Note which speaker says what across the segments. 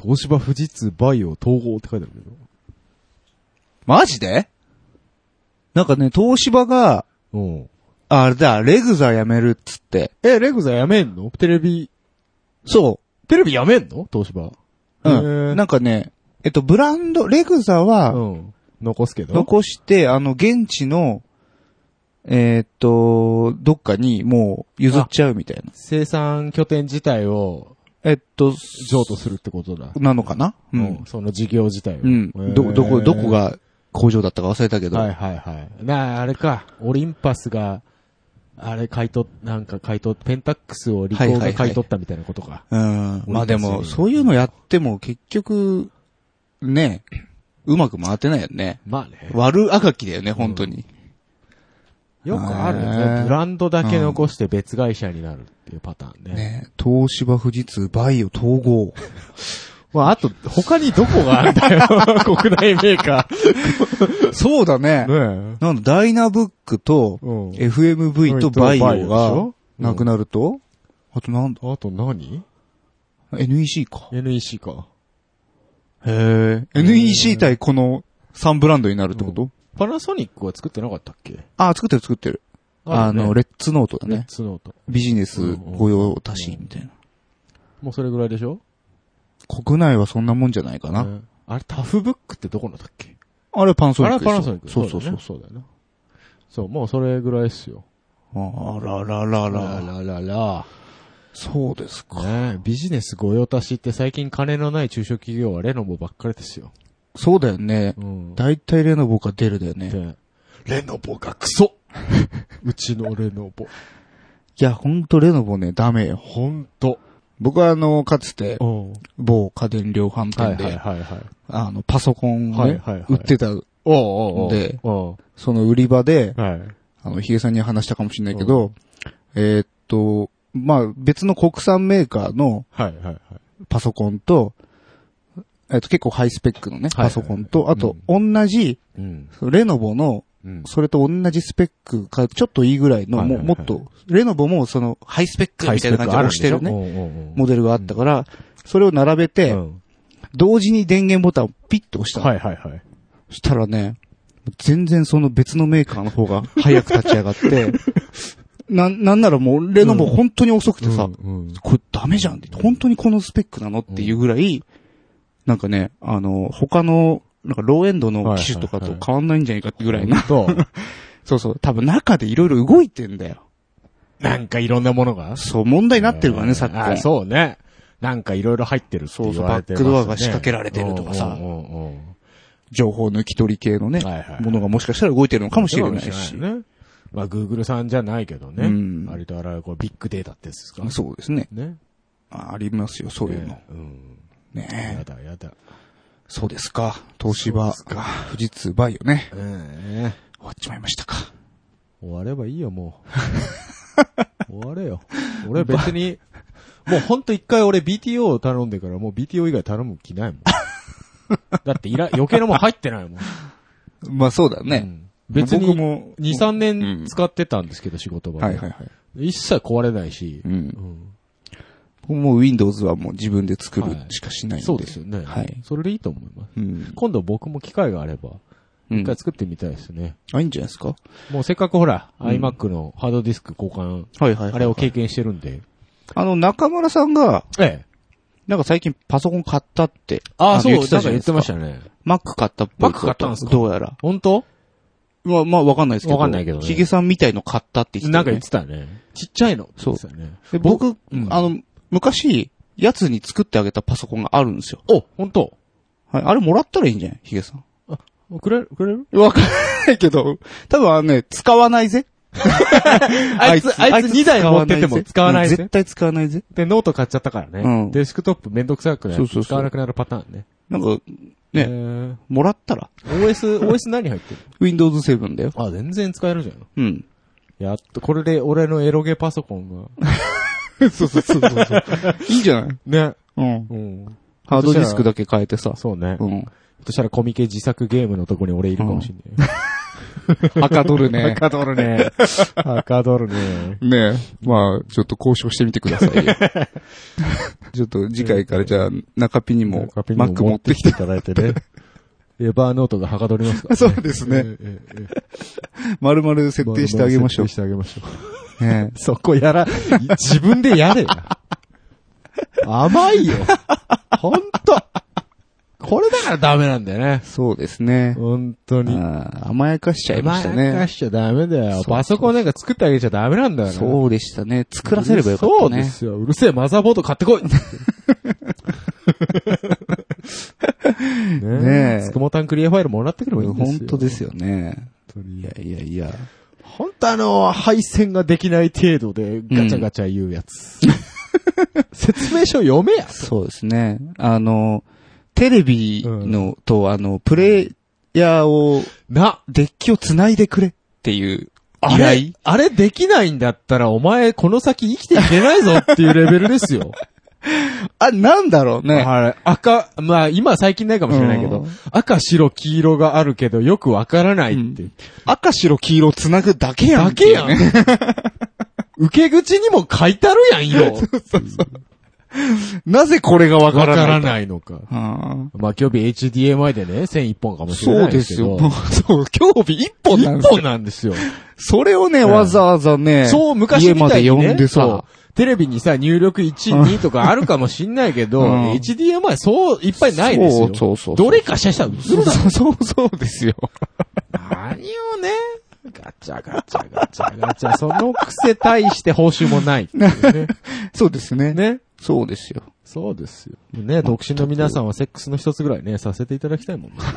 Speaker 1: 東芝富士通バイオ統合って書いてあるけど。
Speaker 2: マジでなんかね、東芝が、
Speaker 1: うん。
Speaker 2: あれだ、レグザやめるっつって。
Speaker 1: え、レグザやめんのテレビ、
Speaker 2: そ
Speaker 1: テレビやめんの東芝。
Speaker 2: う。
Speaker 1: へ
Speaker 2: う
Speaker 1: ー
Speaker 2: ん。なんかね、えっと、ブランド、レグザは、
Speaker 1: うん。残すけど。
Speaker 2: 残して、あの、現地の、えーっと、どっかにもう譲っちゃうみたいな。
Speaker 1: 生産拠点自体を
Speaker 2: えっと、
Speaker 1: 譲渡するってことだ。
Speaker 2: なのかなう
Speaker 1: うん
Speaker 2: ん。
Speaker 1: その事業自体を。
Speaker 2: うん
Speaker 1: へー。
Speaker 2: ど、どこ、どこが工場だったか忘れたけど。
Speaker 1: はいはいはい。なあ、あれか。オリンパスが、あれ買い取っ、なんか買い取っ、ペンタックスをリコーが買い取ったみたいなことか。
Speaker 2: うん。まあで
Speaker 1: オリン
Speaker 2: も、
Speaker 1: パス
Speaker 2: そういうのやっても結局、ね、うまく回ってないよね。
Speaker 1: まあね。
Speaker 2: 悪あがきだよね、本当に。
Speaker 1: よくあるよ
Speaker 2: へ
Speaker 1: ね。
Speaker 2: ー
Speaker 1: ブランドだけ残して別会社になるっていうパターンね。
Speaker 2: ね東芝富士通バイオ統合。
Speaker 1: まあ、あと、他にどこがあるん だよ。国内メーカ
Speaker 2: そうだね。
Speaker 1: ー。ね
Speaker 2: なんだ、ダイナブックと、
Speaker 1: うん。
Speaker 2: FMV とバイ
Speaker 1: バイオで
Speaker 2: オ
Speaker 1: し
Speaker 2: が
Speaker 1: ょ、
Speaker 2: なくなると、あとなんだ、
Speaker 1: あと何
Speaker 2: NEC か。
Speaker 1: ?NEC か。
Speaker 2: へえ。NEC 対この3ブランドになるってこと
Speaker 1: パナソニックは作ってなかったっけ
Speaker 2: あ、作ってる作ってる。あの、
Speaker 1: レ
Speaker 2: レッツノートだ
Speaker 1: ッ
Speaker 2: ね。
Speaker 1: ツノート。
Speaker 2: ビジネス雇用達しみたいな。
Speaker 1: もうそれぐらいでしょ
Speaker 2: 国内はそんなもんじゃないか
Speaker 1: う
Speaker 2: な。
Speaker 1: んあれ、タフブックってどこのだっけ
Speaker 2: あれパナソ
Speaker 1: あ
Speaker 2: ニ
Speaker 1: れ
Speaker 2: ッ
Speaker 1: は
Speaker 2: クでしょ。
Speaker 1: パナソニック。
Speaker 2: そうそうそ
Speaker 1: そ
Speaker 2: う。
Speaker 1: うだよね。そう、もうそれぐらいっすよ。
Speaker 2: あららららら。
Speaker 1: ららら
Speaker 2: そうですか。
Speaker 1: ねえビジネス御用達って最近金のない中小企業はレノボばっかりですよ。
Speaker 2: そうだよね。
Speaker 1: うん。
Speaker 2: だいたいレノボが出るだよね。
Speaker 1: で、レノボがク ソうちのレノボ。
Speaker 2: いや、ほんとレノボね、ダメよ。
Speaker 1: ほんと。
Speaker 2: 僕はあの、かつて、
Speaker 1: うん。
Speaker 2: 某家電量販
Speaker 1: は
Speaker 2: 店
Speaker 1: いはい
Speaker 2: で、
Speaker 1: はいはい。
Speaker 2: あの、パソコンを
Speaker 1: はい
Speaker 2: ね
Speaker 1: はいはい、
Speaker 2: 売ってた、
Speaker 1: おうおうおう。
Speaker 2: で
Speaker 1: お
Speaker 2: その売り場で、
Speaker 1: うはい。
Speaker 2: あの、ヒゲさんには話したかもしれないけど、えーっと、まあ、別の国産メーカーの
Speaker 1: はいはいはい。
Speaker 2: パソコンと、えっと、結構ハイスペックのね、
Speaker 1: はいはい
Speaker 2: パソコンと、あと、同じ、
Speaker 1: うん。
Speaker 2: レノボの、
Speaker 1: うん。
Speaker 2: それと同じスペックか、ちょっといいぐらいの、
Speaker 1: はいはい
Speaker 2: も
Speaker 1: はい
Speaker 2: うもっと、レノボもその、ハイスペックみたいな感じで押してるね、モ
Speaker 1: モ
Speaker 2: デルがあったから、それを並べて、同時に電源ボタンをピッと押したの。
Speaker 1: はいはいはい。
Speaker 2: そしたらね、全然その別のメーカーの方が早く立ち上が って、な、なんならもう、レノボ本当に遅くてさ、
Speaker 1: うんうん
Speaker 2: これダメじゃんって、本当にこのスペックなのっていうぐらい、なんかね、あの、他の、なんかローエンドの機種とかと変わんないんじゃないかってぐらいな。
Speaker 1: と、
Speaker 2: そうそう、多分中でいろいろ動いてんだよ。
Speaker 1: なんかいろんなものが
Speaker 2: そう、問題になってるからね、昨
Speaker 1: あ
Speaker 2: 今。
Speaker 1: そうね。なんかいろいろ入ってるって言われてますね
Speaker 2: そうそうバックドアが仕掛けられてるとかさ
Speaker 1: うんうんうんうん
Speaker 2: 情報抜き取り系のね、
Speaker 1: はいはい
Speaker 2: ものがもしかしたら動いてるのかもしれないし。
Speaker 1: ね。まあ、Google さんじゃないけどね。
Speaker 2: うん
Speaker 1: ありとあらゆるこうビッグデータってやつですか。
Speaker 2: そうですね。
Speaker 1: ね。
Speaker 2: あありますよ、そういうの。
Speaker 1: ねうん。
Speaker 2: ねえ
Speaker 1: やだやだ。
Speaker 2: そうですか。東芝、
Speaker 1: そうです
Speaker 2: 富士通バイオね。
Speaker 1: うん。
Speaker 2: 終わっちまいましたか。
Speaker 1: 終わればいいよ、もう。 終われよ。俺は別 に、もうほんと一回俺 BTO を頼んでから、もう BTO 以外頼む気ないもん。だっていら、余計なもん入ってない もん。
Speaker 2: まあそうだね。
Speaker 1: うん別
Speaker 2: 僕
Speaker 1: に、
Speaker 2: も、
Speaker 1: 2、3年使ってたんですけど、仕事場で。
Speaker 2: はいはいはい。
Speaker 1: 一切壊れないし
Speaker 2: う。ん。
Speaker 1: うん
Speaker 2: 僕も Windows はもう自分で作
Speaker 1: は
Speaker 2: る
Speaker 1: い
Speaker 2: しかしないんで。
Speaker 1: そうですよね。
Speaker 2: はい。
Speaker 1: それでいいと思います。
Speaker 2: うん。
Speaker 1: 今度僕も機会があれば、
Speaker 2: う
Speaker 1: 一
Speaker 2: ん
Speaker 1: 回。作ってみたいですね。
Speaker 2: あ、いいんじゃないですか
Speaker 1: もうせっかくほら、iMac のハードディスク交換、
Speaker 2: はいはい
Speaker 1: あれを経験してるんで。
Speaker 2: あの、中村さんが、
Speaker 1: ええ。
Speaker 2: なんか最近パソコン買ったって。
Speaker 1: ああ、そう、
Speaker 2: 言
Speaker 1: なん
Speaker 2: てた
Speaker 1: か
Speaker 2: じゃい
Speaker 1: 言
Speaker 2: で
Speaker 1: っ
Speaker 2: す
Speaker 1: てましたね。
Speaker 2: マック買ったっぽい
Speaker 1: Mac 買ったんですか
Speaker 2: どうやら。
Speaker 1: 本当
Speaker 2: まあまあわかんないですけど。
Speaker 1: わかんないけどね
Speaker 2: ヒゲさんみたいの買ったって言ってた
Speaker 1: な
Speaker 2: よ
Speaker 1: んか
Speaker 2: ね、
Speaker 1: 言ってたね。ちっちゃいの。
Speaker 2: そう
Speaker 1: 言ってたね。
Speaker 2: で僕、
Speaker 1: うん
Speaker 2: あの、昔、やつに作ってあげたパソコンがあるんですよ。
Speaker 1: お、本当
Speaker 2: はい。あれもらったらいいんじゃないヒゲさん。
Speaker 1: くれるくれる
Speaker 2: わかんないけど、多分あのね、使わないぜ。
Speaker 1: あいつ、あいつ2台持ってても使わない
Speaker 2: ぜ。
Speaker 1: ぜ。
Speaker 2: うん絶対使わないぜ。
Speaker 1: で、ノート買っちゃったからね。
Speaker 2: うん
Speaker 1: デスクトップめんどくさくな
Speaker 2: そ
Speaker 1: る。
Speaker 2: うそうそう
Speaker 1: 使わなくなるパターンね。
Speaker 2: なんか、ね
Speaker 1: えー
Speaker 2: もらったら。
Speaker 1: OS、OS 何入ってる
Speaker 2: Windows 7だよ。
Speaker 1: あ、全然使えるじゃん。
Speaker 2: うん。
Speaker 1: やっと、これで俺のエロゲパソコンが。
Speaker 2: そうそうそうそう。 いいんじゃない
Speaker 1: ね。
Speaker 2: うん。
Speaker 1: うん。
Speaker 2: ハードディスクだけ変えてさ。
Speaker 1: そうね。
Speaker 2: うん。
Speaker 1: そしたらコミケ自作ゲームのとこに俺いるかもしんない。
Speaker 2: はかどるね。
Speaker 1: かどるね。 はかどるね。
Speaker 2: ねえ。まあ、ちょっと交渉してみてくださ いよ。ちょっと次回からじゃあ、中ピにも、
Speaker 1: 中ピン
Speaker 2: マ
Speaker 1: に
Speaker 2: ッ
Speaker 1: も
Speaker 2: ク持ってきて
Speaker 1: い。ただいてね。エヴァーノートがはかどります から、ね。
Speaker 2: そうですね
Speaker 1: ええ。ええ
Speaker 2: 丸々設定してあげましょ
Speaker 1: 設定してあげましょう。
Speaker 2: う。ねえ
Speaker 1: そこやら、自分でやれよ。甘いよ。ほんと。これだからダメなんだよね。
Speaker 2: そうですね。
Speaker 1: ほんとに。
Speaker 2: あー甘やかしちゃいました
Speaker 1: 甘やか
Speaker 2: ね。
Speaker 1: しちゃダメだよ。
Speaker 2: そう
Speaker 1: パソコンなんか作ってあげちゃダメなんだよね。
Speaker 2: そうでしたね。作らせればよかった
Speaker 1: そうで
Speaker 2: ね。
Speaker 1: すよ。うるせえ、マザーボード買ってこい ねえ。
Speaker 2: ねえ
Speaker 1: スクモタンクリアファイルもらってくればいいんですよ。
Speaker 2: 本当ですよね。
Speaker 1: 本当に。
Speaker 2: いやいやいや。
Speaker 1: 本当あの、配線ができない程度でガチャガチャ言うやつ。説明書読めや。
Speaker 2: そうですね。あの、テレビのと、あの、プレイヤーを、
Speaker 1: な、
Speaker 2: デッキを繋いでくれっていう
Speaker 1: あ
Speaker 2: 依頼
Speaker 1: れ、あれできないんだったらお前この先生きていけないぞっていうレベルです よ。
Speaker 2: あ、なんだろうね。
Speaker 1: あれ、赤、まあ今は最近ないかもしれないけど、
Speaker 2: うん
Speaker 1: 赤、白、黄色があるけどよくわからないっていう。
Speaker 2: 赤白黄色繋ぐだけやんっ
Speaker 1: だ
Speaker 2: て
Speaker 1: け
Speaker 2: いう
Speaker 1: やん。
Speaker 2: ね。
Speaker 1: 受け口にも書いてあるやん、 色。
Speaker 2: なぜこれがわか
Speaker 1: わ
Speaker 2: ら
Speaker 1: から
Speaker 2: ない
Speaker 1: ないのか。
Speaker 2: あ
Speaker 1: まあ、今日日 HDMI でね、線一本かも
Speaker 2: ー
Speaker 1: しれな
Speaker 2: そう
Speaker 1: い
Speaker 2: で
Speaker 1: ですけ
Speaker 2: す
Speaker 1: ど。
Speaker 2: よ。もう そう、興味一本なんです
Speaker 1: 一
Speaker 2: よ。
Speaker 1: 本なんですよ。
Speaker 2: それをね、
Speaker 1: うん
Speaker 2: わざわざね、
Speaker 1: そう、昔みたい
Speaker 2: 家ま
Speaker 1: に
Speaker 2: で呼ん
Speaker 1: ね、
Speaker 2: で
Speaker 1: さ
Speaker 2: さ、、
Speaker 1: テレビにさ、入力1、2とかあるかもしんないけど、
Speaker 2: うん
Speaker 1: HDMI そういっぱいないですよ。
Speaker 2: そうそうそう
Speaker 1: どれかしらしたら映
Speaker 2: そう
Speaker 1: るだろ。
Speaker 2: そうそうで すよ。
Speaker 1: 何をね、ガチャガチャガチャガチャ、その癖対して報酬もないっていう
Speaker 2: そうですね。
Speaker 1: ね。ね。
Speaker 2: そうですよ。
Speaker 1: そうですよ。ね、独身の皆さんはセックスの一つぐらいね、させていただきたいもんね。本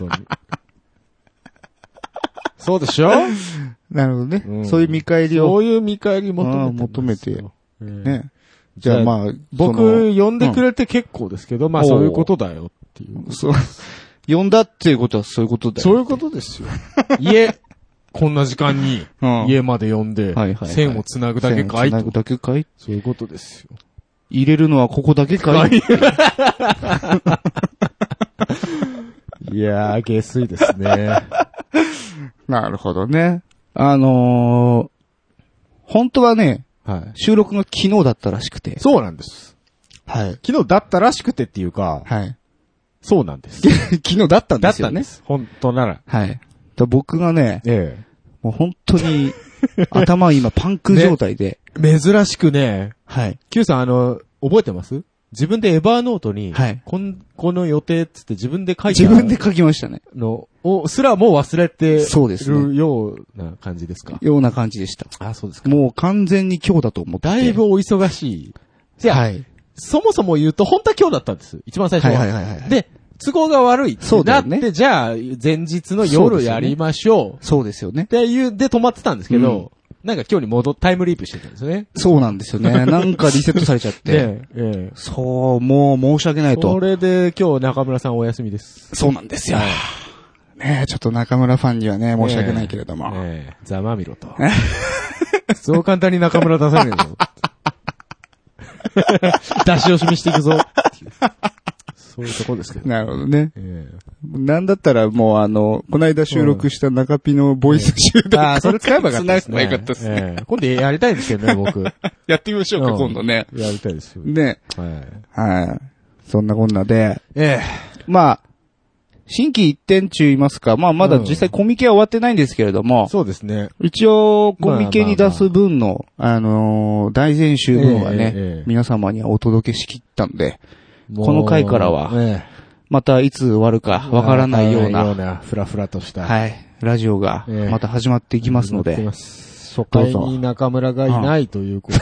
Speaker 1: 当に。そうでしょ
Speaker 2: なるほどね。
Speaker 1: うん
Speaker 2: そういう見返り
Speaker 1: そ
Speaker 2: を
Speaker 1: ういう見返り求めてますよ。
Speaker 2: あー求めてよ
Speaker 1: ええ
Speaker 2: ね。じゃあまあ、
Speaker 1: 僕、呼んでくれて結構ですけど、まあ
Speaker 2: おう
Speaker 1: そういうことだよっていう。
Speaker 2: その、そう、 呼んだっていうことはそういうことだよ。
Speaker 1: そういうこと ですよ。家、こんな時間に、
Speaker 2: うん
Speaker 1: 家まで呼んで
Speaker 2: はいはいは、い
Speaker 1: 線を繋ぐだけかい
Speaker 2: 線を繋ぐだけかい
Speaker 1: そういうことですよ。
Speaker 2: 入れるのはここだけかい
Speaker 1: いやー、下水ですね。
Speaker 2: なるほどね。あのー、本当はね、
Speaker 1: はい。
Speaker 2: 収録が昨日だったらしくて。
Speaker 1: そうなんです。
Speaker 2: はい。
Speaker 1: 昨日だったらしくてっていうか、
Speaker 2: はい。
Speaker 1: そうなんです。
Speaker 2: 昨日だったん
Speaker 1: だ
Speaker 2: で
Speaker 1: っ
Speaker 2: す
Speaker 1: た
Speaker 2: よ
Speaker 1: んで
Speaker 2: ね。
Speaker 1: す。本当なら。
Speaker 2: はい。だから僕がね、
Speaker 1: え
Speaker 2: もう本当 に、頭今パンク状態で。
Speaker 1: え。珍しくね、
Speaker 2: はい。
Speaker 1: Q さんあの、覚えてます自分でエバーノートに、
Speaker 2: はい
Speaker 1: こん、この予定っつって自分で書いて
Speaker 2: 自分で書きましたね。
Speaker 1: のを、すらもう忘れて
Speaker 2: そうですね
Speaker 1: るような感じですか。
Speaker 2: ような感じでした。
Speaker 1: あ、そうですか。
Speaker 2: もう完全に今日だと思って。
Speaker 1: だいぶ、お忙しい。じゃあ、
Speaker 2: はい。
Speaker 1: そもそも言うと、本当は今日だったんです。一番最初
Speaker 2: はい
Speaker 1: は。
Speaker 2: はいはいはい。
Speaker 1: で、都合が悪いって
Speaker 2: そうだ
Speaker 1: なっ
Speaker 2: よ
Speaker 1: て、
Speaker 2: ね
Speaker 1: じゃあ、前日の
Speaker 2: そうで
Speaker 1: 夜
Speaker 2: すよ
Speaker 1: や
Speaker 2: ね
Speaker 1: りましょう。
Speaker 2: そうですよね
Speaker 1: っ。ていう、で止まってたんですけど、なんか今日に戻っ、タイムリープしてたんですね。
Speaker 2: そうなんですよね。なんかリセットされちゃっ て。
Speaker 1: で、ええ
Speaker 2: そう、もう申し訳ないと
Speaker 1: そ。れで今日中村さんお休みです。
Speaker 2: そうなんですよ。ねえ、ちょっと中村ファンにはね、申し訳ないけれども。
Speaker 1: ええざまみろと。 そう簡単に中村出さねえぞ。 出し惜しみしていくぞ。っていうそういうとこですけど。
Speaker 2: なるほどね。
Speaker 1: え
Speaker 2: なんだったらもうあの、この間収録した中ピのボイス集
Speaker 1: え
Speaker 2: 団。
Speaker 1: ああ、それ使えばよかったですね。
Speaker 2: 使えばよかったですね
Speaker 1: ええ今度やりたいんですけどね、 僕。や
Speaker 2: やってみましょうか、
Speaker 1: うん
Speaker 2: 今度ね。
Speaker 1: りたいですよ。
Speaker 2: ね。
Speaker 1: はい。
Speaker 2: はい。そんなこんなで、
Speaker 1: え
Speaker 2: まあ、新規一点中いますか。まあまだ
Speaker 1: うん
Speaker 2: 実際コミケは終わってないんですけれど
Speaker 1: え
Speaker 2: も、
Speaker 1: そうですね。
Speaker 2: 一応コミケに出す分の、あのー大全集分はね、
Speaker 1: ええええ
Speaker 2: 皆様にはお届けしきったんで、
Speaker 1: もう
Speaker 2: この回からは
Speaker 1: え
Speaker 2: またいつ終わるか
Speaker 1: え
Speaker 2: わからないよう
Speaker 1: わから
Speaker 2: な、
Speaker 1: なふらふらとした。い。
Speaker 2: はい、ラジオが
Speaker 1: ええ
Speaker 2: また始まっていきますので、
Speaker 1: 初回に中村がいないということ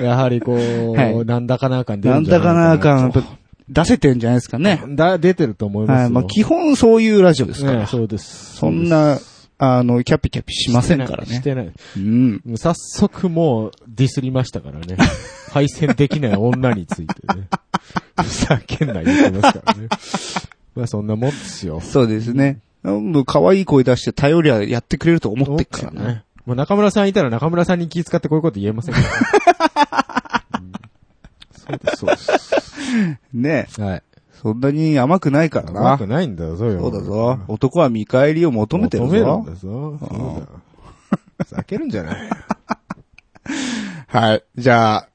Speaker 1: で、やはりこう、
Speaker 2: はい
Speaker 1: なんだかなあかん出る
Speaker 2: なん
Speaker 1: んじゃ
Speaker 2: だ
Speaker 1: ないか
Speaker 2: か
Speaker 1: な
Speaker 2: なあかん、やっぱ出せてんじゃないですかね。
Speaker 1: だ、出てると思いますよ。
Speaker 2: はい。まあ、基本そういうラジオですから。
Speaker 1: ええそうです。
Speaker 2: そんな、あの、キャピキャピしませんから
Speaker 1: し
Speaker 2: ね。
Speaker 1: てない。して
Speaker 2: うん。
Speaker 1: ない早速もう、ディスりましたから ね。配線できない女についてね。ふざけんな言ってます からね。まあそんなもんですよ。
Speaker 2: そうですね。もう可愛い声出して頼りはやってくれると思ってっからね。。
Speaker 1: もう中村さんいたら中村さんに気遣ってこういうこと言えませんから、ねうんそうです、そうです。
Speaker 2: ね
Speaker 1: はい。
Speaker 2: そんなに甘くないから
Speaker 1: 怖
Speaker 2: な。
Speaker 1: くないんだよ、そうよ。
Speaker 2: そうだぞ。男は見返りを求めてる
Speaker 1: 求めるん
Speaker 2: ぞ
Speaker 1: だ。ぞ。そうだよ。避けるんじゃない
Speaker 2: はい。じゃあ、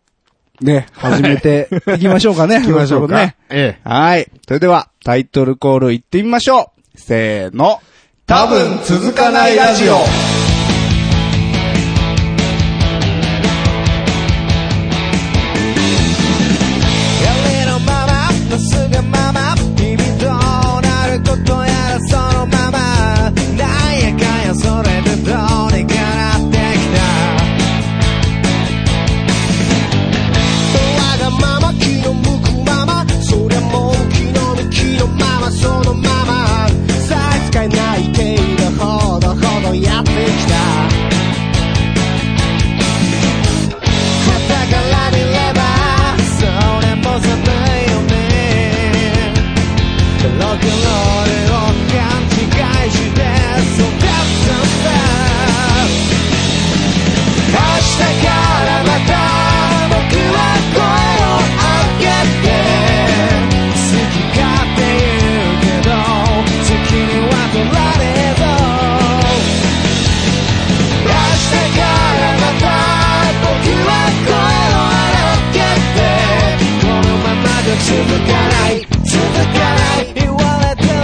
Speaker 2: ね、始めていきましょう かね。
Speaker 1: 行きましょう
Speaker 2: といことで
Speaker 1: か
Speaker 2: ね。。
Speaker 1: ええ。
Speaker 2: はい。それでは、タイトルコール行ってみましょう。せーの。多分続かないラジオ。
Speaker 3: 夢のままのすぐまま君となることやらそのままなんやかんやそれでどうにかなってきたわがまま気の向くままそりゃもう気の向きのままそのままさえ使えない程度ほどほどやってきた「はたから見ればそれも寒いよね」「ロックンロールを勘違いして育ったんだ」「明日からまた僕は声を上げて」「好きかって言うけど責任は取られるぞ」明日からまた僕は声を荒げて好きこのままじゃ続かない続かない言われてるよ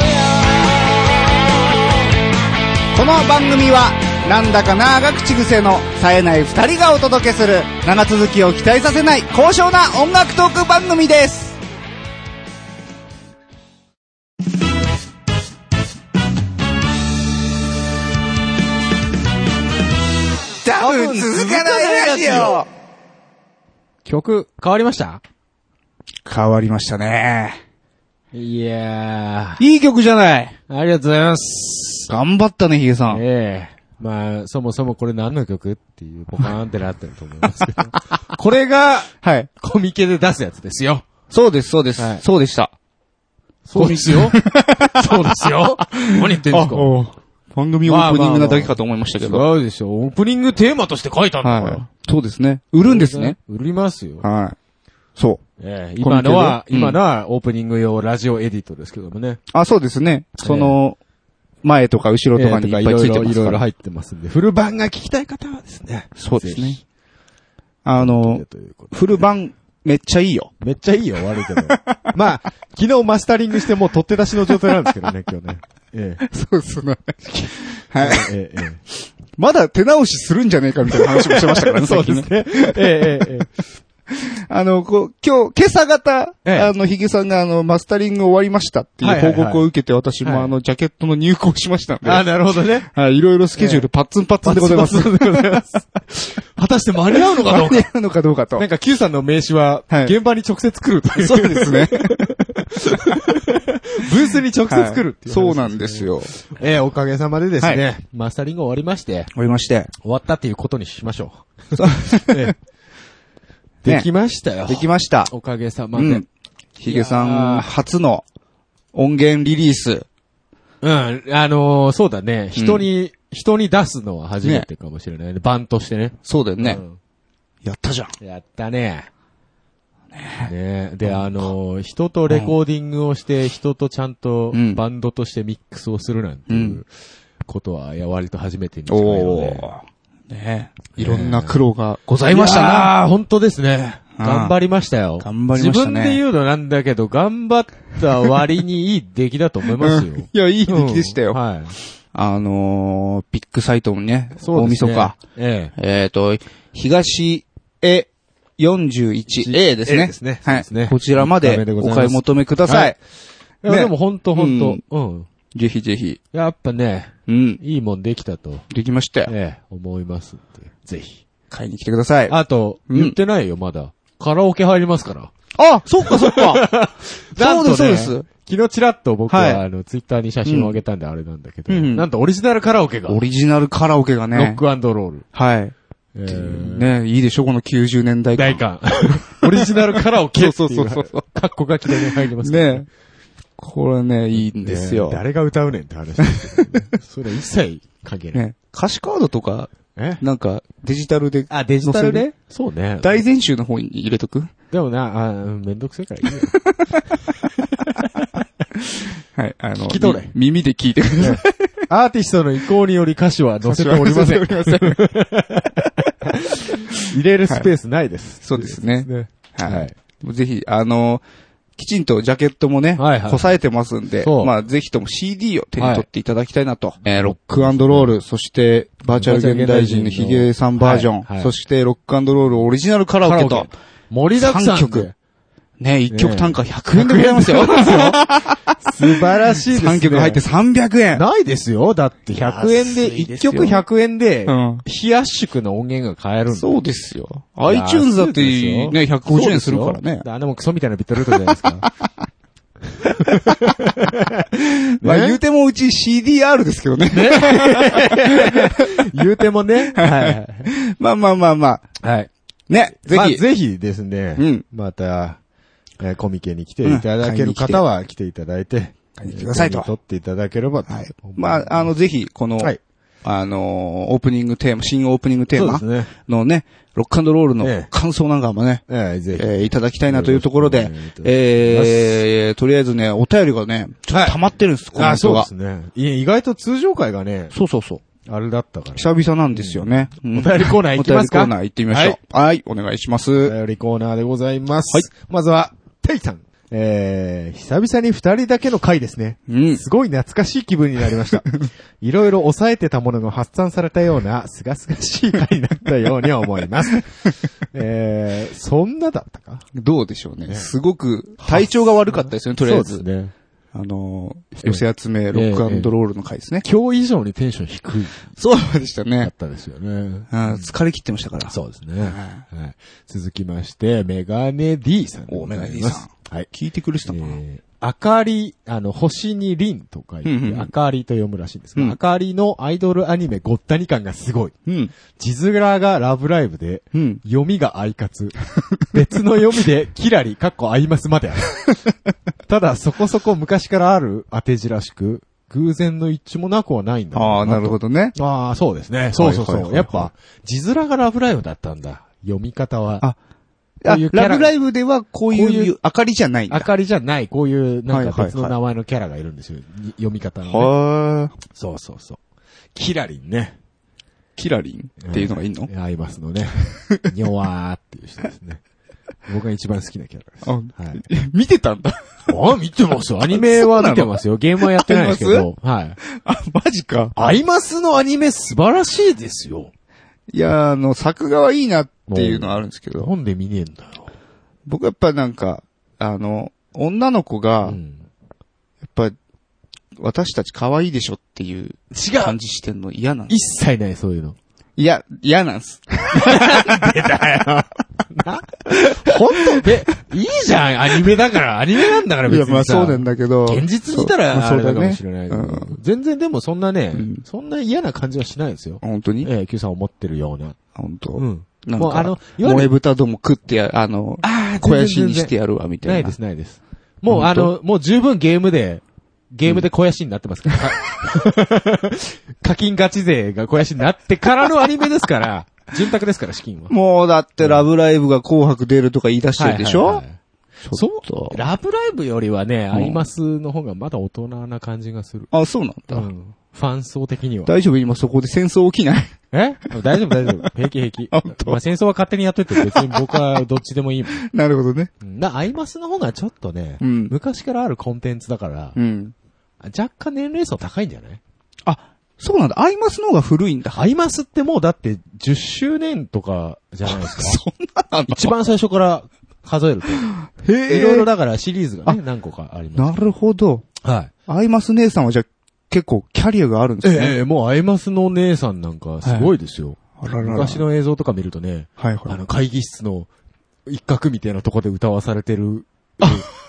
Speaker 2: この番組は、なんだかなが口癖の冴えない二人がお届けする、長続きを期待させない高尚な音楽トーク番組です。多分続かないラジオ
Speaker 1: 曲、変わりました
Speaker 2: 変わりましたね。
Speaker 1: いや
Speaker 2: いい曲じゃない
Speaker 1: ー。ありがとうございます。
Speaker 2: 頑張ったね、ヒゲさん。
Speaker 1: ええ。まあ、そもそもこれ何の曲っていう、ポカーンってなってると思いますけ ど。これが、
Speaker 2: はい。
Speaker 1: コミケで出すやつですよ。
Speaker 2: そうです、そうです。
Speaker 1: はい
Speaker 2: そうでした。
Speaker 1: そうですよ。 そうですよ。何言ってんですか
Speaker 2: 番組オープニングなだけかと思いましたけど。
Speaker 1: 違うでしょ。オープニングテーマとして書いたんだから。
Speaker 2: はい。そうですね。売るんですね。
Speaker 1: 売りますよ。
Speaker 2: はい。そう。
Speaker 1: ええ今のは、
Speaker 2: コミケでうん
Speaker 1: 今のはオープニング用ラジオエディットですけどもね。
Speaker 2: あ、そうですね。その、前とか後ろとかにいっぱいついてます
Speaker 1: ろ
Speaker 2: か
Speaker 1: いろ
Speaker 2: ら。
Speaker 1: 入ってますんで、フル版が聞きたい方はですね。
Speaker 2: そうです
Speaker 1: ぜ
Speaker 2: ね
Speaker 1: ひ。。
Speaker 2: あの、
Speaker 1: ということで
Speaker 2: フル版、めっちゃいいよ。
Speaker 1: めっちゃいいよ、悪いけど。 まあ、昨日マスタリングしてもう取って出しの状態なんですけどね、今日ね。ええ
Speaker 2: そうですね。はい。
Speaker 1: え えええ
Speaker 2: まだ手直しするんじゃねえかみたいな話もしてましたから ね、
Speaker 1: そ
Speaker 2: さ
Speaker 1: う
Speaker 2: っき
Speaker 1: で
Speaker 2: ね
Speaker 1: すね。えええええ
Speaker 2: あの、こう、今日、今朝方、
Speaker 1: ええ
Speaker 2: あの、ヒゲさんが、あの、マスタリング終わりましたって
Speaker 1: はいいうはいはい
Speaker 2: 報告を受けて、私
Speaker 1: は
Speaker 2: も
Speaker 1: い
Speaker 2: あの、ジャケットの入稿しましたん
Speaker 1: え。あ、
Speaker 2: で、
Speaker 1: なるほどね。
Speaker 2: はい、いろいろスケジュールパッツンパッツンでございます。
Speaker 1: そう でござい ます。果たして間に合うのかどうか。
Speaker 2: 間に合うのかどうか と
Speaker 1: なん。か Q さんの名刺は、
Speaker 2: はい
Speaker 1: 現場に直接来るという。
Speaker 2: そうで すね。
Speaker 1: ブースに直接来るっていう、
Speaker 2: そうなんです
Speaker 1: よ。
Speaker 2: よ。
Speaker 1: ええおかげさまでですね、
Speaker 2: は
Speaker 1: マスタリング終わりまして、
Speaker 2: おりまして。
Speaker 1: 終わったっていうことにしましょう。ええ
Speaker 2: ね
Speaker 1: できましたよ。
Speaker 2: できました。
Speaker 1: おかげさま
Speaker 2: う
Speaker 1: で。
Speaker 2: ん。ヒゲさ
Speaker 1: いやー
Speaker 2: ん初の音源リリース。
Speaker 1: うん、あのーそうだね。人に、人に出すのは初めてかもしれないね。版としてね。
Speaker 2: そうだよね
Speaker 1: う。ん
Speaker 2: やったじゃん。
Speaker 1: やったね。ねえ。で、あのー人とレコーディングをして、人とちゃんと
Speaker 2: うん
Speaker 1: バンドとしてミックスをするなんて
Speaker 2: う
Speaker 1: いうんことは、いや、割と初めてに近いの
Speaker 2: お
Speaker 1: で。
Speaker 2: ー。ねいろんな苦労がござい
Speaker 1: い
Speaker 2: ましたな。
Speaker 1: やー本当ですね。頑張りましたよ。
Speaker 2: 頑張りましたね
Speaker 1: 自分で言うのなんだけど、頑張った割にいい出来だと思いますよ。
Speaker 2: いや、いい出来でした
Speaker 1: うん
Speaker 2: よ。
Speaker 1: はい。
Speaker 2: あのー、ビッグサイトもね、
Speaker 1: そう
Speaker 2: 大
Speaker 1: ですね
Speaker 2: 晦日。。
Speaker 1: ええ。
Speaker 2: えっと、東へ 41A です
Speaker 1: A
Speaker 2: ね
Speaker 1: ですね。そう
Speaker 2: は
Speaker 1: ですね
Speaker 2: い。こちらま
Speaker 1: 一
Speaker 2: で
Speaker 1: 回目でござい
Speaker 2: お
Speaker 1: ます
Speaker 2: 買い求めくだ
Speaker 1: は
Speaker 2: さ
Speaker 1: い
Speaker 2: い。
Speaker 1: いや
Speaker 2: ね
Speaker 1: でも本当本当うん。
Speaker 2: ぜひぜひ。
Speaker 1: やっぱね、
Speaker 2: うん。
Speaker 1: いいもんできたと、
Speaker 2: できましたよ。
Speaker 1: ええ、思いますんで。ぜひ。
Speaker 2: 買いに来てください。
Speaker 1: あと、
Speaker 2: うん
Speaker 1: 言ってないよ、まだ。カラオケ入りますから。
Speaker 2: あ、そっかそっ か。そうで
Speaker 1: な
Speaker 2: す、そう
Speaker 1: んとね
Speaker 2: です。。
Speaker 1: 昨日ちらっと僕
Speaker 2: はい
Speaker 1: は、あの、ツイッターに写真を上げたんであれなんだけど、
Speaker 2: うんうん
Speaker 1: なんとオリジナルカラオケが、
Speaker 2: オ
Speaker 1: ロ
Speaker 2: リジナルカラオケが
Speaker 1: ッ
Speaker 2: ね。
Speaker 1: クアンドロール。
Speaker 2: はい。
Speaker 1: えー
Speaker 2: ね、いいでしょ、この90年代感
Speaker 1: 大 観。オリジナルカラオケって
Speaker 2: そ
Speaker 1: いう。
Speaker 2: そうそうそう
Speaker 1: カッコ書きでね入りますから
Speaker 2: ね。これね、いいんですよ
Speaker 1: ね。誰が歌うねんって話ですけどねそれは一切関係ない。
Speaker 2: ね。歌詞カードとか、
Speaker 1: え
Speaker 2: なんか、デジタルで。
Speaker 1: あ、デ
Speaker 2: ジタルで
Speaker 1: そうね。
Speaker 2: 大全集の方に入れとく
Speaker 1: でもな、あうんめんどくせえからいいよ。
Speaker 2: はい、あの、
Speaker 1: 聞き取れ
Speaker 2: み耳で聞いてください。
Speaker 1: アーティストの意向により歌詞は載せておりません。
Speaker 2: 載せておりません
Speaker 1: 入れるスペースないです。
Speaker 2: そうですね
Speaker 1: ね
Speaker 2: はい
Speaker 1: はい
Speaker 2: ぜひ、あの、きちんとジャケットもね、
Speaker 1: はいはい
Speaker 2: こさえてますんで、
Speaker 1: そう
Speaker 2: まあぜひとも CD を手に取っていただきたいなと。えーロックロ
Speaker 1: そうですね
Speaker 2: ール、そしてバーチャル現代人のヒゲさんバージョン、
Speaker 1: はいはい
Speaker 2: そしてロックロールオリジナルカラオケと、
Speaker 1: 盛りだくさんで。
Speaker 2: 三曲ね、1曲単価100円で
Speaker 1: 100
Speaker 2: ござい ますよ。
Speaker 1: 素晴らしいですね。
Speaker 2: 3曲入って300円。
Speaker 1: ないですよ。だって100円で、
Speaker 2: 安いで
Speaker 1: 1
Speaker 2: すよ
Speaker 1: 曲100円で、
Speaker 2: うん
Speaker 1: 非圧縮の音源が買えるんだ。
Speaker 2: そうですよ。
Speaker 1: いや
Speaker 2: iTunes だって
Speaker 1: 安いですよ
Speaker 2: ね、150円するからね。
Speaker 1: あれもクソみたいなビットルートじゃない ですか。
Speaker 2: まあ言 うてもうち CDR ですけどね。
Speaker 1: 言うてもね。はい。
Speaker 2: まあまあまあまあ。
Speaker 1: はい。
Speaker 2: ね、
Speaker 1: ぜ
Speaker 2: ぜ
Speaker 1: ひ、
Speaker 2: ひ。
Speaker 1: ぜひですね、
Speaker 2: うん
Speaker 1: また、えーコミケに来ていただける方は来ていただいて、
Speaker 2: 買いに来てくださいと
Speaker 1: えー手に取っていただければと
Speaker 2: はい。まあ、あの、ぜひ、この、
Speaker 1: はい
Speaker 2: あのー、オープニングテーマ、新オープニングテーマ
Speaker 1: そうですね
Speaker 2: のね、ロックロールの
Speaker 1: ええ
Speaker 2: 感想なんかもね、
Speaker 1: えーぜひ、
Speaker 2: えーいただきたいなというところ
Speaker 1: よ
Speaker 2: で
Speaker 1: ろしく、お願いいたします
Speaker 2: えー、とりあえずね、お便りがね、ちょっと溜まってるんです、この
Speaker 1: あ、そ
Speaker 2: 人
Speaker 1: うで
Speaker 2: が。
Speaker 1: すね。い意外と通常会がね、
Speaker 2: そうそうそう。
Speaker 1: あれだったから。
Speaker 2: 久々なんですよね。うん
Speaker 1: お便りコーナー行きますか
Speaker 2: お便りコーナー行ってみましょう。はい、お願いしま
Speaker 1: お
Speaker 2: す。
Speaker 1: 便りコーナーでございます。
Speaker 2: はい
Speaker 1: まずは、テイさん。えー、久々に二人だけの回ですね。
Speaker 2: うん。
Speaker 1: すごい懐かしい気分になりました。 いろいろ抑えてたものが発散されたような、すがすがしい回になったように思います。えー、そんなだったか
Speaker 2: どうでしょうね。すごく、体調が悪かったですよね、とりあえず。
Speaker 1: ね。
Speaker 2: あのー、寄せ集め、ロックロールの回ですね。
Speaker 1: 今日以上にテンション低い
Speaker 2: そうでした
Speaker 1: だっ
Speaker 2: ね。
Speaker 1: たですよね。
Speaker 2: うん疲れ切ってましたから。
Speaker 1: そうですね。はい、続きまして、メガネ D さんで
Speaker 2: お
Speaker 1: ござ
Speaker 2: メ
Speaker 1: いま
Speaker 2: ガ
Speaker 1: す。
Speaker 2: ネ D さん。
Speaker 1: はい。
Speaker 2: 聞いてくれてたのかな、
Speaker 1: えーあかり、あの、星にりんと書いて、
Speaker 2: うんうんうん
Speaker 1: あかりと読むらしいんですが、
Speaker 2: うん
Speaker 1: あかりのアイドルアニメごったに感がすごい。
Speaker 2: うん。
Speaker 1: 字面がラブライブで、
Speaker 2: うん。
Speaker 1: 読みがアイカツ。別の読みで、キラリ、かっこアイマスま である。ただ、そこそこ昔からある当て字らしく、偶然の一致もなくはないんだろう
Speaker 2: ああ、なるほどね。
Speaker 1: ど。ああ、そうですね。そうそうそう。
Speaker 2: はいはいはいはい
Speaker 1: やっぱ、字面がラブライブだったんだ。読み方は。
Speaker 2: ああ
Speaker 1: こういう、キャラ
Speaker 2: ラブライブではこう
Speaker 1: こう
Speaker 2: い
Speaker 1: いう
Speaker 2: う明かりじゃないんだ。
Speaker 1: あかりじゃない、こういう、なん
Speaker 2: はいはいは
Speaker 1: か
Speaker 2: い
Speaker 1: 別の名前のキャラがいるんですよ。に読み方の、ね。
Speaker 2: はあ。
Speaker 1: そうそうそう。キラリンね。
Speaker 2: キラリンっていうのがいいの、
Speaker 1: 合いますの ね。にょわーっていう人ですね。僕が一番好きなキャラです。
Speaker 2: あ
Speaker 1: はい。
Speaker 2: 見てたんだ。
Speaker 1: あ、見てますよ。 アニメは見てますよ。ゲームはやってないですけど。はい。
Speaker 2: あ、マジか。
Speaker 1: アイマスのアニメ素晴らしいですよ。
Speaker 2: いや、あの、作画はいいなっていうのはあるんですけど、
Speaker 1: なんで見ねえんだよ。
Speaker 2: 僕やっぱなんか、あの、女の子
Speaker 1: う
Speaker 2: が、や
Speaker 1: ん、
Speaker 2: っぱ、私たち可愛いでしょっていう
Speaker 1: 違
Speaker 2: 感
Speaker 1: う。
Speaker 2: じしてんの嫌なんです。
Speaker 1: 一切ない、そういうの。
Speaker 2: いや、嫌なんです。
Speaker 1: 本当 で、いいじゃん、アニメだから、アニメなんだから
Speaker 2: い
Speaker 1: 別
Speaker 2: や、
Speaker 1: にさ。
Speaker 2: まあそうなんだけど。
Speaker 1: 現実見た
Speaker 2: まあ
Speaker 1: ら、あ
Speaker 2: そう
Speaker 1: れだ
Speaker 2: だよ
Speaker 1: か
Speaker 2: ね
Speaker 1: もしれないけ
Speaker 2: う
Speaker 1: ど
Speaker 2: ん。
Speaker 1: 全然でもそんなね
Speaker 2: うん、
Speaker 1: そんな嫌な感じはしないですよ。
Speaker 2: 本当に
Speaker 1: ええ、Q さん思ってるような。
Speaker 2: 本当。
Speaker 1: うん。
Speaker 2: なん
Speaker 1: もう
Speaker 2: か、
Speaker 1: あの、いわ
Speaker 2: 萌
Speaker 1: ゆ
Speaker 2: え
Speaker 1: る、
Speaker 2: 豚ども食ってや、あの、
Speaker 1: ああ、
Speaker 2: 肥や
Speaker 1: 全然
Speaker 2: し
Speaker 1: 全然
Speaker 2: にしてやるわ、みたいな。
Speaker 1: ないです、ないです。もう
Speaker 2: 本
Speaker 1: あ
Speaker 2: 当
Speaker 1: の、もう十分ゲームで、ゲームで肥やしになってますから。 課金ガチ勢が肥やしになってからのアニメです から、潤沢ですから、資金は。
Speaker 2: もうだって、ラブライブが紅白出るとか言い出してるでしょ、
Speaker 1: はいはいはい
Speaker 2: ちょっと
Speaker 1: そう。ラブライブよりはね、
Speaker 2: ん
Speaker 1: アイマスの方がまだ大人な感じがする。
Speaker 2: あ、そうなん
Speaker 1: う
Speaker 2: だ。
Speaker 1: ん。ファン層的には。
Speaker 2: 大丈夫今そこで戦争起きない
Speaker 1: え大丈夫大丈 夫。平気平気。
Speaker 2: 本当
Speaker 1: まあ戦争は勝手にやっといて別に僕はどっちでもいいもん。
Speaker 2: なるほどね。
Speaker 1: うんな、アイマスの方がちょっとね、
Speaker 2: うん
Speaker 1: 昔からあるコンテンツだから
Speaker 2: う、ん。
Speaker 1: 若干年齢層高いんじゃない
Speaker 2: あ、そうなんだ。アイマスの方が古いんだ。
Speaker 1: アイマスってもうだって10周年とかじゃないですか。
Speaker 2: そんななんだ
Speaker 1: 一番最初から数えると。
Speaker 2: へえ。
Speaker 1: いろいろだからシリーズがね、
Speaker 2: あ
Speaker 1: 何個かありま
Speaker 2: な
Speaker 1: す。
Speaker 2: るほど。
Speaker 1: はい。
Speaker 2: アイマス姉さんはじゃあ結構キャリアがあるんで
Speaker 1: え
Speaker 2: すね。
Speaker 1: えええ、もうアイマスのお姉さんなんかすごいですよ。
Speaker 2: あららら
Speaker 1: 昔の映像とか見るとね、
Speaker 2: はい
Speaker 1: あ
Speaker 2: はい。
Speaker 1: の会議室の一角みたいなとこで歌わされてる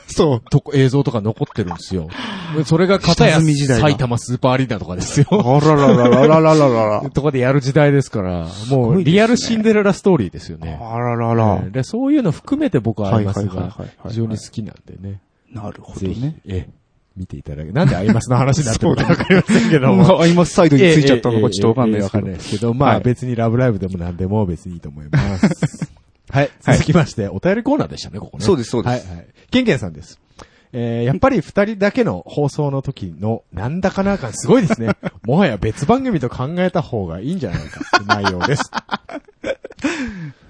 Speaker 2: そう。
Speaker 1: とこ映像とか残ってるんですよ。それが片や
Speaker 2: 下積み時代だ
Speaker 1: 埼玉スーパーアリーナとかですよ。
Speaker 2: あらららららららら ら。
Speaker 1: とかでやる時代ですから、も
Speaker 2: ご
Speaker 1: う
Speaker 2: いですね
Speaker 1: リアルシンデレラストーリーですよね。
Speaker 2: あららら
Speaker 1: え。えでそういうの含めて僕はアイマス
Speaker 2: はいはい
Speaker 1: が
Speaker 2: はいはいはい
Speaker 1: 非常に好きなんでね。
Speaker 2: なるほど
Speaker 1: ぜひ
Speaker 2: ね。、
Speaker 1: ええ見ていただけ。なんでアイマスの話になってるかわかりませんけども。
Speaker 2: もうアイマスサイドについちゃったのかちょっとわかんない
Speaker 1: ええええええ
Speaker 2: で
Speaker 1: わ
Speaker 2: す
Speaker 1: か
Speaker 2: け
Speaker 1: ん
Speaker 2: ど
Speaker 1: ない。ですけど、ま
Speaker 2: は
Speaker 1: あ
Speaker 2: い
Speaker 1: 別にラブライブでも何でも別にいいと思います。はい。続きまして、お便りコーナーでしたね、ここね。
Speaker 2: そうですそうです
Speaker 1: はいはい。ケンケンさんです。えーやっぱり二人だけの放送の時のなんだかな感すごいですね。もはや別番組と考えた方がいいんじゃないかって内容です。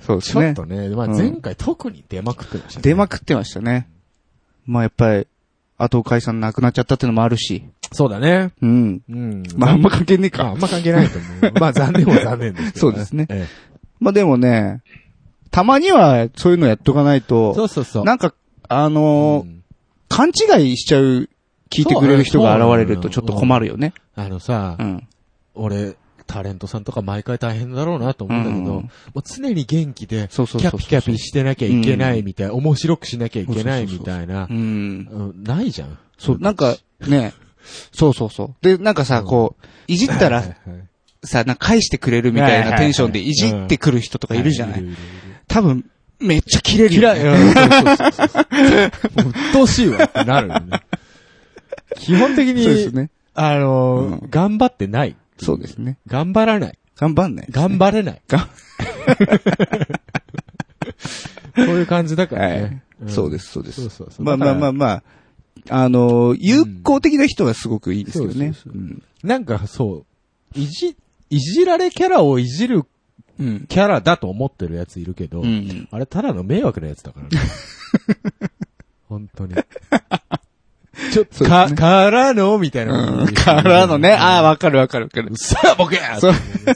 Speaker 2: そうで
Speaker 1: ち
Speaker 2: す
Speaker 1: ょっ
Speaker 2: ね。
Speaker 1: とね、まあ
Speaker 2: うん
Speaker 1: 前回特に出まくってましたね。
Speaker 2: 出まくってましたね。まあやっぱり、後を解散なくなっちゃったっていうのもあるし。
Speaker 1: そうだね。
Speaker 2: うん。
Speaker 1: うん。
Speaker 2: まああんま関係ねえ
Speaker 1: まあ、あ
Speaker 2: か。
Speaker 1: んま関係ないと思 う。まあ残念は残念ですけど、
Speaker 2: そうですね
Speaker 1: え
Speaker 2: まあでもね、たまにはそういうのやっとかない
Speaker 1: えそ
Speaker 2: と、
Speaker 1: うそうそう。
Speaker 2: なんか、あのー
Speaker 1: うん
Speaker 2: 勘違いしちゃう、聞いてくれる人が現れるとちょっと困るよね。
Speaker 1: あのさ、
Speaker 2: うん。
Speaker 1: 俺、タレントさんとか毎回大変だろうなと思うんだけど、
Speaker 2: うん
Speaker 1: もう常に元気で、
Speaker 2: そうそう
Speaker 1: キ
Speaker 2: そう
Speaker 1: ャ
Speaker 2: そう
Speaker 1: ピキャピしてなきゃいけないみたい、面白くしなきゃいけないみたいな
Speaker 2: う、ん。
Speaker 1: うんないじゃん。
Speaker 2: そう、なんか、ね、そうそうそう。で、なんかさ、
Speaker 1: うん
Speaker 2: こう、いじったら
Speaker 1: はいはいはい
Speaker 2: さ、なんか返してくれるみたいなテンションで
Speaker 1: はいはい
Speaker 2: いじってくる人とかいるじゃな
Speaker 1: る
Speaker 2: い
Speaker 1: る
Speaker 2: 多分、めっちゃキレる
Speaker 1: いる嫌
Speaker 2: よ
Speaker 1: い。
Speaker 2: ね。
Speaker 1: うんそうそう そうそうもう鬱陶しいわってなるよね。基本的
Speaker 2: そうです
Speaker 1: に、
Speaker 2: ね。
Speaker 1: あのー、頑張ってない。
Speaker 2: そうですね。
Speaker 1: 頑張らない。
Speaker 2: 頑張んない。
Speaker 1: 頑張れない。
Speaker 2: が
Speaker 1: そういう感じだから
Speaker 2: は
Speaker 1: ね
Speaker 2: い。。そうです、そうで
Speaker 1: そう
Speaker 2: す。
Speaker 1: そうそう。
Speaker 2: まあまあまあ
Speaker 1: あ。
Speaker 2: まあ、あのー、有効的な人はすごくいいですよ
Speaker 1: うん
Speaker 2: ね。
Speaker 1: そううそ
Speaker 2: ん。
Speaker 1: なんかそう、いじ、いじられキャラをいじる
Speaker 2: うん。
Speaker 1: キャラだと思ってるやついるけど、
Speaker 2: うん。
Speaker 1: あれただの迷惑なやつだから ね。本当に。ちょっと、
Speaker 2: そうですね
Speaker 1: か、からのみたいな。
Speaker 2: うんからのね、ああ、わかるわかるわかる
Speaker 1: う。っさあ、ボケや
Speaker 2: そう
Speaker 1: って思うんで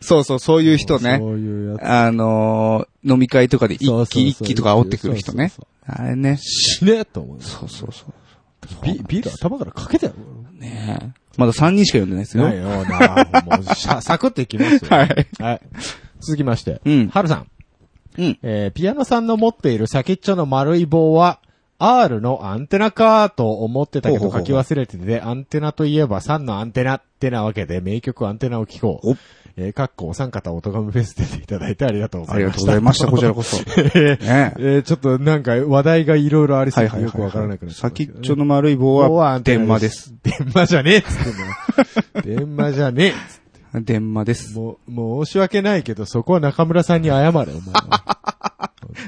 Speaker 1: す
Speaker 2: そうそう、そういう人
Speaker 1: よね
Speaker 2: ね。
Speaker 1: そういうやつ。
Speaker 2: あのー、飲み会とかで
Speaker 1: そう
Speaker 2: 一
Speaker 1: そうそう
Speaker 2: 気一気とか煽ってくる人ね
Speaker 1: そう。
Speaker 2: あれね。
Speaker 1: 死ねえと思う。
Speaker 2: そうそうそう。
Speaker 1: ビビール頭からかけてやる
Speaker 2: ねえまだ3人しか読んでないですよ。
Speaker 1: ないよなもうしゃサクッといきます よ。
Speaker 2: はい。
Speaker 1: はい。続きまして。
Speaker 2: うん
Speaker 1: はるさん。
Speaker 2: うん。
Speaker 1: えーピアノさんの持っている先っちょの丸い棒は、R のアンテナかと思ってたけ
Speaker 2: ほう
Speaker 1: ど
Speaker 2: ほう
Speaker 1: 書
Speaker 2: ほう
Speaker 1: き忘れてて、アンテナといえば3のアンテナってなわけで、名曲アンテナを聴こ
Speaker 2: お
Speaker 1: う。えーかっこお三方おとがめフェス出ていただいてありがとうご
Speaker 2: あ
Speaker 1: ざ
Speaker 2: り
Speaker 1: い
Speaker 2: が
Speaker 1: ま
Speaker 2: とう
Speaker 1: した。
Speaker 2: ございました、こちらこ そ。
Speaker 1: えー
Speaker 2: ねえ。
Speaker 1: えーちょっとなんか話題がいろいろありす
Speaker 2: はい
Speaker 1: ぎ
Speaker 2: は
Speaker 1: て
Speaker 2: い
Speaker 1: よく
Speaker 2: は
Speaker 1: わからないくなっちゃ
Speaker 2: 先
Speaker 1: い
Speaker 2: っ
Speaker 1: ましたけどね
Speaker 2: ちょの丸い棒
Speaker 1: 棒はア
Speaker 2: は、
Speaker 1: ンテ
Speaker 2: 電
Speaker 1: ナ
Speaker 2: 話です。。
Speaker 1: 電話じゃねえっつってん の。電話じゃねえっつっ
Speaker 2: 電話です
Speaker 1: て。。もう、もう申し訳ないけど、そこは中村さんに謝れ、お前 は。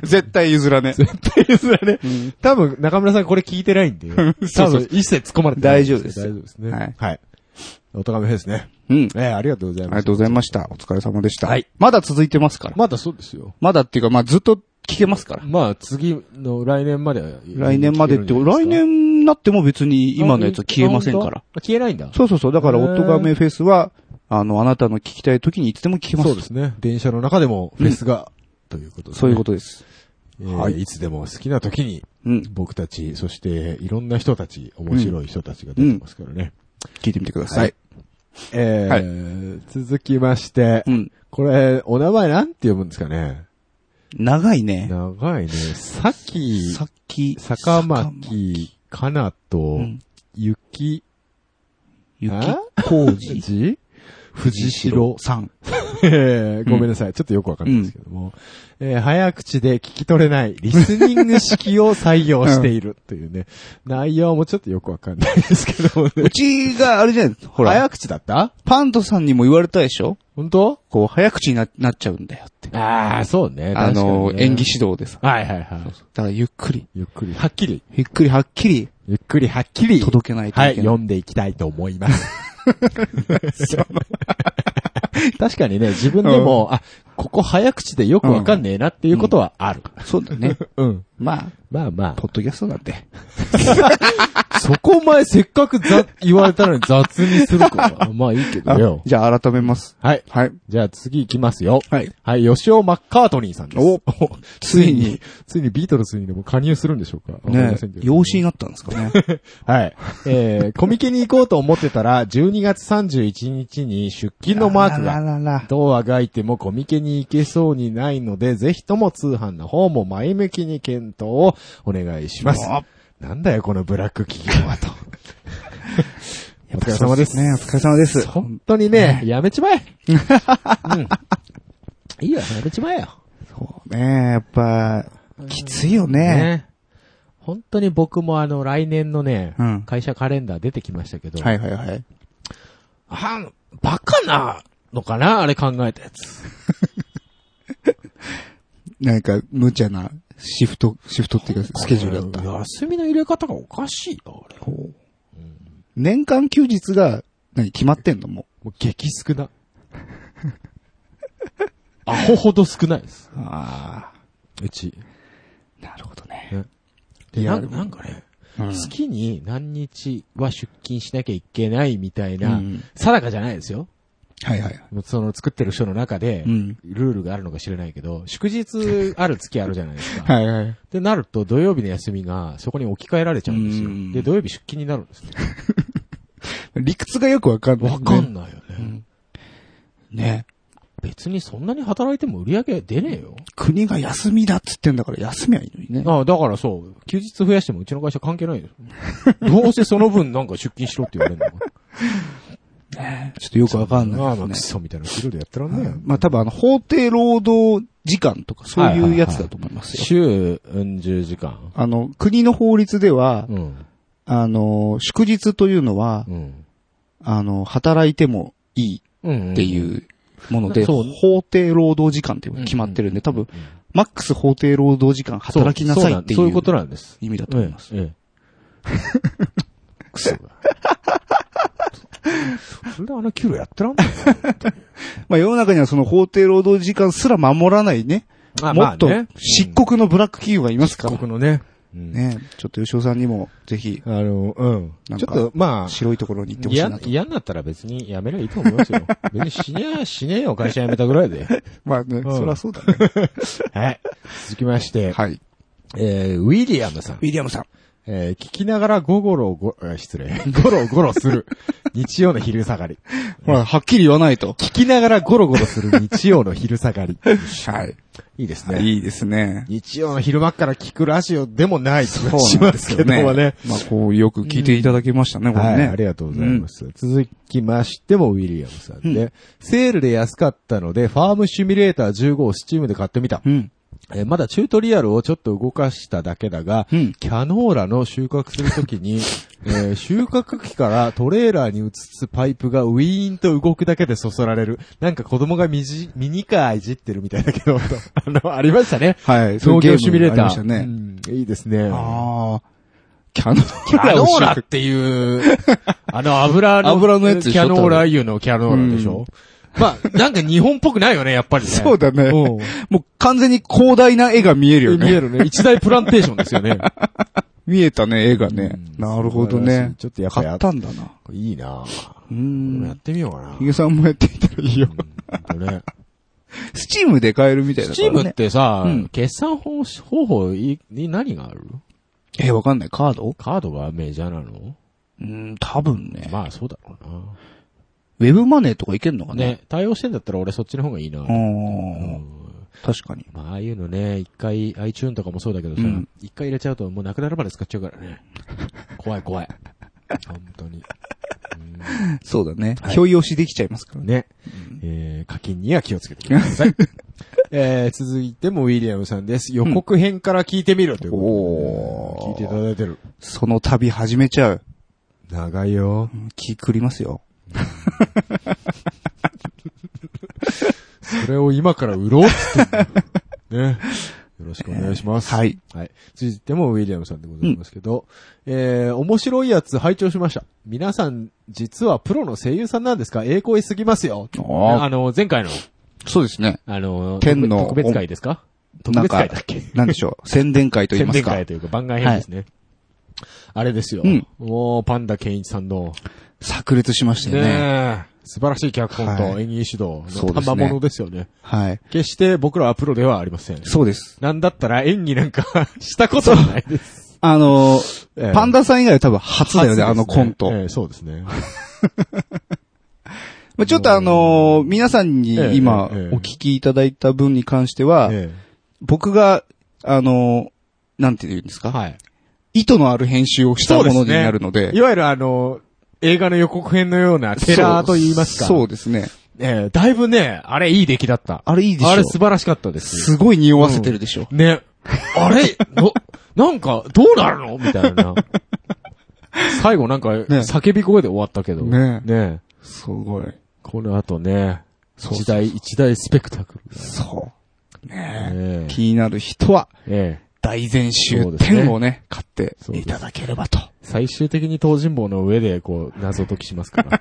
Speaker 2: 絶対譲らねえ。
Speaker 1: 絶対それね。多分、中村さんこれ聞いてないんで。
Speaker 2: そうそう
Speaker 1: 多分、一切突っ込まれてない
Speaker 2: 大丈夫です
Speaker 1: 大丈夫ですね。
Speaker 2: はい
Speaker 1: はい。おとがめフェスね。
Speaker 2: うん。
Speaker 1: ええ、ありがとうござい
Speaker 2: あり
Speaker 1: ま
Speaker 2: が
Speaker 1: す。
Speaker 2: とうございました。お疲れ様でした。
Speaker 1: はい
Speaker 2: まだ続いてますから。
Speaker 1: まだそうですよ。
Speaker 2: まだっていうか、まあずっと聞けますから。
Speaker 1: まあ、次の来年までは。
Speaker 2: 来年までって、来年になっても別に今のやつは消えませんから。。
Speaker 1: あ消えないんだ。
Speaker 2: そうそうそう。だから、
Speaker 1: へ
Speaker 2: オ
Speaker 1: ー
Speaker 2: トガメフェスは、あの、あなたの聞きたい時にいつでも聞けます。
Speaker 1: そうですね。電車の中でもフェスが、ということでね。
Speaker 2: そういうことです。
Speaker 1: え
Speaker 2: は
Speaker 1: ー
Speaker 2: い
Speaker 1: いつでも好きな時に、
Speaker 2: うん。
Speaker 1: 僕たち、そしていろんな人たち、面白い人たちが出てますからね。
Speaker 2: 聞いてみてください。
Speaker 1: えー続きまして、
Speaker 2: うん。
Speaker 1: これ、お名前なんて読むんですかね
Speaker 2: 長いね。
Speaker 1: 長いね。さき、
Speaker 2: さっき、
Speaker 1: 坂
Speaker 2: 坂
Speaker 1: 巻、かなと
Speaker 2: うん、
Speaker 1: ゆき、
Speaker 2: ゆ
Speaker 1: あ
Speaker 2: きこうじ、
Speaker 1: じ 藤代
Speaker 2: さん。
Speaker 1: えーごめんなさい。ちょっとよくわかんないですけども。えー早口で聞き取れないリスニング式を採用しているというね。内容もちょっとよくわかんないですけどもね
Speaker 2: う。ちが、あれじゃないほら
Speaker 1: 早、口だった
Speaker 2: パントさんにも言われたでしょ
Speaker 1: 本当
Speaker 2: こう、早口にななっちゃうんだよって。
Speaker 1: ああ、そうね。
Speaker 2: あの、演技
Speaker 1: し。
Speaker 2: 指導でさ。
Speaker 1: はいはいはい。
Speaker 2: だから、ゆっくり、
Speaker 1: ゆっくり。はっきり。
Speaker 2: ゆっくりはっきり
Speaker 1: ゆっくりはっきり。
Speaker 2: 届けないと
Speaker 1: はいい、
Speaker 2: けない。
Speaker 1: 読んでいきたいと思い ます。確かにね、自分でも、あ、ここ早口でよくわかんねえなっていうことはある。
Speaker 2: そうだね。
Speaker 1: うん。
Speaker 2: まあ、
Speaker 1: まあま
Speaker 2: ポッドキャストなんで。
Speaker 1: あ。そこお前せっかくざ、言われたのに雑にするから。 まあいいけど
Speaker 2: あ
Speaker 1: よ。
Speaker 2: じゃあ、改めます。
Speaker 1: はい。
Speaker 2: はい。
Speaker 1: じゃあ次行きますよ。
Speaker 2: はい。
Speaker 1: はい、吉尾マッカートニーさんです。
Speaker 2: お
Speaker 1: ついに、ついにビートルズにでも加入するんでしょうかわかり
Speaker 2: ね
Speaker 1: ませんけど
Speaker 2: 養子になったんですかね。
Speaker 1: はい。えー、コミケに行こうと思ってたら、12月31日に出勤 のマーク
Speaker 2: あ
Speaker 1: が。
Speaker 2: らららら。
Speaker 1: どうあがいてもコミケに行けそうにないので、ぜひとも通販の方も前向きに検討をお願いします。
Speaker 2: あ
Speaker 1: なんだよ、このブラック企業は と。お疲れ様です。
Speaker 2: ね、お疲れ様です。
Speaker 1: 本当にね、やめち まえ。うん、いいよ、やめちまえよ。
Speaker 2: そうね、やっぱ、きついよね。
Speaker 1: ね。本当に僕もあの、来年のね、
Speaker 2: うん
Speaker 1: 会社カレンダー出てきましたけど、
Speaker 2: はいはいはい。
Speaker 1: はん、バカなのかなあれ考えたやつ。
Speaker 2: なんか、無茶なシフト、シフトっていうか、スケジュールだった。
Speaker 1: 休みの入れ方がおかしいな、あれ。
Speaker 2: こう年間休日が、何、決まってんのも
Speaker 1: もう激少な。 アホほど少ないです。
Speaker 2: う。あ
Speaker 1: うち。
Speaker 2: あ、なるほどね。
Speaker 1: で
Speaker 2: いや
Speaker 1: な
Speaker 2: でも
Speaker 1: なんかね、
Speaker 2: うん
Speaker 1: 月に何日は出勤しなきゃいけないみたいな、
Speaker 2: うん
Speaker 1: 定かじゃないですよ。
Speaker 2: はいはい。
Speaker 1: もうその作ってる人の中で、
Speaker 2: うん
Speaker 1: ルールがあるのか知らないけど、祝日ある月あるじゃないですか。
Speaker 2: はいはい。
Speaker 1: ってなると、土曜日の休みがそこに置き換えられちゃうんです
Speaker 2: う
Speaker 1: よ。
Speaker 2: ん
Speaker 1: で、土曜日出勤になるんですね。
Speaker 2: 理屈がよくわかんない。
Speaker 1: わかんないよね。
Speaker 2: ね。
Speaker 1: 別にそんなに働いても売り上げ出ねえよ。
Speaker 2: 国が休みだっつってんだから休みはいいのにね。
Speaker 1: ああ、だからそう、休日増やしてもうちの会社関係ない よ。どうせその分なんか出勤しろって言われ るのか。
Speaker 2: ちょっとよくわかん
Speaker 1: あ
Speaker 2: な
Speaker 1: あ、
Speaker 2: い
Speaker 1: まあ
Speaker 2: で
Speaker 1: ク
Speaker 2: す
Speaker 1: ソみたいなのルでやってらん
Speaker 2: ね。
Speaker 1: ねえ
Speaker 2: は
Speaker 1: よ
Speaker 2: い。まあ多分あの、法定労働時間とかそういうやつだと思いますよ。
Speaker 1: 週、うん、10時間。
Speaker 2: あの、国の法律では、
Speaker 1: うん。
Speaker 2: あの、祝日というのは、
Speaker 1: うん。
Speaker 2: あの、働いてもいい
Speaker 1: うん。
Speaker 2: っていうもので、
Speaker 1: うんそう
Speaker 2: 法定労働時間っていうのが決まってるんで、多分、マックス法定労働時間働きなさいって
Speaker 1: そう
Speaker 2: い
Speaker 1: そうなんそういううことなんです。
Speaker 2: 意味だと思います。
Speaker 1: ええ。ええクソが。それであの給料やってらんないよ
Speaker 2: まあ世の中にはその法定労働時間すら守らないね、
Speaker 1: あ
Speaker 2: もっと
Speaker 1: まあね
Speaker 2: 漆黒のブラック企業がいますから。
Speaker 1: 僕のね。うん
Speaker 2: ね、ちょっと吉尾さんにもぜひ
Speaker 1: あの、うん。
Speaker 2: なん
Speaker 1: ち
Speaker 2: か
Speaker 1: ょっと、まあ、
Speaker 2: 白いところに行ってほしい
Speaker 1: 嫌
Speaker 2: なと。
Speaker 1: 嫌になったら別にやめればいいと思います よ。別に死ねや死ねえよ、会社辞めたぐらいで。
Speaker 2: まあね、
Speaker 1: うん
Speaker 2: そりゃそうだ ね。
Speaker 1: はい。続きまして、
Speaker 2: はい。ウ
Speaker 1: えー、ウィリアムさん。
Speaker 2: ィリアムさん。
Speaker 1: えー、聞きながらゴゴロゴ、あ失礼。ゴロゴロす る。日曜の昼下がり。
Speaker 2: ほら、はっきり言わないと。
Speaker 1: 聞きながらゴロゴロする日曜の昼下がり。
Speaker 2: はい。
Speaker 1: いいですね。
Speaker 2: いいですね。
Speaker 1: 日曜の昼間から聞くラジオでもない気が
Speaker 2: そ
Speaker 1: し
Speaker 2: うなん
Speaker 1: ま
Speaker 2: ですす
Speaker 1: け
Speaker 2: よ
Speaker 1: ど
Speaker 2: ね。
Speaker 1: もね。
Speaker 2: まあ、こう、よく聞いていただきましたね、これ
Speaker 1: はい、
Speaker 2: ね。
Speaker 1: ありがとうございます。続きましても、ウィリアムさんで、
Speaker 2: う
Speaker 1: セールで安かったので、ファームシミュレーター15をスチームで買ってみた。
Speaker 2: うん。
Speaker 1: えーまだチュートリアルをちょっと動かしただけだが、
Speaker 2: うん
Speaker 1: キャノーラの収穫するときに、 えー収穫機からトレーラーに移すパイプがウィーンと動くだけでそそられる。なんか子供がミジミニカーいじってるみたいだけど、と あの、ありましたね。
Speaker 2: はい。
Speaker 1: 農業シミュレーター。
Speaker 2: そういうゲームありま
Speaker 1: うんいいですね。
Speaker 2: したね。ああ。キャノー
Speaker 1: キャノーラ
Speaker 2: ラ
Speaker 1: っていう、 あの油の、
Speaker 2: 油のやつで
Speaker 1: キ
Speaker 2: しょ
Speaker 1: ャノーラ油のキャノーラでしょ、まあ、なんか日本っぽくないよね、やっぱりね。
Speaker 2: そうだね。
Speaker 1: うん
Speaker 2: もう完全に広大な絵が見えるよね。
Speaker 1: 見えるね。一大プランテーションですよね。
Speaker 2: 見えたね、絵がね。
Speaker 1: うん
Speaker 2: なるほど
Speaker 1: 素晴らし
Speaker 2: ね
Speaker 1: い。ちょっとやっぱ
Speaker 2: 買
Speaker 1: や
Speaker 2: ったんだな。
Speaker 1: いいな
Speaker 2: う
Speaker 1: ぁ。やっ
Speaker 2: ん。
Speaker 1: てみようかな。
Speaker 2: ヒゲさんもやってみたらいいよ。
Speaker 1: ほんとね。
Speaker 2: スチームで買えるみたい
Speaker 1: ス
Speaker 2: だか
Speaker 1: チ
Speaker 2: ら
Speaker 1: ームっ
Speaker 2: ね。
Speaker 1: てさ、
Speaker 2: うん
Speaker 1: 決算方方法いに何がある
Speaker 2: え、わかんない。カード
Speaker 1: カードがメジャーなの
Speaker 2: うん、多分ね。
Speaker 1: まあそうだろう
Speaker 2: ウェブマネーとかいけんのか
Speaker 1: な。
Speaker 2: ね。
Speaker 1: ね、対応してんだったら俺そっちの方がいいな。
Speaker 2: う。
Speaker 1: うんん
Speaker 2: 確かに。
Speaker 1: まあ、ああいうのね、一回、iTune とかもそうだけどさ
Speaker 2: うん、
Speaker 1: 一、回入れちゃうともうなくなるまで使っちゃうからね。怖い怖い。本当に。
Speaker 2: そうだね。
Speaker 1: はい
Speaker 2: ひょい押しできちゃいますからね。
Speaker 1: ね。えー課金には気をつけてください。えー続いてもウィリアムさんです。予告編から聞いてみるということ
Speaker 2: おー
Speaker 1: で、聞いていただいてる。
Speaker 2: その旅始めちゃう。
Speaker 1: 長いよ
Speaker 2: う。ん気くりますよ。
Speaker 1: それを今から売ろうっつってんのね。よろしくお願いします。
Speaker 2: はい。
Speaker 1: はい。続いてもウィリアムさんでございますけど、えー、面白いやつ拝聴しました。皆さん、実はプロの声優さんなんですか栄光すぎますよ。
Speaker 2: あー
Speaker 1: あの、前回の、
Speaker 2: そうですね。
Speaker 1: あの、
Speaker 2: 天の
Speaker 1: 特別会ですか特別会だっけ
Speaker 2: なんでしょう。宣伝会と言
Speaker 1: 宣
Speaker 2: います
Speaker 1: 伝
Speaker 2: か
Speaker 1: 会。というか番外編ですね。あれですよ。
Speaker 2: うん
Speaker 1: もう、パンダケンイチさんの、
Speaker 2: 炸裂しましたよね。
Speaker 1: ねえ素晴らしい脚本と
Speaker 2: はい
Speaker 1: 演技指導
Speaker 2: そう
Speaker 1: の
Speaker 2: ですね
Speaker 1: 賜物ですよね。
Speaker 2: はい。
Speaker 1: 決して僕らはプロではありません。
Speaker 2: そうです。
Speaker 1: なんだったら演技なんか したこともないです。
Speaker 2: あの、
Speaker 1: ええ
Speaker 2: パンダさん以外は多分初だよ
Speaker 1: 初
Speaker 2: ね、
Speaker 1: です
Speaker 2: あのコント。
Speaker 1: ええそうですね。
Speaker 2: まあちょっとあのー皆さんに
Speaker 1: ええ
Speaker 2: 今
Speaker 1: ええ
Speaker 2: お聞きいただいた分に関しては、
Speaker 1: え
Speaker 2: 僕が、あのーなんて言うんです
Speaker 1: え
Speaker 2: か、
Speaker 1: はい。
Speaker 2: 意図のある編集をした
Speaker 1: そう
Speaker 2: も
Speaker 1: です
Speaker 2: の
Speaker 1: ね
Speaker 2: になるので。
Speaker 1: いわゆるあの、映画の予告編のようなテラーと言いますか。
Speaker 2: そうそうですね。
Speaker 1: ええだいぶね、あれいい出来だった。
Speaker 2: あれいいでしょ
Speaker 1: あれ素晴らしかったです。
Speaker 2: すごい匂わせてるでしょ。
Speaker 1: ね。あれの、 なんか、どうなるのみたいな。最後なんか、叫び声で終わったけど。
Speaker 2: ね
Speaker 1: ね
Speaker 2: すごい。
Speaker 1: この後ね、
Speaker 2: そう
Speaker 1: 一大、一大スペクタクル
Speaker 2: そう。
Speaker 1: だね。
Speaker 2: 気になる人は、
Speaker 1: ええ。
Speaker 2: 大全集
Speaker 1: そうですね
Speaker 2: 10をね、買っていただければと。
Speaker 1: 最終的に東尋坊の上で、こう、謎解きします から。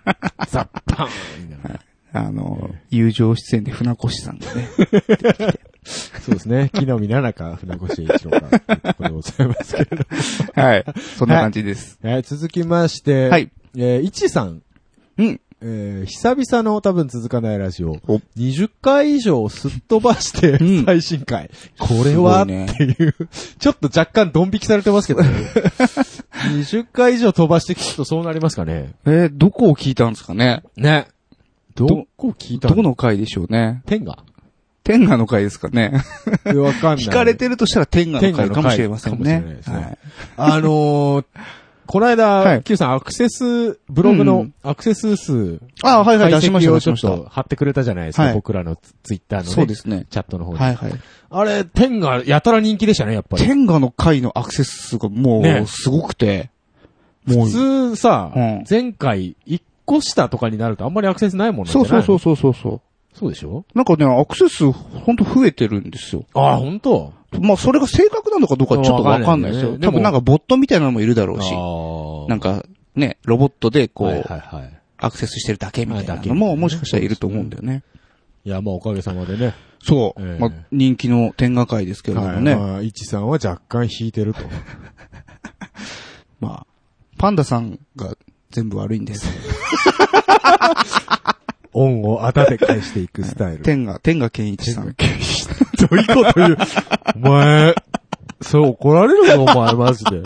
Speaker 1: ザッパーンみたいな
Speaker 2: あの、友情出演で船越さんが ね、
Speaker 1: そうですね。 木の実奈々か、船越英一郎か、というところでございますけれど。
Speaker 2: はい。そんな感じです。
Speaker 1: えー続きまして、
Speaker 2: はい。
Speaker 1: えー、いちさん。
Speaker 2: うん。
Speaker 1: えー久々の多分続かないラジオ
Speaker 2: お。
Speaker 1: 20回以上すっ飛ばして
Speaker 2: うん、
Speaker 1: 最新回。これは、
Speaker 2: すごいね
Speaker 1: っていう。ちょっと若干ドン引きされてますけ ど、ね、20回以上飛ばして聞くとそうなりますかね。
Speaker 2: えーどこを聞いたんですかね
Speaker 1: ね。どこ聞いた
Speaker 2: どこ
Speaker 1: の
Speaker 2: の回でしょうね。
Speaker 1: 天が
Speaker 2: 天下の回ですかね。
Speaker 1: いやわかんない。
Speaker 2: 聞かれてるとしたら天下の回かもしれません
Speaker 1: 天下の回かもしれない
Speaker 2: ね
Speaker 1: で。すね
Speaker 2: はい。
Speaker 1: あのー、 この
Speaker 2: は
Speaker 1: 間、
Speaker 2: い
Speaker 1: Q さんアクセス、ブログ
Speaker 2: う
Speaker 1: の
Speaker 2: ん
Speaker 1: アクセス数、
Speaker 2: あ、はいはい、
Speaker 1: 解
Speaker 2: 出しま
Speaker 1: 析
Speaker 2: した、出
Speaker 1: を
Speaker 2: し
Speaker 1: ちょ
Speaker 2: ま
Speaker 1: っ
Speaker 2: した。
Speaker 1: と貼ってくれたじゃないですか、
Speaker 2: はい
Speaker 1: 僕らのツツイッターのね。
Speaker 2: そうですね。
Speaker 1: チャットの方に。
Speaker 2: はいはい。
Speaker 1: あれ、天がやたら人気でしたね、やっぱり。
Speaker 2: 天下の回のアクセス数がも
Speaker 1: ね
Speaker 2: う、すごくて、もう、
Speaker 1: 普通さ、
Speaker 2: うん
Speaker 1: 前回1個下とかになるとあんまりアクセスないもんなんじゃ
Speaker 2: そう
Speaker 1: ない
Speaker 2: そうそう
Speaker 1: う。
Speaker 2: そうそうそう。
Speaker 1: そうでしょ
Speaker 2: なんかね、アクセス数ほんと増えてるんですよ。
Speaker 1: ああ、本当
Speaker 2: まあ、それが正確なのかどうかちょっとわかんないです
Speaker 1: わか
Speaker 2: よ。
Speaker 1: んないね
Speaker 2: 多分なんかボットみたいなのもいるだろうし、
Speaker 1: あ
Speaker 2: なんかね、ロボットでこ、
Speaker 1: はいはいうはい。
Speaker 2: アクセスしてるだけみたい
Speaker 1: あ
Speaker 2: な
Speaker 1: だけ
Speaker 2: のももしかしたらいると思うんだよね。
Speaker 1: いや、まあおかげさまでね。
Speaker 2: そう。
Speaker 1: ええ
Speaker 2: まあ、人気の天下界ですけれども
Speaker 1: い。
Speaker 2: ね。
Speaker 1: まあ、いちさんは若干引いてると。
Speaker 2: まあ、パンダさんが全部悪いんです。
Speaker 1: 恩をあだで返していくスタイル。
Speaker 2: 天下、天下健一さん。
Speaker 1: どういうこと言う。お前、それ怒られるぞ、お前、マジで。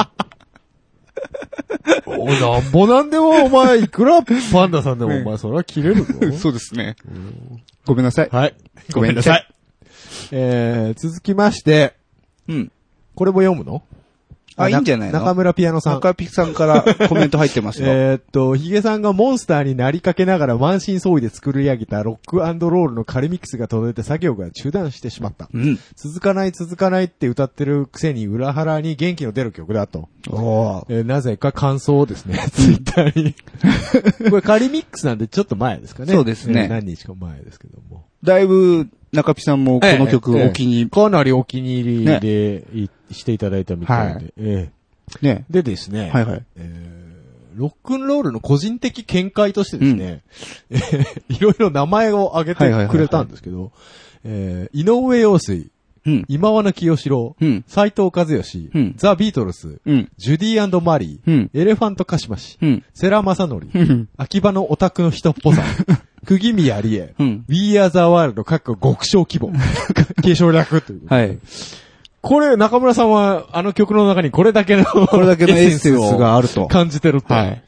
Speaker 1: おなんぼなんでも、お前、いくらパンダさんでも、お前、それは切れるぞ。
Speaker 2: そうですね。ごめんなさい。
Speaker 1: はい。
Speaker 2: ごめんなさい。
Speaker 1: えー、続きまして、
Speaker 2: うん。
Speaker 1: これも読むの
Speaker 2: あ、いいんじゃないの
Speaker 1: 中
Speaker 2: 中
Speaker 1: 村ピアノさん。
Speaker 2: ピさんからコメント入ってます よ。
Speaker 1: えーっと、ヒゲさんがモンスターになりかけながら満身創痍で作り上げたロックロールの仮ミックスが届いて作業が中断してしまった。
Speaker 2: うん。
Speaker 1: 続かない続かないって歌ってるくせに裏腹に元気の出る曲だと。
Speaker 2: お
Speaker 1: えーなぜか感想をです ね、ツイッターに。 これ仮ミックスなんでちょっと前ですかね。
Speaker 2: そうですね
Speaker 1: えー何日か前ですけども。
Speaker 2: だいぶ、中ピさんもこの曲
Speaker 1: ええ
Speaker 2: お気に入
Speaker 1: かなりお気に入りで、いしていただいたみたいで。え
Speaker 2: り。ね。
Speaker 1: ーでですね、
Speaker 2: はいはい。
Speaker 1: ロックンロールの個人的見解としてですね、え ーいろいろ名前を挙げ
Speaker 2: はいはいは
Speaker 1: て
Speaker 2: いはい
Speaker 1: くれたんですけど、えー井上陽水、
Speaker 2: うん。
Speaker 1: 今和の清志郎、
Speaker 2: うん。
Speaker 1: 斎藤和義、
Speaker 2: うん
Speaker 1: ザ・ビートルズ、
Speaker 2: うん。
Speaker 1: ジュディマリー、
Speaker 2: うん。
Speaker 1: エレファントカシマシ、
Speaker 2: うん。
Speaker 1: セラ・マサノリ、
Speaker 2: うん。
Speaker 1: 秋葉のオタクの人っぽさ、釘宮理恵、
Speaker 2: うん。
Speaker 1: We Are the World、かっこ極小規 模、継承略という。
Speaker 2: はい。
Speaker 1: これ、中村さんは、あの曲の中にこれだけの、
Speaker 2: これだけのエッセンスがあると。
Speaker 1: 感じてると。
Speaker 2: はい。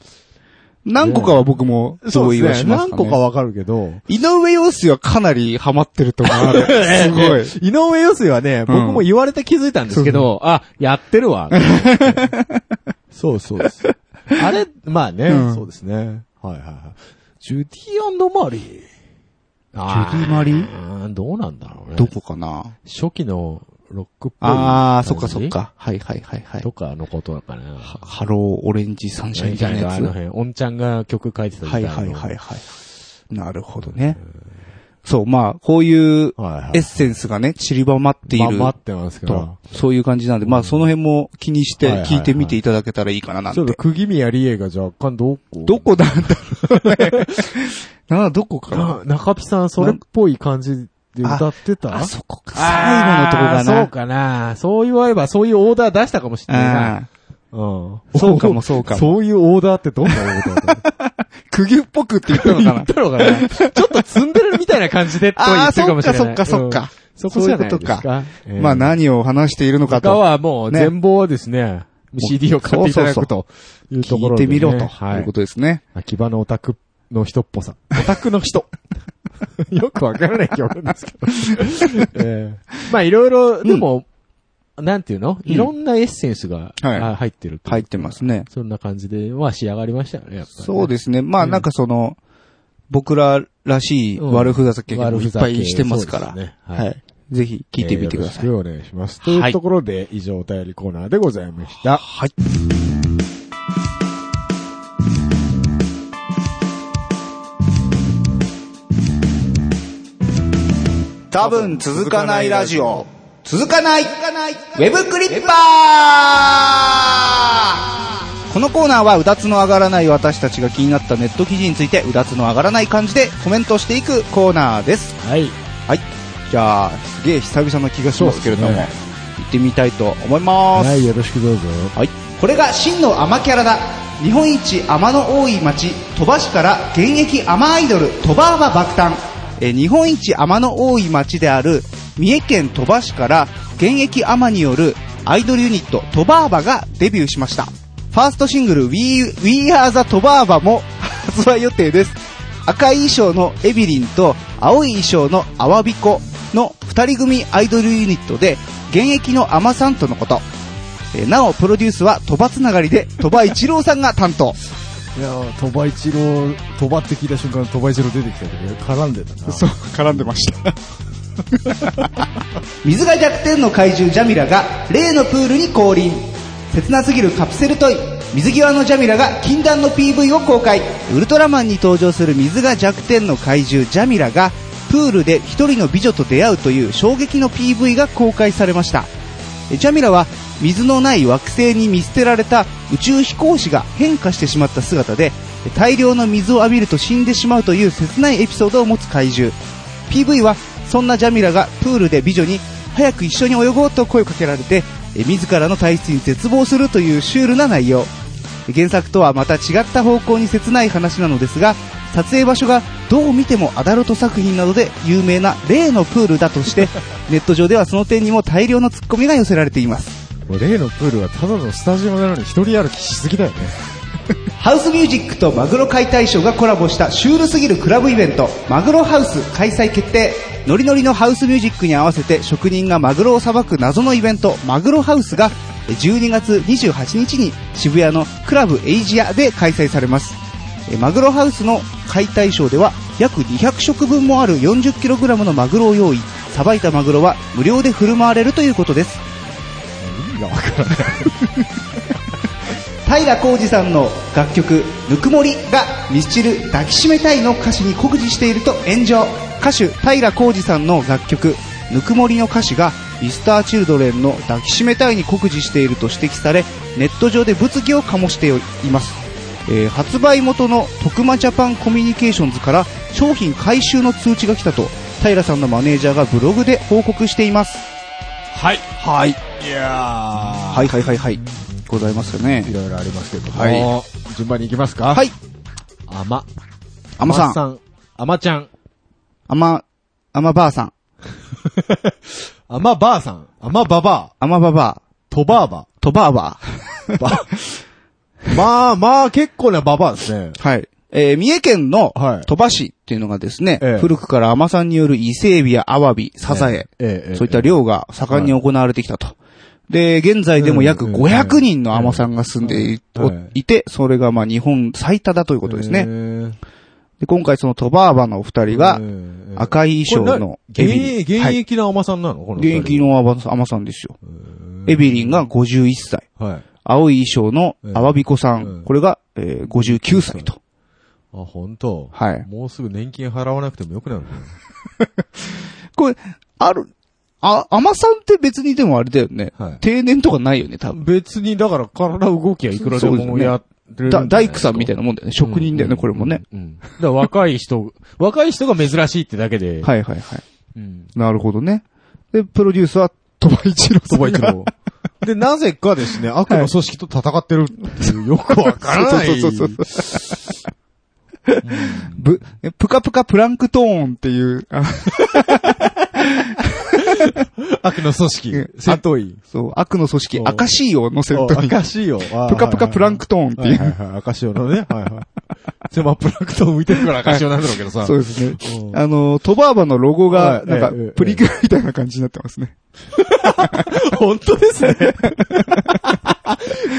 Speaker 2: 何個かは僕も
Speaker 1: そう
Speaker 2: 同
Speaker 1: で
Speaker 2: 意
Speaker 1: す
Speaker 2: は
Speaker 1: ね。
Speaker 2: します
Speaker 1: 何
Speaker 2: か
Speaker 1: 個
Speaker 2: ね。
Speaker 1: かわかるけど、
Speaker 2: 井上陽水はかなりハマってると思う。あ れすごい。
Speaker 1: 井上陽水はね、僕も言われて気づいたんですけど、あ、やってる わ。そうそうです。あれ、まあね、
Speaker 2: うん
Speaker 1: そうですね。はいはいはい。ジュディマリー。ジ
Speaker 2: ジュディマリー
Speaker 1: ーどうなんだろうね。
Speaker 2: どこかな
Speaker 1: 初期のロックっぽい。
Speaker 2: あー、そっかそっ。か。はいはいはいはい
Speaker 1: と。かのことかな。
Speaker 2: ハローオレンジサンシャインみたいなや
Speaker 1: あ
Speaker 2: つ。
Speaker 1: の
Speaker 2: は
Speaker 1: 辺、おんちゃんが曲書いてたみたい
Speaker 2: い
Speaker 1: な。
Speaker 2: はいはいはい。なるほどね。そう、まあ、こういう
Speaker 1: はいはい。
Speaker 2: エッセンスがね、散りばまってい
Speaker 1: まあ
Speaker 2: る
Speaker 1: 待ってますけど
Speaker 2: と。、そういう感じなんで、まあ、その辺も気にし
Speaker 1: はいはい
Speaker 2: て
Speaker 1: はい
Speaker 2: 聞いてみていただけたらいいかななん
Speaker 1: ちょっと
Speaker 2: て。
Speaker 1: 釘宮理恵が若干どこ
Speaker 2: どこなんだろうね。 なあ、どこかな
Speaker 1: な 中ピさん、それっぽい感じで歌ってた
Speaker 2: あそこか。最後のとこ
Speaker 1: あー
Speaker 2: か
Speaker 1: そうかな。そう言われば、そういうオーダー出したかもしれない
Speaker 2: な。
Speaker 1: な。
Speaker 2: うん
Speaker 1: うん。
Speaker 2: そうかもそうかも
Speaker 1: そういうオーダーってどんなオーダーだっ
Speaker 2: 釘っぽくって言ったの かな
Speaker 1: たのかなちょっと積んでるみたいな感じでと言
Speaker 2: あ
Speaker 1: っ
Speaker 2: あ、
Speaker 1: て
Speaker 2: そ
Speaker 1: るかも
Speaker 2: っ
Speaker 1: しれない。
Speaker 2: かそっかそっ
Speaker 1: うん
Speaker 2: か。。
Speaker 1: そこじゃないですか。ええ
Speaker 2: まあ何を話しているのか
Speaker 1: 他
Speaker 2: と。
Speaker 1: はもう全貌をですね、CD を買っていただくというとこ
Speaker 2: 聞
Speaker 1: ろ
Speaker 2: い
Speaker 1: で
Speaker 2: て
Speaker 1: ね。
Speaker 2: みろと。
Speaker 1: はいいう
Speaker 2: こ。とですね。
Speaker 1: 秋葉のオタクの人っぽさ。オタクの人。 よくわからない曲なんですけど。 えーまあいろいろ、でも、なんていうの
Speaker 2: うん
Speaker 1: いろんなエッセンスが、
Speaker 2: はい
Speaker 1: あ入ってると
Speaker 2: 入ってますね。
Speaker 1: そんな感じで、まあ仕上がりましたよね、やっぱりね、
Speaker 2: そうですね。まあ
Speaker 1: うん
Speaker 2: なんかその、僕ららしい
Speaker 1: うん
Speaker 2: 悪ふざけも
Speaker 1: 悪
Speaker 2: い
Speaker 1: ふ
Speaker 2: っ
Speaker 1: ざけ
Speaker 2: ぱいしてますから。
Speaker 1: そうですね
Speaker 2: は
Speaker 1: はい
Speaker 2: い。ぜひ聞いてみてください。
Speaker 1: えーよろしくお願いします。と
Speaker 2: はい
Speaker 1: いうところで、以上お便りコーナーでございました。
Speaker 2: はい。多分続かないラジオ。続かない、ウェブクリッパーこのコーナーはうだつの上がらない私たちが気になったネット記事についてうだつの上がらない感じでコメントしていくコーナーです。
Speaker 1: はい。
Speaker 2: はい。じゃあ、すげえ久々な気がしますけれども、
Speaker 1: そうです
Speaker 2: 行ってみたいと思います。
Speaker 1: はい、よろしくどうぞ。
Speaker 2: はい、これが真の甘キャラだ日本一甘の多い町鳥羽市から現役甘アイドル鳥羽甘爆誕えー日本一甘の多い町である三重県鳥羽市から現役甘によるアイドルユニット鳥羽甘がデビューしましたファーストシングル We, We Are the 鳥羽甘も発売予定です赤い衣装のエビリンと青い衣装のアワビコの二人組アイドルユニットで現役の甘さんとのことえーなお、プロデュースは鳥羽つながりで、鳥羽一郎さんが担当。
Speaker 1: いやー、鳥羽一郎、鳥羽って聞いた瞬間、鳥羽一郎出てきたけど、絡んでたな。
Speaker 2: う、絡んでました。水が弱点の怪獣ジャミラが、例のプールに降臨。切なすぎるカプセルトイ。水際のジャミラが禁断の PV を公開。ウルトラマンに登場する水が弱点の怪獣ジャミラが、プールで一人の美女と出会うという衝撃の PV が公開されました。ジャミラは水のない惑星に見捨てられた宇宙飛行士が変化してしまった姿で大量の水を浴びると死んでしまうという切ないエピソードを持つ怪獣 PV はそんなジャミラがプールで美女に早く一緒に泳ごうと声をかけられてえ自らの体質に絶望するというシュールな内容原作とはまた違った方向に切ない話なのですが撮影場所がどう見てもアダルト作品などで有名な例のプールだとしてネット上ではその点にも大量のツッコミが寄せられています
Speaker 1: もう例のプールはただのスタジオなのに一人歩きしすぎだよね。
Speaker 2: ハウスミュージックとマグロ解体ショーがコラボしたシュールすぎるクラブイベントマグロハウス開催決定ノリノリのハウスミュージックに合わせて職人がマグロをさばく謎のイベントマグロハウスが12月28日に渋谷のクラブエイジアで開催されますえーマグロハウスの解体ショーでは約200食分もある 40kg のマグロを用意さばいたマグロは無料で振る舞われるということです
Speaker 1: 意味がわからない。
Speaker 2: 平浩二さんの楽曲「ぬくもり」が「ミスチル抱きしめたい」の歌詞に酷似していると炎上歌手平浩二さんの楽曲「ぬくもり」の歌詞がミスターチルドレンの「抱きしめたい」に酷似していると指摘されネット上で物議を醸しています、えー発売元の徳間ジャパンコミュニケーションズから商品回収の通知が来たと平さんのマネージャーがブログで報告しています
Speaker 4: はい。
Speaker 2: はい
Speaker 4: いや
Speaker 2: はいはいはいはいございますよね
Speaker 1: いろいろありますけども、
Speaker 2: は
Speaker 1: 順番に行きますか
Speaker 2: はい。
Speaker 1: あま。
Speaker 2: あまさん
Speaker 1: さん。あまちゃん。
Speaker 2: あまあまばあさん
Speaker 1: あまばあさん。あまばばあ。
Speaker 2: あまばばあ
Speaker 1: とばあば。
Speaker 2: とばあば。
Speaker 1: ば。まあまあ、結構なばばあですね。
Speaker 2: はい。えー三重県の
Speaker 1: はい
Speaker 2: 鳥羽市っていうのがですね、
Speaker 1: ええ
Speaker 2: 古くから甘さんによる伊勢エビやアワビ、サザエ、
Speaker 1: ええええ
Speaker 2: そういった漁が盛んに行われてきたと。で、現在でも約
Speaker 1: うん
Speaker 2: 500人の甘さんが住んでい,
Speaker 1: うん
Speaker 2: お、
Speaker 1: はい
Speaker 2: いて、それがまあ日本最多だということですね。
Speaker 1: ね。
Speaker 2: で今回その鳥羽アバのお二人が
Speaker 1: えー
Speaker 2: 赤い衣装の
Speaker 1: これな
Speaker 2: エビリン
Speaker 1: 現役現役の甘さんなのこの
Speaker 2: 現
Speaker 1: 二人
Speaker 2: 役の甘さ甘さんですよ。エビリンが51歳、
Speaker 1: はい。
Speaker 2: 青い衣装のアワビコさん、
Speaker 1: うん
Speaker 2: これが、えー59歳と。
Speaker 1: あ、本当。
Speaker 2: はい
Speaker 1: もうすぐ年金払わなくてもよくなるのかな
Speaker 2: これ、ある、あ、甘さんって別にでもあれだよね。
Speaker 1: はい
Speaker 2: 定年とかないよね、多分。
Speaker 1: 別に、だから体動きはいくらで
Speaker 2: そうです
Speaker 1: も
Speaker 2: ね
Speaker 1: やってるんじゃな
Speaker 2: だ
Speaker 1: いですか。
Speaker 2: 大工さんみたいなもんだよね。職人だよ
Speaker 1: う
Speaker 2: ね、
Speaker 1: ん
Speaker 2: これもね。
Speaker 1: うん。だから若い人、 若い人が珍しいってだけで。い。
Speaker 2: はいはいはい。
Speaker 1: うん。
Speaker 2: なるほどね。で、プロデュースは、鳥羽一郎さん
Speaker 1: 鳥
Speaker 2: が。
Speaker 1: 羽一郎。で、なぜかですね、悪の組織と戦ってるっていう、よくわからない。
Speaker 2: そうそうそう ぶ、えぷかぷかプランクトーンっていう、あ
Speaker 1: 悪の組織
Speaker 2: うん、
Speaker 1: 戦闘員。
Speaker 2: そう、悪の組織、
Speaker 1: お
Speaker 2: 赤シーを乗せるという。
Speaker 1: 赤潮。
Speaker 2: ぷかぷかプランクトーンって。
Speaker 1: はいいはいうはい、赤潮のね。はいはい。狭プランクトン浮いてるから赤潮なんだろうけどさ。
Speaker 2: そう
Speaker 1: う
Speaker 2: ですね。
Speaker 1: ん
Speaker 2: あの、トバーバのロゴが、
Speaker 1: はい
Speaker 2: なんか
Speaker 1: ええええ、
Speaker 2: プリクラみたいな感じになってますね。
Speaker 1: 本当です ね。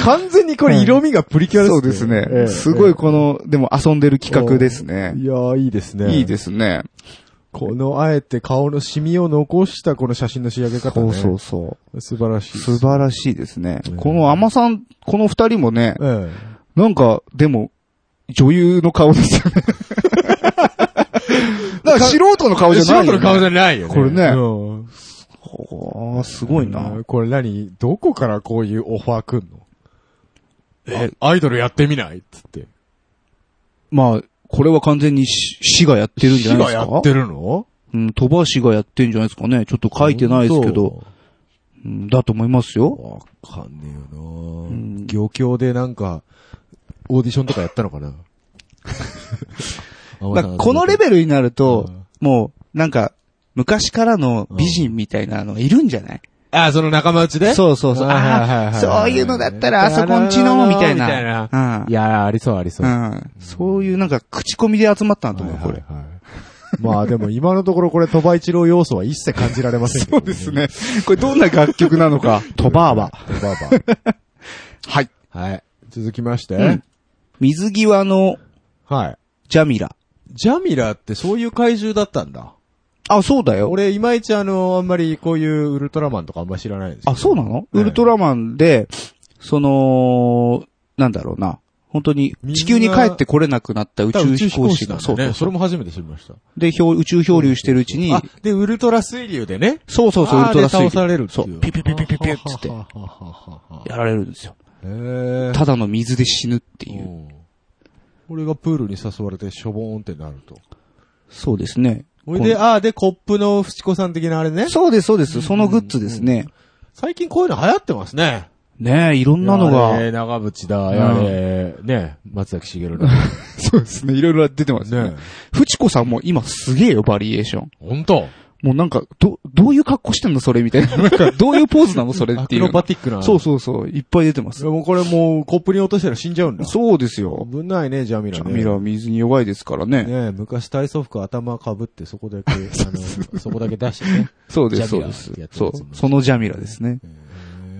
Speaker 1: 完全にこれ色味がプリキュアです
Speaker 2: そ
Speaker 1: ね。
Speaker 2: うです
Speaker 1: え
Speaker 2: ね。
Speaker 1: え
Speaker 2: すごい
Speaker 1: え
Speaker 2: この、でも遊んでる企画ですね
Speaker 1: え。いやー、いいですね。
Speaker 2: いいですね。
Speaker 1: この、あえて顔のシミを残したこの写真の仕上げ方
Speaker 2: そ
Speaker 1: ね。
Speaker 2: うそうそ
Speaker 1: 素晴らし
Speaker 2: う。
Speaker 1: い。
Speaker 2: 素晴らしいですね
Speaker 1: う。ん
Speaker 2: この甘さん、この二人もね、
Speaker 1: え
Speaker 2: なんか、でも、女優の顔ですよね。なんか素人
Speaker 1: え。
Speaker 2: の顔じゃないよね。
Speaker 1: じゃないよ
Speaker 2: これね
Speaker 1: うん
Speaker 2: ほう、すごいな。
Speaker 1: これ何どこからこういうオファー来んのえ、アイドルやってみないっつって。
Speaker 2: まあ、これは完全にし市がやってるんじゃないです
Speaker 1: 市
Speaker 2: か
Speaker 1: がやってるの
Speaker 2: うん、鳥羽市がやってんじゃないですかね。ちょっと書いてないですけど、。うんだと思いますよ。
Speaker 1: わかんねえよな漁協でなんか、オーディションとかやったのか な
Speaker 2: だからこのレベルになると
Speaker 1: うん、
Speaker 2: もう、なんか、昔からの美人みたいなのがいるんじゃない
Speaker 1: あ、その仲間内で
Speaker 2: そうそうそう。
Speaker 1: はいはいはいは
Speaker 2: あ
Speaker 1: い
Speaker 2: あ、そういうのだったら、あそこんちの、みたいな。
Speaker 1: みたいな
Speaker 2: うん
Speaker 1: いや、ありそうありそうう。
Speaker 2: ん。そういうなんか、口コミで集まったんだと思う、これ。
Speaker 1: はいはいはい。まあでも今のところこれ、鳥羽一郎要素は一切感じられませんけど、
Speaker 2: そうです。ね。これどんな楽曲なの か。トバーバ。
Speaker 1: 鳥羽
Speaker 2: はい。
Speaker 1: は。はい。続きまして、
Speaker 2: うん水際の
Speaker 1: はい。
Speaker 2: ジャミラ。
Speaker 1: ジャミラってそういう怪獣だったんだ。
Speaker 2: あ、そうだよ。
Speaker 1: 俺、いまいちあの、あんまりこういうウルトラマンとかあんま知らないんです
Speaker 2: あ、そうなのウルトラマンで、その、なんだろうな。本当に
Speaker 1: みんな
Speaker 2: 地球に帰ってこれなくなった宇宙飛行士が。
Speaker 1: そ
Speaker 2: そううそう
Speaker 1: そ
Speaker 2: そう
Speaker 1: れも初めて知りました。
Speaker 2: で、漂宇宙漂流してるうちに、
Speaker 1: あ、で、ウルトラ水流でね。
Speaker 2: そうそうそう、ウルトラ水
Speaker 1: あーで
Speaker 2: 流
Speaker 1: 倒されるって
Speaker 2: そ、
Speaker 1: いうう。
Speaker 2: ピュピュピュピュピュピュっ つって、
Speaker 1: ははははは
Speaker 2: やられるんですよ。
Speaker 1: へー
Speaker 2: ただの水で死ぬっていうう。
Speaker 1: ん俺がプールに誘われてしょぼーんってなると。
Speaker 2: そうですね。
Speaker 1: ほいで、あーで、コップのフチコさん的なあれね。
Speaker 2: そうです、そうです。そのグッズですね。
Speaker 1: 最近こういうの流行ってますね。
Speaker 2: ねえ、いろんなの
Speaker 1: やれ
Speaker 2: が。
Speaker 1: 長渕だ、やれ、ね、松崎しげるだ。
Speaker 2: そうですね、いろいろ出てま
Speaker 1: ね。
Speaker 2: ふちこさんも今すげえよ、バリエーション。
Speaker 1: ほんと。
Speaker 2: もうなんか、ど、どういう格好してんのそれみたいな。なん か、どういうポーズなのそれ
Speaker 1: ア
Speaker 2: ってい
Speaker 1: ク
Speaker 2: うの
Speaker 1: ロ
Speaker 2: が。
Speaker 1: バティックな。
Speaker 2: そうそうそう、いっぱい出てます
Speaker 1: で。もこれもうコップに落としたら死んじゃうんだ。
Speaker 2: そうですよ。
Speaker 1: 危ないね、ジャミラ
Speaker 2: ジ
Speaker 1: ね。
Speaker 2: ャミラは水に弱いですからね。
Speaker 1: ねえ、昔体操服頭かぶってそこだけ、あの、 そこだけ出してね。
Speaker 2: そうです、
Speaker 1: ジャ
Speaker 2: そう
Speaker 1: ミラ
Speaker 2: で
Speaker 1: っ
Speaker 2: す
Speaker 1: てや。つ
Speaker 2: そう。そのジャミラですね。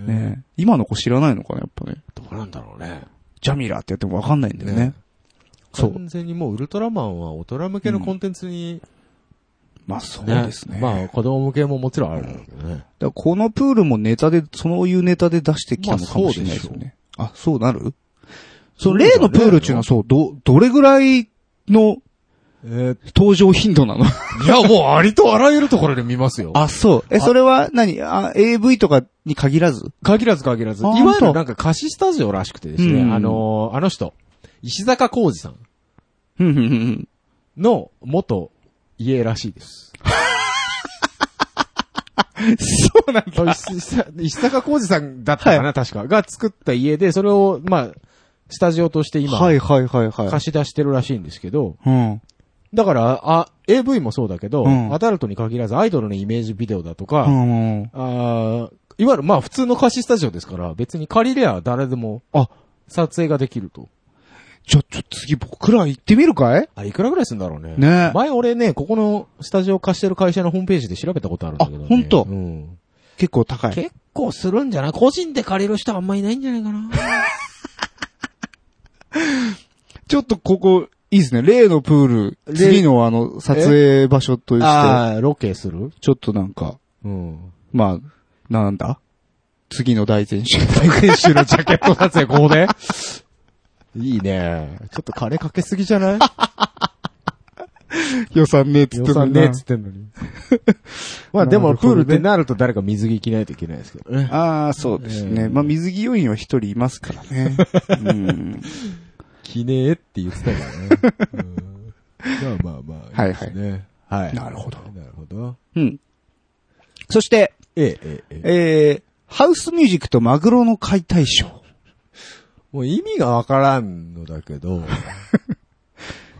Speaker 2: ねえ今の子知らないのかな、やっぱね。
Speaker 1: どうなんだろうね。
Speaker 2: ジャミラってやってもわかんないんだよね。
Speaker 1: ね
Speaker 2: そう。
Speaker 1: 完全にもうウルトラマンは大人向けのコンテンツに、
Speaker 2: まあそうですね。
Speaker 1: まあ子供向けももちろんあるんだけどね。
Speaker 2: だからこのプールもネタで、そういうネタで出してきたのかもしれないですよね。あ、そうなるそう、例のプールっていうのはそう、ど、どれぐらいの
Speaker 1: え
Speaker 2: 登場頻度なの
Speaker 1: いや、もうありとあらゆるところで見ますよ。
Speaker 2: あ、そう。え、それは何あ、AV とかに限らず
Speaker 1: 限らず限らず。い
Speaker 2: あ
Speaker 1: わゆるなんか貸しスタジオらしくてですね、
Speaker 2: うん
Speaker 1: あのーあの人、石坂浩二さん
Speaker 2: うん、うん、うん。
Speaker 1: の元家らしいです。
Speaker 2: そうなんだ。
Speaker 1: 石坂石坂浩二さんだった かな、確か。が作った家で、それを、まあ、スタジオとして今、
Speaker 2: はいはいはいはい。
Speaker 1: 貸し出してるらしいんですけど、
Speaker 2: うん。
Speaker 1: だから、あ、AV もそうだけど、
Speaker 2: うん
Speaker 1: アダルトに限らずアイドルのイメージビデオだと
Speaker 2: う
Speaker 1: か、
Speaker 2: んうん。
Speaker 1: ああーいわゆるまあ普通の貸しスタジオですから、別に借りりゃ誰でも
Speaker 2: あ、
Speaker 1: 撮影ができると。
Speaker 2: じゃ、ちょ、次僕ら行ってみるかい
Speaker 1: あ、いくらぐらいするんだろうね。
Speaker 2: ね
Speaker 1: 前俺ね、ここのスタジオ貸してる会社のホームページで調べたことあるんだけど、ね。
Speaker 2: あほんと
Speaker 1: うん。
Speaker 2: 結構高い。
Speaker 1: 結構するんじゃない個人で借りる人はあんまいないんじゃないかな。
Speaker 2: ちょっとここ、いいですね。例のプール、次のあの、撮影場所として、
Speaker 1: ああ、ロケする
Speaker 2: ちょっとなんか、
Speaker 1: うん。
Speaker 2: まあ、なんだ次の大 前週。
Speaker 1: 選手のジャケット撮影、ここで。 いいね。ちょっと金かけすぎじゃない
Speaker 2: 予算ねえっつって
Speaker 1: 予算
Speaker 2: んのに
Speaker 1: ね
Speaker 2: な
Speaker 1: えっつってんのに。まあでも、
Speaker 2: なる
Speaker 1: プ
Speaker 2: ほ
Speaker 1: ー
Speaker 2: ど
Speaker 1: ル
Speaker 2: ね
Speaker 1: ってなると誰か水着着ないといけないですけどね。
Speaker 2: ああ、そうですね。
Speaker 1: ええ
Speaker 2: まあ、水着要員は一人いますから ね。うん。
Speaker 1: 着ねえって言ってた からね。うんまあまあまあ。
Speaker 2: はいはい
Speaker 1: いいですね。はい。
Speaker 2: なるほど
Speaker 1: なるほど。
Speaker 2: うん。そして、
Speaker 1: ええ、ええ、ええ。
Speaker 2: えー、ハウスミュージックとマグロの解体ショー。
Speaker 1: もう意味がわからんのだけ ど。
Speaker 2: は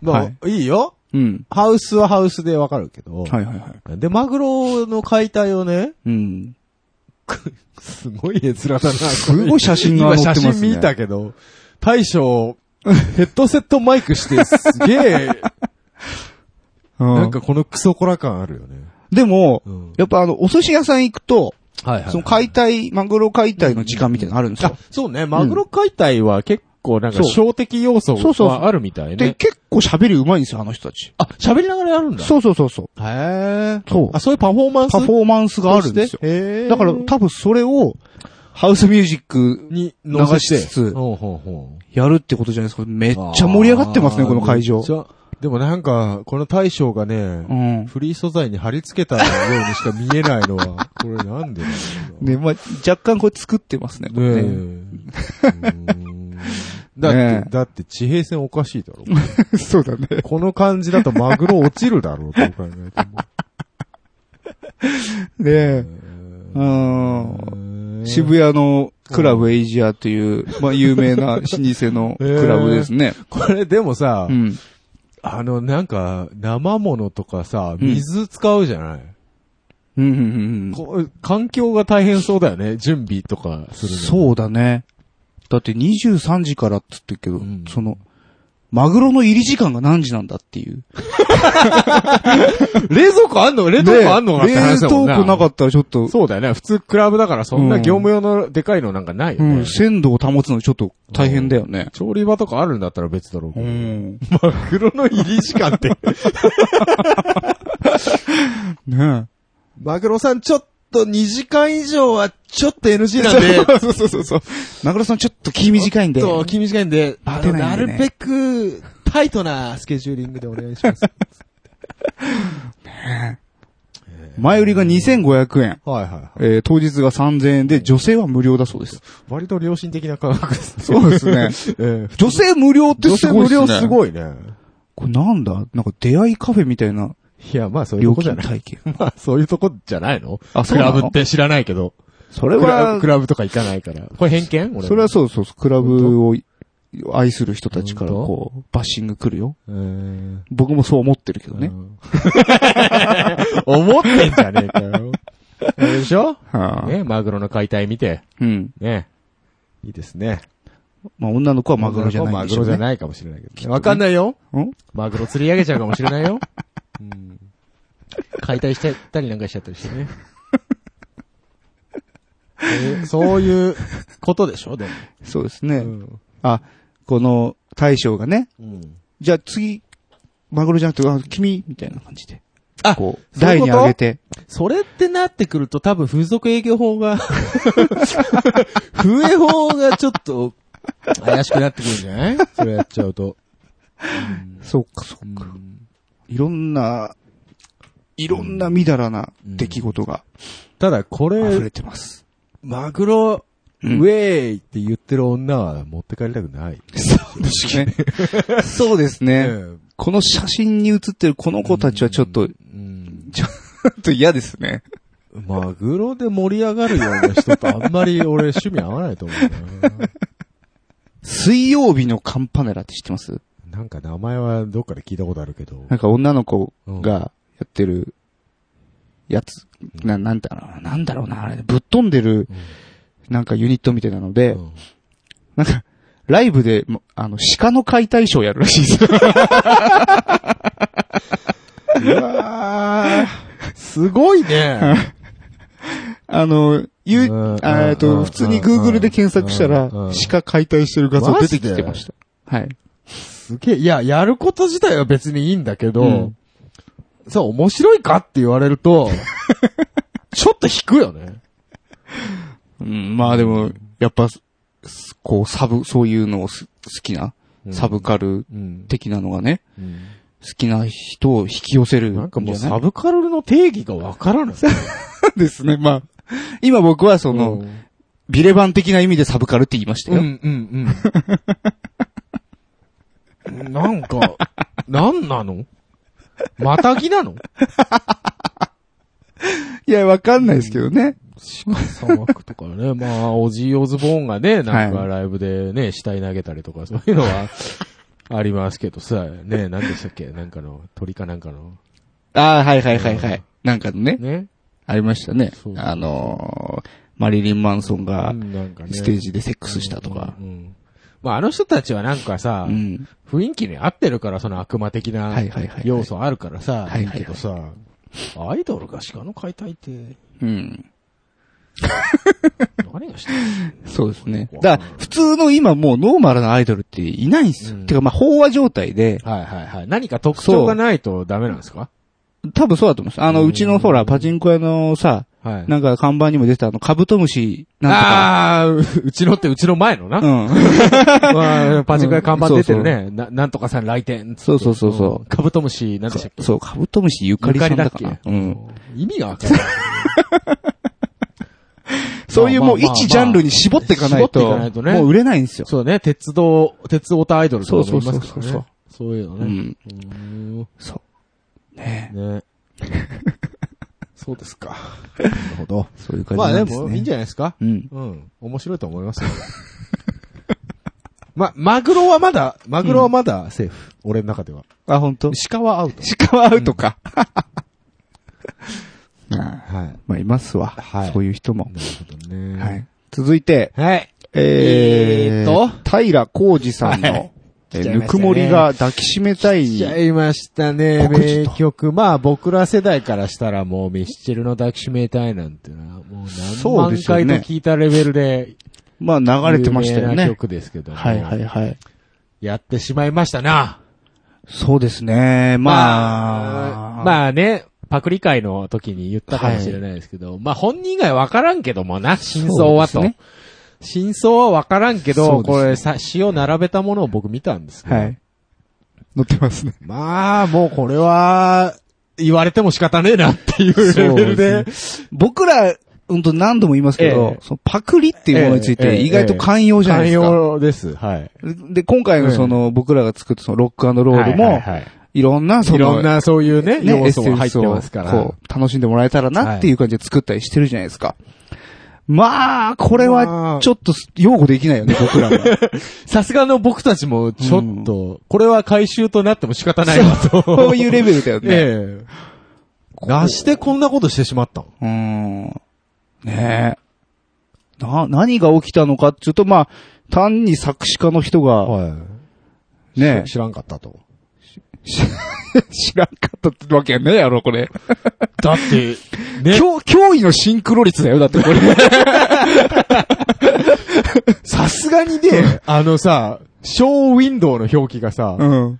Speaker 1: まあ、いいよ。
Speaker 2: うん。
Speaker 1: ハウスはハウスでわかるけど。
Speaker 2: はいはいはい。
Speaker 1: で、マグロの解体をね、
Speaker 2: うん。
Speaker 1: すごい絵面だな。
Speaker 2: すごい写真が載ってま
Speaker 1: 今
Speaker 2: すね
Speaker 1: 写真見たけど、大 将、ヘッドセットマイクして、すげえ、
Speaker 2: な
Speaker 1: なんん
Speaker 2: か、
Speaker 1: かこのクソコラ感あるよね。
Speaker 2: でも、
Speaker 1: うん
Speaker 2: やっぱあの、お寿司屋さん行くと、
Speaker 1: はい
Speaker 2: その解体、マグロ解体の時間みたいなのあるんですよ
Speaker 1: あ。、そうね、マグロ解体は結構なんか
Speaker 2: そう
Speaker 1: 小的要素
Speaker 2: そうそうそう
Speaker 1: はあるみたい
Speaker 2: で、
Speaker 1: ね。
Speaker 2: 結構喋り上手いんですよ、あの人たち。
Speaker 1: あ、喋りながらやるんだ。
Speaker 2: そうそうそうそう。
Speaker 1: へえ。
Speaker 2: そう
Speaker 1: あ、そういうパフォーマンス
Speaker 2: パフォーマンスがあるんですよ。
Speaker 1: よ
Speaker 2: だから多分それを、ハウスミュージック
Speaker 1: に
Speaker 2: 流
Speaker 1: 乗
Speaker 2: し
Speaker 1: せ
Speaker 2: つ
Speaker 1: て。
Speaker 2: つ
Speaker 1: ほうほうほう
Speaker 2: やるってことじゃないですか。めっちゃ盛り上がってますね、
Speaker 1: あー
Speaker 2: この会場
Speaker 1: めっ。ちゃでもなんか、この大将がね、
Speaker 2: うん。
Speaker 1: フリー素材に貼り付けたようにしか見えないの は、これなんでなんだろうな
Speaker 2: ね、まあ、若干これ作ってますね、こ
Speaker 1: ねえ
Speaker 2: れ
Speaker 1: う
Speaker 2: ね。
Speaker 1: ん。だって、
Speaker 2: ねえ
Speaker 1: だって地平線おかしいだろ。
Speaker 2: そうだね。
Speaker 1: この感じだとマグロ落ちるだろうと考 えても。
Speaker 2: ねえ。うん。渋谷のクラブエイジアという、まあ、有名な老舗のクラブですね。
Speaker 1: これでもさ、
Speaker 2: うん。
Speaker 1: あの、なんか、生物とかさ、水使うじゃない、
Speaker 2: うんうんうんうん。
Speaker 1: こう環境が大変そうだよね。準備とかするの。う。
Speaker 2: そうだね。だって23時からって言ってるけど、
Speaker 1: ん
Speaker 2: その、マグロの入り時間が何時なんだっていう。
Speaker 1: 冷蔵庫あんの冷凍庫あんのかっ
Speaker 2: ね
Speaker 1: て話だもん
Speaker 2: 冷凍庫なかったらちょっと、
Speaker 1: そうだよね。普通クラブだからそんな業務用のでかいのなんかないよ
Speaker 2: う
Speaker 1: ね。
Speaker 2: ん、鮮度を保つのちょっと大変だよね。
Speaker 1: 調理場とかあるんだったら別だろうけ
Speaker 2: う
Speaker 1: ど。
Speaker 2: ん。
Speaker 1: マグロの入り時間 って。
Speaker 2: ね
Speaker 1: マグロさんちょっと2時間以上はちょっと NG なんで、
Speaker 2: え。 そうそうそうそう。マグロさんちょっと気短いんで。
Speaker 1: ちょっと気短いんで、あ
Speaker 2: バテ
Speaker 1: の
Speaker 2: ない
Speaker 1: なん
Speaker 2: で
Speaker 1: る
Speaker 2: ね
Speaker 1: べくタイトなスケジューリングでお願いします。
Speaker 2: 前売りが2500円。
Speaker 1: はいはい。
Speaker 2: えー当日が3000円で、女性は無料だそうです。
Speaker 1: 割と良心的な価格ですね。
Speaker 2: そうですね。
Speaker 1: ええ
Speaker 2: 女性無料って
Speaker 1: 女
Speaker 2: す
Speaker 1: 性
Speaker 2: ごい
Speaker 1: 無
Speaker 2: っすね。
Speaker 1: 料すごいね。
Speaker 2: これなんだなんか出会いカフェみたいない
Speaker 1: や、まあそういう
Speaker 2: 料
Speaker 1: とこじゃ
Speaker 2: 金
Speaker 1: ない。
Speaker 2: 体系。
Speaker 1: まあそういうとこじゃないの
Speaker 2: あ
Speaker 1: ク
Speaker 2: そうな
Speaker 1: ラ
Speaker 2: の
Speaker 1: ブって知らないけど。
Speaker 2: それ
Speaker 1: クラ
Speaker 2: は
Speaker 1: ブ、クラブとか行かないから。これ偏見俺の。
Speaker 2: それはそうそうそう、クラブを愛する人たちから
Speaker 1: 本当
Speaker 2: こう、バッシング来るよ。
Speaker 1: うーん。
Speaker 2: 僕もそう思ってるけどね
Speaker 1: う。ん 思ってんじゃねえかよ。あれでしょ
Speaker 2: はあ、
Speaker 1: ね、マグロの解体見て、
Speaker 2: うん。
Speaker 1: ね。いいですね。
Speaker 2: まあ女の子はマグロじゃないん
Speaker 1: マ
Speaker 2: で
Speaker 1: グ
Speaker 2: しょ
Speaker 1: ロ
Speaker 2: う
Speaker 1: じゃ
Speaker 2: ね。
Speaker 1: ないかもしれないけどね。わかんないよ。
Speaker 2: うん
Speaker 1: マグロ釣り上げちゃうかもしれないよ。うん解体しちゃったりなんかしちゃったりしてね。えーそういうことでしょでも。
Speaker 2: そうですね。
Speaker 1: ん
Speaker 2: あ、この大将がね、
Speaker 1: うん。
Speaker 2: じゃあ次、マグロじゃなくて、あ君、みたいな感じで。
Speaker 1: あ
Speaker 2: こう、
Speaker 1: そうい
Speaker 2: 台
Speaker 1: うこと
Speaker 2: に上げて。
Speaker 1: それってなってくると多分風俗営業法が、風営法がちょっと怪しくなってくるんじゃないそれやっちゃうと。
Speaker 2: そうか、そうか。いろんな、いろんなみだらな出来事が
Speaker 1: ただこ
Speaker 2: 溢
Speaker 1: れ、
Speaker 2: れてます。
Speaker 1: マグロ、ウ
Speaker 2: う ん
Speaker 1: ェーイって言ってる女は持って帰りたくない。
Speaker 2: そうですね。そうですね。
Speaker 1: うん
Speaker 2: この写真に写ってるこの子たちはちょっと、
Speaker 1: う
Speaker 2: ち
Speaker 1: ん
Speaker 2: ょっと嫌ですね。
Speaker 1: マグロで盛り上がるような人とあんまり俺趣味合わないと思うんだよ
Speaker 2: 水曜日のカンパネラって知ってます
Speaker 1: な。なんか名前はどっかで聞いたことあるけ ど。
Speaker 2: なんか女の子
Speaker 1: うん
Speaker 2: がやってるやつ。な、なんだろうな、なんだろうな、あれ、ぶっ飛んでる、なんかユニットみたいなので、
Speaker 1: うん
Speaker 2: なんか、ライブで、もあの、鹿の解体ショーやるらし いですよ。
Speaker 1: うわーすごいね。
Speaker 2: あの、ゆ
Speaker 1: う、ん
Speaker 2: えっ
Speaker 1: う
Speaker 2: と、
Speaker 1: ん
Speaker 2: 普通に Google で検索したら
Speaker 1: うん、
Speaker 2: 鹿解体してる画像
Speaker 1: マ
Speaker 2: 出
Speaker 1: ジ
Speaker 2: て
Speaker 1: で
Speaker 2: きてました。はい。
Speaker 1: すげえ。いや、やること自体は別にいいんだけど、
Speaker 2: うん
Speaker 1: さあ面白いかって言われる と、ちょっと引くよね。
Speaker 2: うん、まあでも、やっぱ、すこう、サブ、そういうのをす好きな、サブカル
Speaker 1: うん。
Speaker 2: 的なのがね、
Speaker 1: うん
Speaker 2: 好きな人を引き寄せるんじゃない。
Speaker 1: なんかもうサブカルの定義がわから ない。
Speaker 2: ですね、 まあ。今僕はその、
Speaker 1: うん
Speaker 2: ビレバン的な意味でサブカルって言いましたよ。
Speaker 1: うんうんうん。 なんか、なんなのまたぎなの
Speaker 2: いや、わかんないですけどね。
Speaker 1: 鹿さばくとか ね。まあ、オジーオズボーンがね、なん
Speaker 2: は
Speaker 1: か
Speaker 2: い
Speaker 1: ライブでね、死体投げたりとか、そういうのはありますけどさ、ね、何でしたっけなんかの、鳥かなんかの。
Speaker 2: ああ、はいはいはいはい。なんかね、
Speaker 1: ね。
Speaker 2: ありましたね
Speaker 1: そう。
Speaker 2: あのー、マリリン・マンソン
Speaker 1: う
Speaker 2: が
Speaker 1: んなんかね。
Speaker 2: ステージでセックスしたとか
Speaker 1: う。ん。うんまあ、あの人たちはなんかさ
Speaker 2: う、ん。
Speaker 1: 雰囲気に合ってるから、その悪魔的な
Speaker 2: はいはいはい
Speaker 1: 要素あるからさ、
Speaker 2: はいはいはい
Speaker 1: けどさ、アイドルが鹿の解体って、
Speaker 2: うん。
Speaker 1: 何がしたい
Speaker 2: そうですね。だから、普通の今もうノーマルなアイドルっていないんですよ。
Speaker 1: うん
Speaker 2: てかまあ、飽和状態で、
Speaker 1: はいはいはい。何か特徴がないとダメなんですか
Speaker 2: 多分そうだと思います。あの、
Speaker 1: うん
Speaker 2: うちのほら、パチンコ屋のさ、
Speaker 1: はい。
Speaker 2: なんか看板にも出てたあの、カブトムシ、なん
Speaker 1: ああー、ううちのってうちの前のな。
Speaker 2: とか。うん。
Speaker 1: まあパチンコ屋看板出てるね。ななんとかさん来店。
Speaker 2: そうそうそうそ
Speaker 1: んカブトムシ、なんでしたっけ
Speaker 2: そう、カブトムシゆかりさんだから。うん。
Speaker 1: 意味がわかんない。
Speaker 2: そういうもう一ジャンルに絞っていかない
Speaker 1: 絞ってい
Speaker 2: と、
Speaker 1: かないとね
Speaker 2: もう売れないんですよ。
Speaker 1: そうだね、鉄道、鉄オタアイドルとかもいますか
Speaker 2: そうそうそう
Speaker 1: ら
Speaker 2: そう
Speaker 1: ね。そういうの
Speaker 2: う
Speaker 1: ね。
Speaker 2: ん。
Speaker 1: うーん
Speaker 2: そう。ね
Speaker 1: ねそうですか。
Speaker 2: なるほ ど。そういう感じ
Speaker 1: まあ
Speaker 2: な
Speaker 1: で
Speaker 2: んですね。
Speaker 1: も、いいんじゃないですか
Speaker 2: うん。
Speaker 1: うん。面白いと思いますよ。 ま、マグロはまだ、マグロはまだセーフ。俺の中では。
Speaker 2: あ、本当。
Speaker 1: 鹿はアウト。
Speaker 2: 鹿はアウトか。ああ
Speaker 1: はい。
Speaker 2: まあ、いますわ。
Speaker 1: はい
Speaker 2: そういう人も。
Speaker 1: なるほどね。
Speaker 2: は。い。続いて、
Speaker 1: はい。
Speaker 2: え
Speaker 1: え
Speaker 2: ー、
Speaker 1: ーっ
Speaker 2: 平浩二さんの、
Speaker 1: はい
Speaker 2: え
Speaker 1: 来ちゃ
Speaker 2: ー
Speaker 1: いましたね
Speaker 2: ぬくもりが抱きしめたい
Speaker 1: 来
Speaker 2: に
Speaker 1: ち、ゃいましたね、
Speaker 2: 告知
Speaker 1: 名
Speaker 2: と
Speaker 1: 曲。まあ僕ら世代からしたらもうミスチルの抱きしめたいなんてのは、もう何
Speaker 2: そうで
Speaker 1: 万
Speaker 2: すよね
Speaker 1: 回と聞いたレベルで
Speaker 2: まあ流れてましたよ
Speaker 1: 有名な
Speaker 2: ね。
Speaker 1: 曲ですけども。
Speaker 2: はいはいはい。
Speaker 1: やってしまいましたな。
Speaker 2: そうですね。まあ、あ、
Speaker 1: まあね、パクリ会の時に言ったかもしれないですけど、まあ本人以外わからんけどもな、真相はと。
Speaker 2: そうですね
Speaker 1: 真相はわからんけど、
Speaker 2: そうですね
Speaker 1: これさ、詩を並べたものを僕見たんですけど、
Speaker 2: はい。乗ってますね。
Speaker 1: まあもうこれは、言われても仕方ねえなっていうレベルで、
Speaker 2: 僕ら、うんと何度も言いますけど、
Speaker 1: ええ
Speaker 2: そのパクリっていうものについ
Speaker 1: えええ
Speaker 2: て
Speaker 1: え
Speaker 2: 意外と寛容じゃないですか。
Speaker 1: 寛容です。はい。
Speaker 2: で、今回のその、僕らが作ったそのロックロール
Speaker 1: はい
Speaker 2: も、
Speaker 1: はいはい
Speaker 2: いろんなその、
Speaker 1: いろんなそういうね、
Speaker 2: ね、
Speaker 1: 要素が入
Speaker 2: エ
Speaker 1: っ
Speaker 2: ッ
Speaker 1: て
Speaker 2: センスを
Speaker 1: ますから。
Speaker 2: こう、楽しんでもらえたらなっていう感じで作ったりしてるじゃないですか。まあ、これ
Speaker 1: ま
Speaker 2: は
Speaker 1: あ
Speaker 2: ちょっと擁護できないよね、僕らは。
Speaker 1: さすがの僕たちも、ちょっと、これは回収となっても仕方ないわと。
Speaker 2: こういうレベルだよね。
Speaker 1: ええ。なしてこんなことしてしまったの
Speaker 2: うーん。ねえ。な、何が起きたのかっていうと、まあ、単に作詞家の人が、
Speaker 1: は
Speaker 2: ね
Speaker 1: 知らんかったと。
Speaker 2: え、 知らんかったってわけやねえやろ、これ。
Speaker 1: だ って、ね、
Speaker 2: 驚、驚異のシンクロ率だよ、だってこ れ。
Speaker 1: さすがにね、あのさ、ショーウィンドウの表記がさ、
Speaker 2: うん。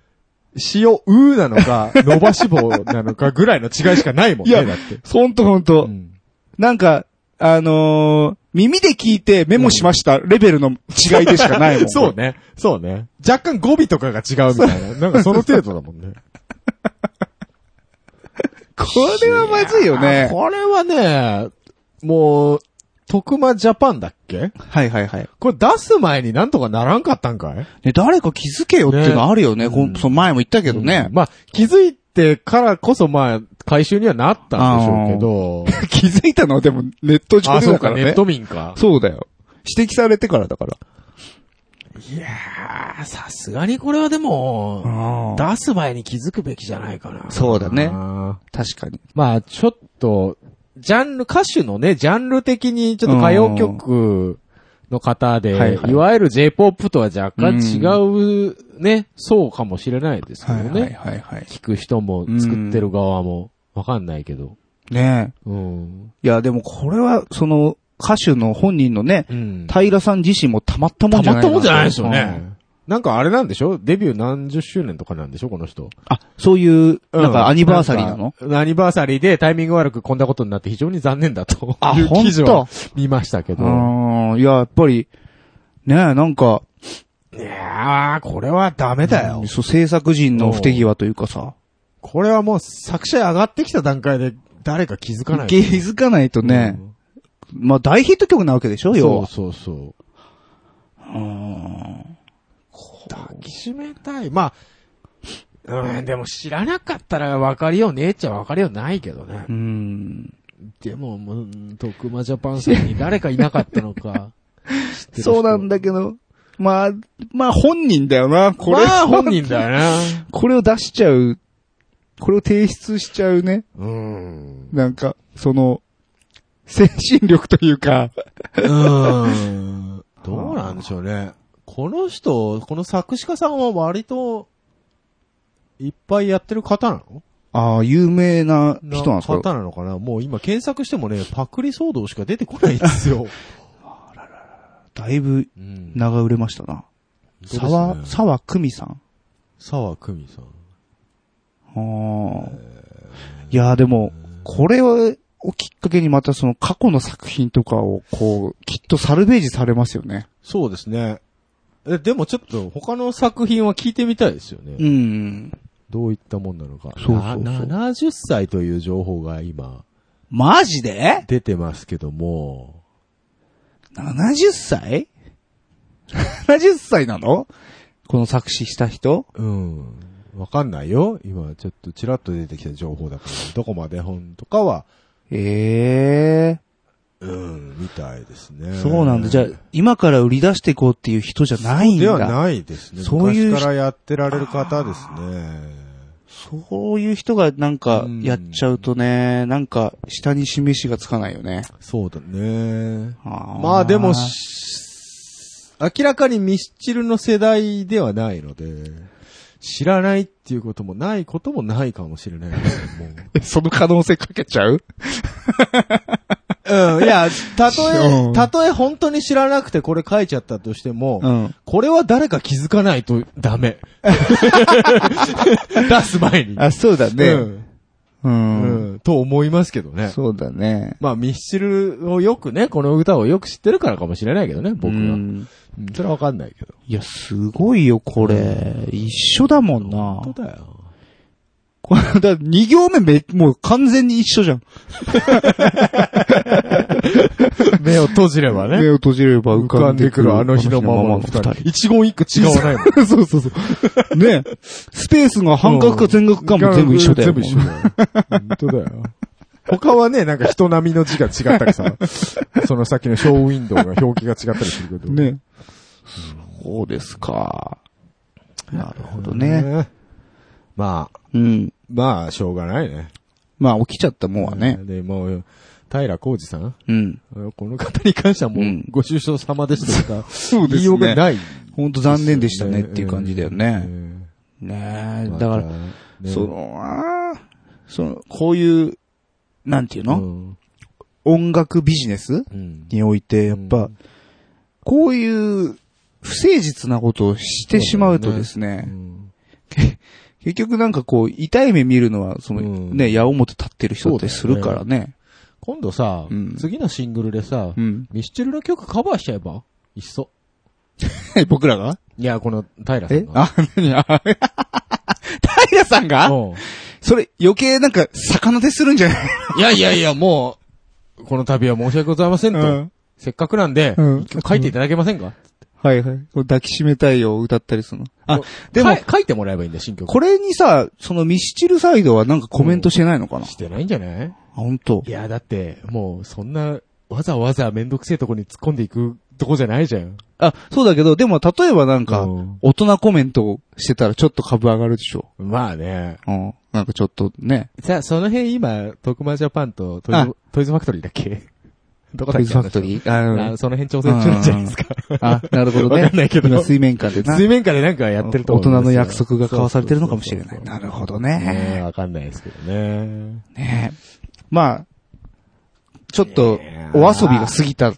Speaker 1: 塩、うーなの か、伸ばし棒なのかぐらいの違いしかないもん
Speaker 2: いや
Speaker 1: ね、だって。
Speaker 2: ほんとほんと。
Speaker 1: うん
Speaker 2: なんか、あのー耳で聞いてメモしましたレベルの違いでしかないもん。 これ
Speaker 1: そうね。そうね。若干語尾とかが違うみたいな。なんかその程度だもんね。
Speaker 2: これはまずいよね。
Speaker 1: これはね、もう、徳間ジャパンだっけ
Speaker 2: はいはいはい。
Speaker 1: これ出す前になんとかならんかったんかい
Speaker 2: ね、誰か気づけよっていうのあるよね。
Speaker 1: ね
Speaker 2: こんその前も言ったけどね
Speaker 1: うん。まあ、気づいてからこそまあ、回収にはなったんでしょうけ
Speaker 2: 気づいたのはでもネット
Speaker 1: ど。 あ、
Speaker 2: 上
Speaker 1: そう
Speaker 2: だか
Speaker 1: か、
Speaker 2: ら
Speaker 1: ネッ
Speaker 2: ね。
Speaker 1: ト民か。
Speaker 2: そうだよ。指摘されてからだから。
Speaker 1: いやー、さすがにこれはでも、出す前に気づくべきじゃないかな。
Speaker 2: そうだね
Speaker 1: あ
Speaker 2: 確かに。
Speaker 1: ーまあ、ちょっと、ジャンル、歌手のね、ジャンル的に、ちょっと歌謡曲の方で、
Speaker 2: はい
Speaker 1: い
Speaker 2: はい
Speaker 1: わゆる J-POP とは若干違うね、そうかもしれないですけど
Speaker 2: はいはい
Speaker 1: ね。
Speaker 2: はいはい。
Speaker 1: 聞く人も作ってる側もわかんないけど。
Speaker 2: ね
Speaker 1: うん。
Speaker 2: えいや、でもこれは、その、歌手の本人のね、
Speaker 1: うん
Speaker 2: 平さん自身もたまったもんじゃない
Speaker 1: たまったもんじゃないですよ
Speaker 2: う
Speaker 1: ね
Speaker 2: ん。
Speaker 1: なんかあれなんでしょデビュー何十周年とかなんでしょこの人。
Speaker 2: あ、そういう、なんかアニバーサリーなの
Speaker 1: なんかアニバーサリーでタイミング悪くこんなことになって非常に残念だと。
Speaker 2: あ
Speaker 1: いう記事
Speaker 2: ほん
Speaker 1: を
Speaker 2: と
Speaker 1: 見ましたけど。
Speaker 2: うん。いや、やっぱり、ねえ、なんか、
Speaker 1: いやー、これはダメだよ。
Speaker 2: そう、制作陣の不手際というかさ、
Speaker 1: これはもう作者上がってきた段階で誰か気づかない。
Speaker 2: 気づかないとね、まあ大ヒット曲なわけでし
Speaker 1: う
Speaker 2: ょ、
Speaker 1: ん
Speaker 2: 要
Speaker 1: そ
Speaker 2: は
Speaker 1: う。そうそう。
Speaker 2: うん
Speaker 1: 抱きしめたい。まあ、うん、でも知らなかったら分かりようねえっちゃ分かりようないけどね。
Speaker 2: うん。
Speaker 1: でも、もう、徳間ジャパンさんに誰かいなかったの か。
Speaker 2: そうなん
Speaker 1: だ。
Speaker 2: だけど、まあ、まあ本人だよな、これ。
Speaker 1: まあ、本人だよな。
Speaker 2: これを出しちゃう、これを提出しちゃうね、
Speaker 1: うん。
Speaker 2: なんか、その、精神力というか、
Speaker 1: うん。どうなんでしょうね。この人、この作詞家さんは割と、いっぱいやってる方なの
Speaker 2: ああ、有名な人なんですか
Speaker 1: 方なのかなもう今検索してもね、パクリ騒動しか出てこないんですよ。
Speaker 2: だいぶ
Speaker 1: うん。
Speaker 2: 長売れました な。沢、沢久美さん。
Speaker 1: 沢久美さん。
Speaker 2: ああ。いや、でも、これは、をきっかけにまたその過去の作品とかをこう、きっとサルベージされますよね。
Speaker 1: そうですね。え、でもちょっと他の作品は聞いてみたいですよね。
Speaker 2: うん。
Speaker 1: どういったもんなのか。
Speaker 2: そうそうそう
Speaker 1: な70歳という情報が今
Speaker 2: マジで
Speaker 1: 出てますけども、
Speaker 2: ?70 歳 ?70 歳なのこの作詞した人
Speaker 1: うん。わかんないよ。今ちょっとちらっと出てきた情報だから、どこまで本とかは、
Speaker 2: え
Speaker 1: うん、みたいです
Speaker 2: え
Speaker 1: ね。
Speaker 2: そうなんだ。じゃあ、今から売り出していこうっていう人じゃないんだ。
Speaker 1: ではないですね。
Speaker 2: そういう
Speaker 1: 昔からやってられる方ですね。
Speaker 2: そういう人がなんかやっちゃうとね、なんか下に示しがつかないよね。
Speaker 1: そうだね。
Speaker 2: あー
Speaker 1: まあでもし、明らかにミスチルの世代ではないので、知らないっていうこともないこともないかもしれないですけども。
Speaker 2: その可能性かけちゃう
Speaker 1: うん、いや、たと
Speaker 2: う ん
Speaker 1: え、たとえ本当に知らなくてこれ書いちゃったとしても、
Speaker 2: うん。
Speaker 1: これは誰か気づかないとダ メ。出す前に。
Speaker 2: あ、そうだね。
Speaker 1: うん
Speaker 2: う。
Speaker 1: うんん、と思いますけどね。
Speaker 2: そうだね。
Speaker 1: まあ、ミスチルをよくね、この歌をよく知ってるからかもしれないけどね、僕は。う
Speaker 2: う
Speaker 1: ん
Speaker 2: ん
Speaker 1: それはわかんないけど。
Speaker 2: いや、すごいよ、これ。一緒だもんな。
Speaker 1: 本当だよ。
Speaker 2: これ、だ二行目め、もう完全に一緒じゃん。
Speaker 1: 目を閉じれば
Speaker 2: 目。を閉じれば浮
Speaker 1: 浮
Speaker 2: か
Speaker 1: か
Speaker 2: ん
Speaker 1: ん
Speaker 2: で
Speaker 1: で
Speaker 2: く
Speaker 1: く
Speaker 2: る
Speaker 1: るあの日のままの二人。一言一句違わないもん。
Speaker 2: 人。そうそうそう。ねスペースが半角か全角かも全部一緒だよ。
Speaker 1: 全部一緒だよ。本当だよ。他はね、なんか人並みの字が違ったりさ、 そのさっきのショーウィンドウが表記が違ったりするけど。
Speaker 2: ね。そうですか。なるほどね。
Speaker 1: ね。まあ、
Speaker 2: うん。
Speaker 1: まあ、しょうがないね。
Speaker 2: まあ、起きちゃったもんはね。
Speaker 1: で、もう、平浩二さん
Speaker 2: うん。
Speaker 1: この方に関してはも
Speaker 2: う、
Speaker 1: うんご愁傷様でしたか、
Speaker 2: そう
Speaker 1: 言いようがない。
Speaker 2: ほんと残念でしたねっていう感じだよね。ねえ、だから、
Speaker 1: ら
Speaker 2: そ、の、あーその、こういう、なんていう
Speaker 1: う
Speaker 2: の、
Speaker 1: ん。
Speaker 2: 音楽ビジネス
Speaker 1: うん
Speaker 2: において、やっぱ、
Speaker 1: うん
Speaker 2: こういう、不誠実なことをしてしまうとですね、
Speaker 1: うん
Speaker 2: 結局なんかこう、痛い目見るのは、その、
Speaker 1: うん
Speaker 2: ね、矢面立ってる人ってす
Speaker 1: そうだよね
Speaker 2: るからね。
Speaker 1: 今度さ
Speaker 2: うん、
Speaker 1: 次のシングルでさ
Speaker 2: う、ん。
Speaker 1: ミスチルの曲カバーしちゃえばいっそ。
Speaker 2: 僕らが
Speaker 1: いや、この、平さ
Speaker 2: え
Speaker 1: んが。
Speaker 2: あ、何 あ平さんが
Speaker 1: うん
Speaker 2: それ余計なんか魚でするんじゃない
Speaker 1: いやいやいや、もう、この度は申し訳ございませんと。せっかくなんで、
Speaker 2: うん
Speaker 1: 一曲書いていただけませんか
Speaker 2: はいはい。抱きしめたいを歌ったりするの。あ
Speaker 1: こ、
Speaker 2: でも
Speaker 1: か、書いてもらえばいいんだよ、新曲。
Speaker 2: これにさ、そのミスチルサイドはなんかコメントしてないのかな、あ、
Speaker 1: してないんじゃない
Speaker 2: ほんと
Speaker 1: い。や、だって、もう、そんな、わざわざめんどくせえとこに突っ込んでいくとこじゃないじゃん。
Speaker 2: あ、そうだけど、でも例えばなんか
Speaker 1: うん、
Speaker 2: 大人コメントをしてたらちょっと株上がるでしょ。
Speaker 1: まあね。
Speaker 2: うん。なんかちょっとね。
Speaker 1: じゃあ、その辺今、徳間ジャパンとトイ
Speaker 2: あ
Speaker 1: ズトイズファクトリーだっけどこだ
Speaker 2: ト
Speaker 1: っけ
Speaker 2: イズファクトリー
Speaker 1: あ
Speaker 2: あ
Speaker 1: のあ
Speaker 2: の
Speaker 1: その辺調整中なんじゃないですか。
Speaker 2: あ、なるほどね。
Speaker 1: わかんないけど
Speaker 2: 今水面下でな。
Speaker 1: 水面下でなんかやってると思
Speaker 2: 大
Speaker 1: い
Speaker 2: 人
Speaker 1: ます
Speaker 2: の約束が交わされてるのかもしれな
Speaker 1: そう
Speaker 2: い。
Speaker 1: そうそう
Speaker 2: なるほど
Speaker 1: そうねえ
Speaker 2: ね。
Speaker 1: わかんないですけどね。
Speaker 2: ねまあ、ちょっと
Speaker 1: ね、
Speaker 2: お遊びが過ぎた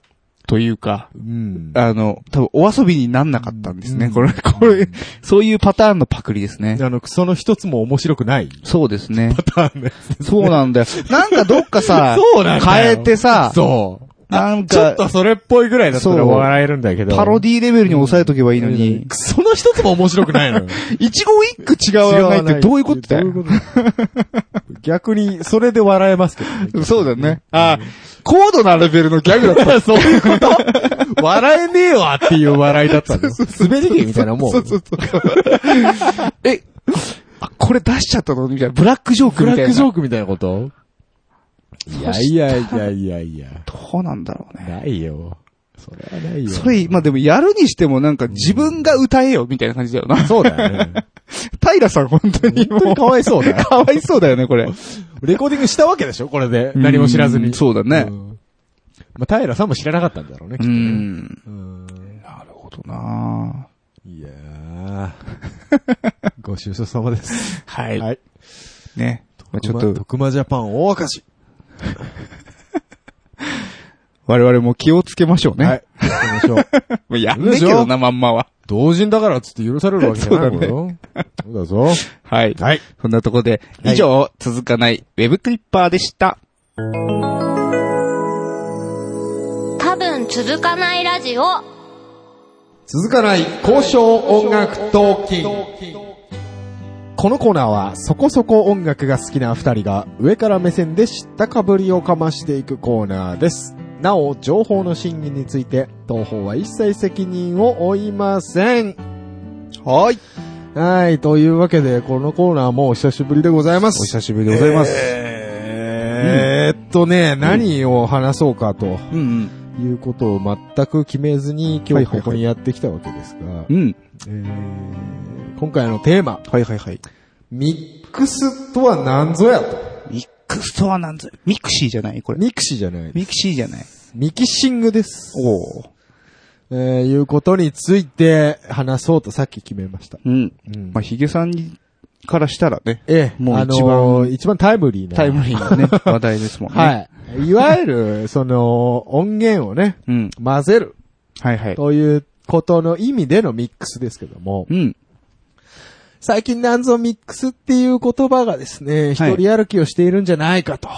Speaker 2: というか、
Speaker 1: うん。あ
Speaker 2: あの、多分お遊びになんなかったんですね。
Speaker 1: うん
Speaker 2: これ、これ、そういうパターンのパクリですね。
Speaker 1: の、その一つも面白くない
Speaker 2: そうですね。
Speaker 1: パターンね。、
Speaker 2: そうなんだよ。なんかどっか さ
Speaker 1: そうなんだよ
Speaker 2: 変えてさ、
Speaker 1: そう。
Speaker 2: なん
Speaker 1: ちょっと
Speaker 2: か、
Speaker 1: それっぽいぐらいだったら
Speaker 2: そう
Speaker 1: 笑えるんだけど。
Speaker 2: パロ
Speaker 1: デ
Speaker 2: ディレベルに抑えとけばいいのに、
Speaker 1: その一つも面白く ないのよ。
Speaker 2: 一語一句違わないってどういうことだ
Speaker 1: どういう
Speaker 2: よ。
Speaker 1: こと逆に、それで笑えますけどね。
Speaker 2: そうだね。あ、高度なレベルのギャグだった。
Speaker 1: そういうこと 笑えねえわっていう笑いだったの。滑り芸みたいなもん。
Speaker 2: そうそう そう。え、あ、これ出しちゃったのみたいな。ブラックジョー
Speaker 1: ブ
Speaker 2: クみ
Speaker 1: ラ
Speaker 2: たい
Speaker 1: ッ
Speaker 2: な。
Speaker 1: クジョークみたいなことい
Speaker 2: そ
Speaker 1: や
Speaker 2: し
Speaker 1: い
Speaker 2: た
Speaker 1: やいやいやいや。
Speaker 2: どうなんだろうね。
Speaker 1: ないよ。それはないよ。
Speaker 2: それ、まあでもやるにしてもなんか自分が歌えよ、みたいな感じだよな。
Speaker 1: そうだよね。
Speaker 2: 平さん本当に
Speaker 1: 本当
Speaker 2: もう
Speaker 1: にかわいそうだよ。
Speaker 2: かわいそうだよね、これ。
Speaker 1: レコーディングしたわけでしょこれで。何も知らず
Speaker 2: うん
Speaker 1: に。
Speaker 2: そうだね
Speaker 1: ん。まあ、平さんも知らなかったんだろうね、きっ
Speaker 2: う
Speaker 1: とね。
Speaker 2: ん。
Speaker 1: うん。
Speaker 2: なるほどない
Speaker 1: やー。ご愁傷様です。
Speaker 2: は
Speaker 1: はい。
Speaker 2: ね。まあちょっ
Speaker 1: 徳間
Speaker 2: と、
Speaker 1: 徳間ジャパン大赤字。
Speaker 2: 我々も気をつけましょうね。
Speaker 1: はい。行 きましょう。
Speaker 2: もうやんねえけどな、まんまは。
Speaker 1: 同人だからっつって許されるわけじゃない
Speaker 2: そう
Speaker 1: も
Speaker 2: だね
Speaker 1: よ。そうだぞ。
Speaker 2: はい。
Speaker 1: はい。
Speaker 2: そんなとこで、以上、続かないウェブクリッパーでした。
Speaker 5: 多分続かないラジオ
Speaker 1: 続かない交渉音楽トーキング。このコーナーはそこそこ音楽が好きな二人が上から目線で知ったかぶりをかましていくコーナーです。なお、情報の審議について、東方は一切責任を負いません。
Speaker 2: はい。
Speaker 1: はい、というわけで、このコーナーもお久しぶりでございま
Speaker 6: お
Speaker 1: す。
Speaker 6: 久しぶりでございます。
Speaker 1: えーっとね、何を話そうかと
Speaker 2: うん
Speaker 1: いうことを全く決めずに今日ここにやってきたわけですが、
Speaker 2: うん。うん。
Speaker 1: えー今回のテーマ、
Speaker 2: はいはいはい。
Speaker 1: ミックスとは何ぞやと。
Speaker 2: ミックスとはなんぞミクシーじゃないこれ。
Speaker 1: ミクシーじゃない。
Speaker 2: ミクシーじゃない。
Speaker 1: ミキシングです。
Speaker 2: おお。
Speaker 1: えーいうことについて話そうとさっき決めました。
Speaker 2: うん。
Speaker 1: うん
Speaker 2: まあ、ヒゲさんにからしたらね、
Speaker 1: ええ、
Speaker 2: もう
Speaker 1: あのー
Speaker 2: 一番
Speaker 1: 一番タイムリーな。
Speaker 2: タイムリーな ね、話題ですもんね。い。
Speaker 1: はい。いわゆる、その、音源をね、
Speaker 2: うん。
Speaker 1: 混ぜる
Speaker 2: はいはい。
Speaker 1: ということの意味でのミックスですけども、
Speaker 2: うん。
Speaker 1: 最近なんぞミックスっていう言葉がですね、一
Speaker 2: はい
Speaker 1: 人歩きをしているんじゃないかと。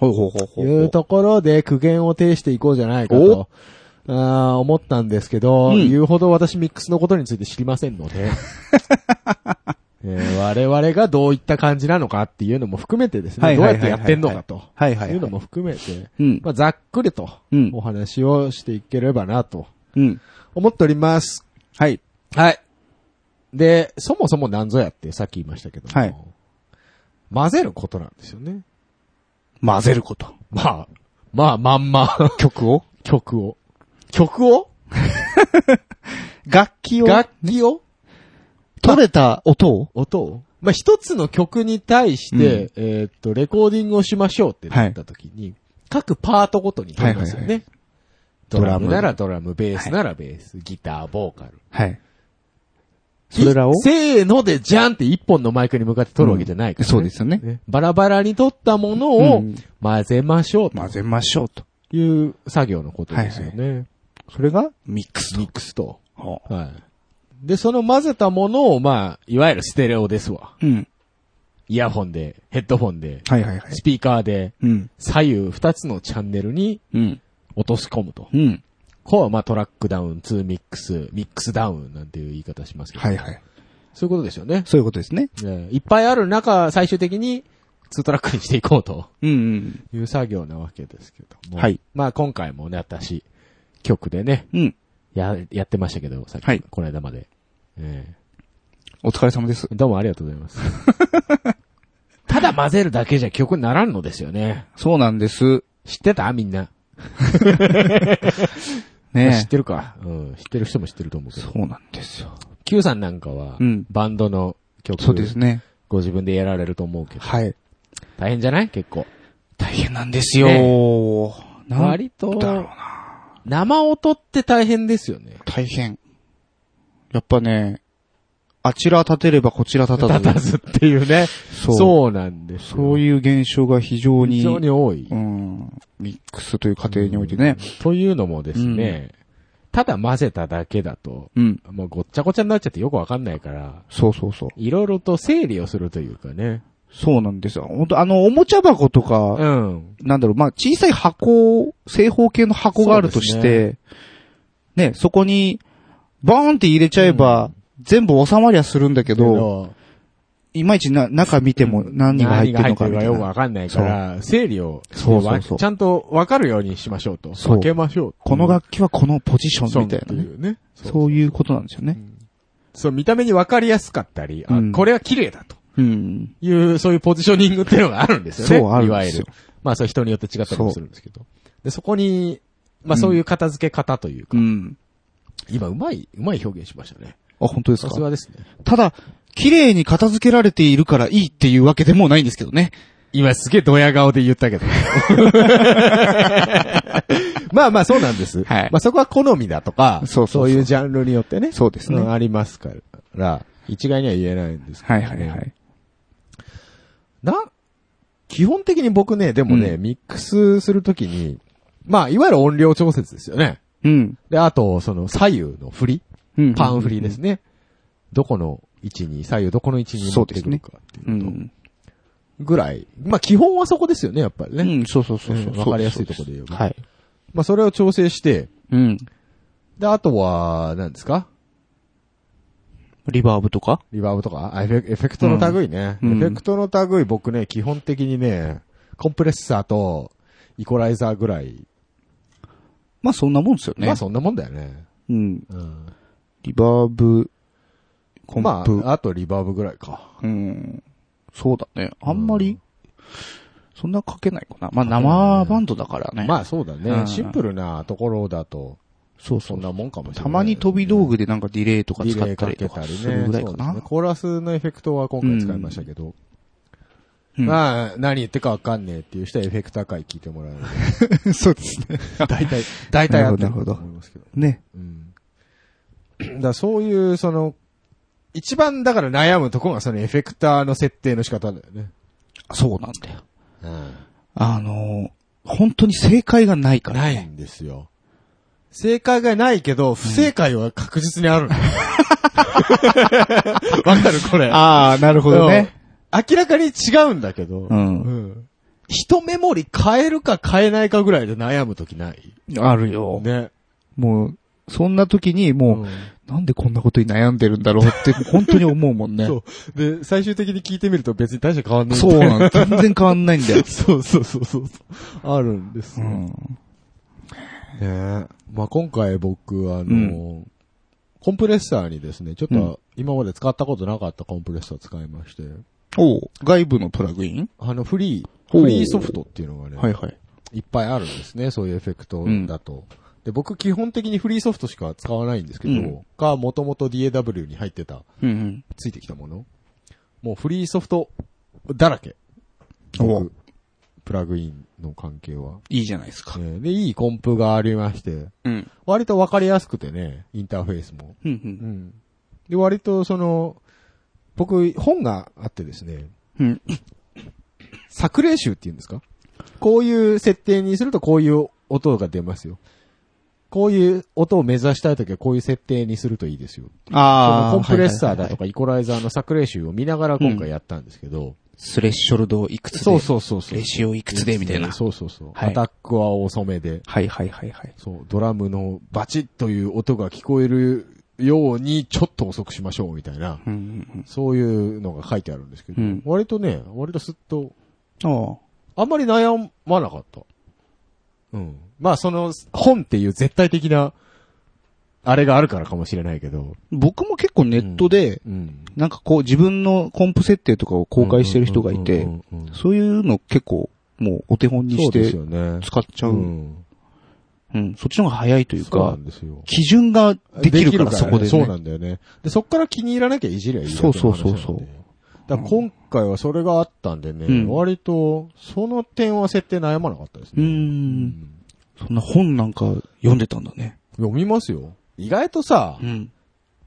Speaker 2: ほうほうほうほ
Speaker 1: いうところで苦言を呈していこうじゃないかと、あー思ったんですけど、
Speaker 2: うん
Speaker 1: 言うほど私ミックスのことについて知りませんの で、えー我々がどういった感じなのかっていうのも含めてです
Speaker 2: は
Speaker 1: ね、
Speaker 2: い
Speaker 1: どう
Speaker 2: はい
Speaker 1: や
Speaker 2: はい
Speaker 1: っ
Speaker 2: は
Speaker 1: てやって
Speaker 2: い
Speaker 1: んのかと。
Speaker 2: はいはいはい
Speaker 1: いうのも含めて、
Speaker 2: うん
Speaker 1: まあ、ざっくりと
Speaker 2: うん、
Speaker 1: お話をしていければなと
Speaker 2: うん。
Speaker 1: 思っております。
Speaker 2: はい。
Speaker 1: はい。で、そもそも何ぞやってさっき言いましたけども、
Speaker 2: はい
Speaker 1: 混ぜることなんですよね。
Speaker 2: 混ぜること。
Speaker 1: まあ、まあ、まんま。
Speaker 2: 曲を
Speaker 1: 曲を。曲を
Speaker 2: 楽器を
Speaker 1: 楽器を
Speaker 2: 取れた音を
Speaker 1: 音をまあ、一つの曲に対して、えーっと、レコーディングをしましょうってなった時に、各パートごとに取りますよね。
Speaker 2: はいは
Speaker 1: ドラム
Speaker 2: ドラム
Speaker 1: ならドラム、ベースならベース、ギター、ボーカル。
Speaker 2: はい。それらを
Speaker 1: いせーのでじゃんって一本のマイクに向かって取るわけじゃないから、
Speaker 2: そうですよね。
Speaker 1: ねバラバラに取ったものを
Speaker 2: うん
Speaker 1: 混ぜましょう
Speaker 2: 混ぜましょうと。
Speaker 1: という作業のことですよね。
Speaker 2: それがミックス
Speaker 1: ミックスと。
Speaker 2: と。
Speaker 1: はい。で、その混ぜたものを、まあ、いわゆるステレオですわ。
Speaker 2: うん。
Speaker 1: イヤホンで、ヘッドフォンで、
Speaker 2: はいはいはい。
Speaker 1: スピーカーで、
Speaker 2: うん。
Speaker 1: 左右二つのチャンネルに
Speaker 2: うん。
Speaker 1: 落とし込むと。
Speaker 2: うん。
Speaker 1: こうは、まあ、トラックダウン、ツーミックス、ミックスダウンなんていう言い方しますけど。
Speaker 2: はいはい。
Speaker 1: そういうことですよね。
Speaker 2: そういうことですね。
Speaker 1: ねいっぱいある中、最終的に、ツートラックにしていこうと
Speaker 2: うんうん。
Speaker 1: いう作業なわけですけども。
Speaker 2: はい。
Speaker 1: まあ、今回もね、私、曲でね、
Speaker 2: うん。
Speaker 1: や、やってましたけど、さっき、
Speaker 2: はい
Speaker 1: この間まで。ええ
Speaker 2: お疲れ様です。
Speaker 1: どうもありがとうござい ます。ただ混ぜるだけじゃ曲にならんのですよね。
Speaker 2: そうなんです。
Speaker 1: 知ってたみんな。知っ
Speaker 2: ねえ。
Speaker 1: てるか、うん。知ってる人も知ってると思うけ
Speaker 2: そ
Speaker 1: ど。
Speaker 2: うなんですよ。
Speaker 1: Q さんなんかは、
Speaker 2: うん
Speaker 1: バンドの曲
Speaker 2: そうですね。
Speaker 1: ご自分でやられると思うけど、
Speaker 2: はい。
Speaker 1: 大変じゃない結構。
Speaker 2: 大変なんですよ。
Speaker 1: ね
Speaker 2: なん
Speaker 1: 割と
Speaker 2: だろうな。
Speaker 1: 生音って大変ですよね。
Speaker 2: 大変。やっぱね、あちら立てればこちら立
Speaker 1: 立
Speaker 2: たず。
Speaker 1: たずっていうね。
Speaker 2: そ
Speaker 1: そううなんですよ。
Speaker 2: そういう現象が非常に、
Speaker 1: 非常に多い。
Speaker 2: うん、ミックスという過程においてね。
Speaker 1: というのもですね、ただ混ぜただけだと、
Speaker 2: うん。
Speaker 1: もうごっちゃごちゃになっちゃってよくわかんないから、
Speaker 2: そうそうそう。
Speaker 1: いろいろと整理をするというかね。
Speaker 2: そうなんですよ。本当あの、おもちゃ箱とか、
Speaker 1: うん。
Speaker 2: なんだろう、まあ、小さい箱、正方形の箱があるとして、ねそこに、バーンって入れちゃえば、全部収まりはするんだけ
Speaker 1: け
Speaker 2: ど、いまいちな、中見ても何が入ってるのか
Speaker 1: 何が入って
Speaker 2: みたい
Speaker 1: るかよくわ
Speaker 2: な。
Speaker 1: かんないから、整理をして
Speaker 2: そうそうそう
Speaker 1: わちゃんとわかるようにしましょうと。
Speaker 2: そう
Speaker 1: 分けましょう。
Speaker 2: この楽器はこのポジショ
Speaker 1: そ
Speaker 2: ン
Speaker 1: う
Speaker 2: みたいなね
Speaker 1: っ。てうね。そう
Speaker 2: そういうことなんですよね。
Speaker 1: そう見た目にわかりやすかったり、
Speaker 2: う
Speaker 1: あ
Speaker 2: ん、
Speaker 1: これは綺麗だと。
Speaker 2: うん。
Speaker 1: いう、そういうポジショニングっていうのがあるんですよね。
Speaker 2: そうあるん
Speaker 1: いわ
Speaker 2: で
Speaker 1: ゆ
Speaker 2: すよ
Speaker 1: る。まあ、そう人によって違ったりもするんですけど。で、そこに、まあ、そういう片付け方というか、
Speaker 2: うん。
Speaker 1: 今、うまい、うまい表現しましたね。
Speaker 2: あ、本当です
Speaker 1: さ
Speaker 2: か
Speaker 1: すがですね。
Speaker 2: ただ、綺麗に片付けられているからいいっていうわけでもないんですけどね。
Speaker 1: 今すげえドヤ顔で言ったけど。 まあまあそうなんです。
Speaker 2: はい
Speaker 1: まあそこは好みだとか、
Speaker 2: そうそうそう
Speaker 1: いうジャンルによってね。
Speaker 2: そうですね
Speaker 1: んありますから、一概には言えないんですけど、
Speaker 2: はいはいはい。。
Speaker 1: な、基本的に僕ね、でもね、
Speaker 2: うん
Speaker 1: ミックスするときに、まあいわゆる音量調節ですよね。
Speaker 2: うん。
Speaker 1: で、あと、その左右の振り、
Speaker 2: うん
Speaker 1: パン振りですね。どこの位置に、左右どこの位置に持ってくるかっていう
Speaker 2: う
Speaker 1: と。
Speaker 2: ん。
Speaker 1: ぐらい。まあ、基本はそこですよね、やっぱりね。
Speaker 2: うん、そうそうそうそうう。
Speaker 1: んわかりやすいとこで言えば
Speaker 2: はい。
Speaker 1: まあ、それを調整して、
Speaker 2: うん。
Speaker 1: で、あとは、何ですか
Speaker 2: リバーブとか
Speaker 1: リバーブとかあエフェエフェクトの類ね。
Speaker 2: うんうん
Speaker 1: エフェクトの類僕ね、基本的にね、コンプレッサーとイコライザーぐらい。
Speaker 2: まあそんなもんですよね。
Speaker 1: まあそんなもんだよね。
Speaker 2: うん。
Speaker 1: うん。
Speaker 2: リバーブ、コンプ。
Speaker 1: まあ、あとリバーブぐらいか。
Speaker 2: うん。そうだね。あんまり、
Speaker 1: うん
Speaker 2: そんなかけないかな。まあ生バンドだからね。
Speaker 1: まあそうだね、
Speaker 2: うん
Speaker 1: シンプルなところだと、
Speaker 2: そう
Speaker 1: そ
Speaker 2: そ
Speaker 1: ん
Speaker 2: う。
Speaker 1: なもんかもしれない。
Speaker 2: たまに飛び道具でなんかディレイとか
Speaker 1: デ
Speaker 2: 使
Speaker 1: ィレ
Speaker 2: っ
Speaker 1: イ
Speaker 2: た
Speaker 1: か
Speaker 2: り
Speaker 1: け
Speaker 2: とか
Speaker 1: たりね。
Speaker 2: するぐらいか
Speaker 1: そう
Speaker 2: な
Speaker 1: ですね。コーラスのエフェクトは今回使いましたけど。
Speaker 2: うん
Speaker 1: まあ、何言ってかわかんねえっていう人はエフェクター回聞いてもらえる。
Speaker 2: そうですね。
Speaker 1: 大体、大体あって
Speaker 2: なるほど
Speaker 1: と思いますけど。
Speaker 2: ね。
Speaker 1: うん。だからそういう、その、一番だから悩むとこがそのエフェクターの設定の仕方だよね。
Speaker 2: そうなんだよ。
Speaker 1: うん。
Speaker 2: あのー本当に正解がないから。
Speaker 1: ないんですよ。正解がないけど、不正解は確実にあるのよ わ、かるこれ。
Speaker 2: ああ、なるほどね。
Speaker 1: うん。明らかに違うんだけど、
Speaker 2: うん
Speaker 1: ん一メモリ変えるか変えないかぐらいで悩むときない
Speaker 2: あるよ。
Speaker 1: ね。
Speaker 2: もう、そんな時にも
Speaker 1: うん
Speaker 2: う、なんでこんなことに悩んでるんだろ うって、本当に思うもんね。
Speaker 1: そう。で、最終的に聞いてみると別に大して変わんない。
Speaker 2: そうなんだ。全然変わんないんだよ
Speaker 1: そうそうそうそうそう。あるんです
Speaker 2: う
Speaker 1: よ
Speaker 2: ん。
Speaker 1: ねえまあ今回僕、あの、
Speaker 2: うん
Speaker 1: コンプレッサーにですね、ちょっ
Speaker 2: うん
Speaker 1: と今まで使ったことなかったコンプレッサー使いまして、
Speaker 2: おう外部のプラグイン
Speaker 1: あのフリー、
Speaker 2: ほう
Speaker 1: フリーソフトっていうのがね、
Speaker 2: はい
Speaker 1: い、
Speaker 2: はい。
Speaker 1: っぱいあるんですね、そういうエフェクトだと。で、僕基本的にフリーソフトしか使わないんですけど、
Speaker 2: うん
Speaker 1: か、もともと DAW に入ってた、
Speaker 2: うん
Speaker 1: ついてきたもの。もうフリーソフトだらけ。
Speaker 2: うん。
Speaker 1: 僕、プラグインの関係は。
Speaker 2: いいじゃないですか。
Speaker 1: えーで、いいコンプがありまして、
Speaker 2: うん。
Speaker 1: 割とわかりやすくてね、インターフェースも。
Speaker 2: う。
Speaker 1: うんん。で、割とその、僕、本があってですね、
Speaker 2: うん。
Speaker 1: 作例集っていうんですかこういう設定にするとこういう音が出ますよ。こういう音を目指したいときはこういう設定にするといいですよ。
Speaker 2: ああ。
Speaker 1: そのコンプレッサーだ
Speaker 2: はいはい
Speaker 1: と
Speaker 2: はい。
Speaker 1: かイコライザーの作例集を見ながら今回やったんですけど、
Speaker 2: スレッショルドをいくつで。
Speaker 1: そうそうそうそう。
Speaker 2: レシオいくつでみたいな
Speaker 1: そうそうそう。
Speaker 2: はい
Speaker 1: アタックは遅めで。
Speaker 2: はいはいはいはい。
Speaker 1: そう、ドラムのバチッという音が聞こえるようにちょっと遅くしましょうみたいな、
Speaker 2: うんうん
Speaker 1: そういうのが書いてあるんですけど、
Speaker 2: うん
Speaker 1: 割とね、割とすっと、
Speaker 2: うん。ああ。
Speaker 1: あんまり悩まなかった。うん。まあその、本っていう絶対的な、あれがあるからかもしれないけど、
Speaker 2: 僕も結構ネットで、
Speaker 1: うん。
Speaker 2: なんかこう自分のコンプ設定とかを公開してる人がいて
Speaker 1: うんう、んうんうん
Speaker 2: そういうの結構もうお手本に
Speaker 1: そ
Speaker 2: し
Speaker 1: うです
Speaker 2: て
Speaker 1: よね。
Speaker 2: 使っちゃ
Speaker 1: う
Speaker 2: う。
Speaker 1: ん。
Speaker 2: うん。そっちの方が早いという
Speaker 1: そうな
Speaker 2: か
Speaker 1: ん、ですよ。
Speaker 2: 基準ができるからそこでね。
Speaker 1: そうなんだよね。で、そこから気に入らなきゃいじりゃいいだけの話なんで
Speaker 2: そうそうそうそう
Speaker 1: だから今回はそれがあったんでね、
Speaker 2: うん
Speaker 1: 割と、その点は設定悩まなかったです
Speaker 2: うー
Speaker 1: ね。
Speaker 2: ん。そんな本なんか読んでたんだね。
Speaker 1: 読みますよ。意外とさ、
Speaker 2: ん。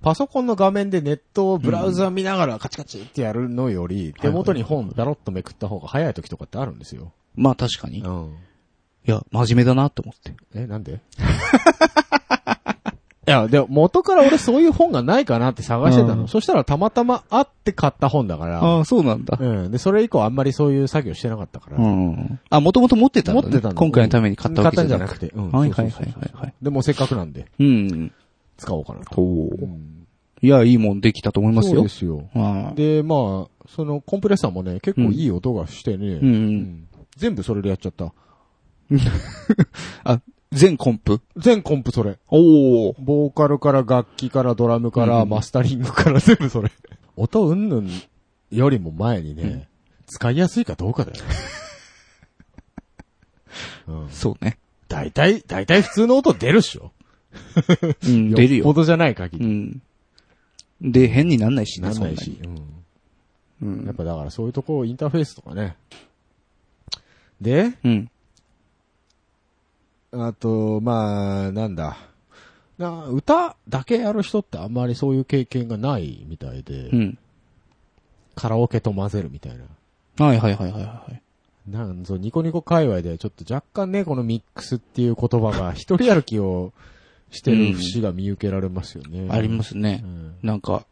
Speaker 1: パソコンの画面でネットをブラウザ見ながらカチカチってやるのより、手元に本だろっとめくった方が早い時とかってあるんですよ。
Speaker 2: まあ確かに。い
Speaker 1: うん。
Speaker 2: や、真面目だなって思って。
Speaker 1: え、なん でいや、でも元から俺そういう本がないかなって探してたの。
Speaker 2: うん
Speaker 1: そしたらたまたまあって買った本だから。
Speaker 2: ああ、そうなんだ。
Speaker 1: うん。で、それ以降あんまりそういう作業してなかったから。
Speaker 2: うん。あ、もともと持ってたんだね
Speaker 1: 持ってたんだ
Speaker 2: 今回のために買ったわけじゃなく
Speaker 1: 買ったんじゃなくてうん
Speaker 2: はいはい
Speaker 1: そ
Speaker 2: は
Speaker 1: う
Speaker 2: い
Speaker 1: そうそ
Speaker 2: はいはい。
Speaker 1: でもせっかくなんで、
Speaker 2: うん。
Speaker 1: 使おうかなと。
Speaker 2: ほ
Speaker 1: う
Speaker 2: う。
Speaker 1: ん
Speaker 2: いや、いいもんできたと思います
Speaker 1: そう
Speaker 2: よ
Speaker 1: で。すよ。
Speaker 2: ああ
Speaker 1: で、まあ、そのコンプレッサーもね、結構いい音がしてね、う
Speaker 2: うんうん。
Speaker 1: ん全部それでやっちゃった。
Speaker 2: あ、全コンプ
Speaker 1: 全コンプそれ。
Speaker 2: おお。
Speaker 1: ボーカルから楽器からドラムから
Speaker 2: うん
Speaker 1: マスタリングから全部それ。音うんぬんよりも前にね、
Speaker 2: うん
Speaker 1: 使いやすいかどうかだよね。うん。
Speaker 2: そうね。
Speaker 1: 大体、大体普通の音出るっしょ。
Speaker 2: うん、出る
Speaker 1: ほ
Speaker 2: よ。
Speaker 1: どじゃない限
Speaker 2: う
Speaker 1: り。
Speaker 2: ん。で、変になんないし
Speaker 1: な
Speaker 2: ね、
Speaker 1: ん
Speaker 2: そん
Speaker 1: な
Speaker 2: ないに
Speaker 1: し。。うん
Speaker 2: う
Speaker 1: やっ
Speaker 2: ん。
Speaker 1: ぱだからそういうとこインターフェースとかね。で、
Speaker 2: うん。
Speaker 1: あと、まあ、なんだ。な歌だけやる人ってあんまりそういう経験がないみたいで、
Speaker 2: うん。
Speaker 1: カラオケと混ぜるみたいな。
Speaker 2: はいはいはいはいはい。
Speaker 1: なんぞ、ニコニコ界隈ではちょっと若干ね、このミックスっていう言葉が一人歩きをしてる節が見受けられますよね。
Speaker 2: ありますね
Speaker 1: う。ん
Speaker 2: なんか、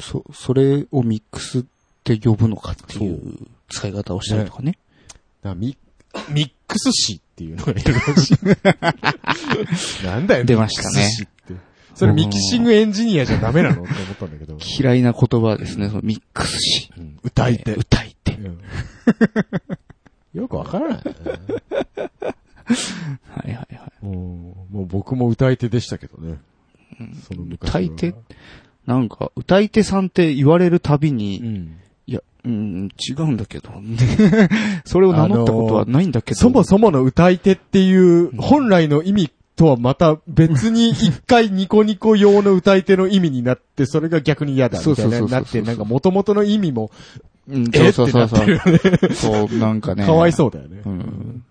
Speaker 2: そ、それをミックスっって呼ぶのかっていう使い方をしたりとかね。
Speaker 1: なミミックス誌っていうのがいるらしい。なんだよ、
Speaker 2: 出ましたね
Speaker 1: ミックス誌って。それミキシングエンジニアじゃダメなのって思ったんだけど。
Speaker 2: 嫌いな言葉ですね、そのミックスし。
Speaker 1: うん歌い手。
Speaker 2: えー歌い手。
Speaker 1: うんよくわから ないね。
Speaker 2: はいはいはい。
Speaker 1: うんもう僕も歌い手でしたけどね。その昔は
Speaker 2: 歌い手なんか、歌い手さんって言われるたびに、
Speaker 1: うん。
Speaker 2: いや、うん、違うんだけど。 それを名乗ったことはないんだけど。
Speaker 1: そもそもの歌い手っていう本来の意味とはまた別 に一回ニコニコ用の歌い手の意味になって、それが逆に嫌だみたいな
Speaker 2: そうそうそうそう
Speaker 1: なって、なんか元々の意味も
Speaker 2: うん、そ
Speaker 1: え
Speaker 2: うそうそうそう。そう、なんかね。
Speaker 1: かわいそうだよね。
Speaker 2: う。ん。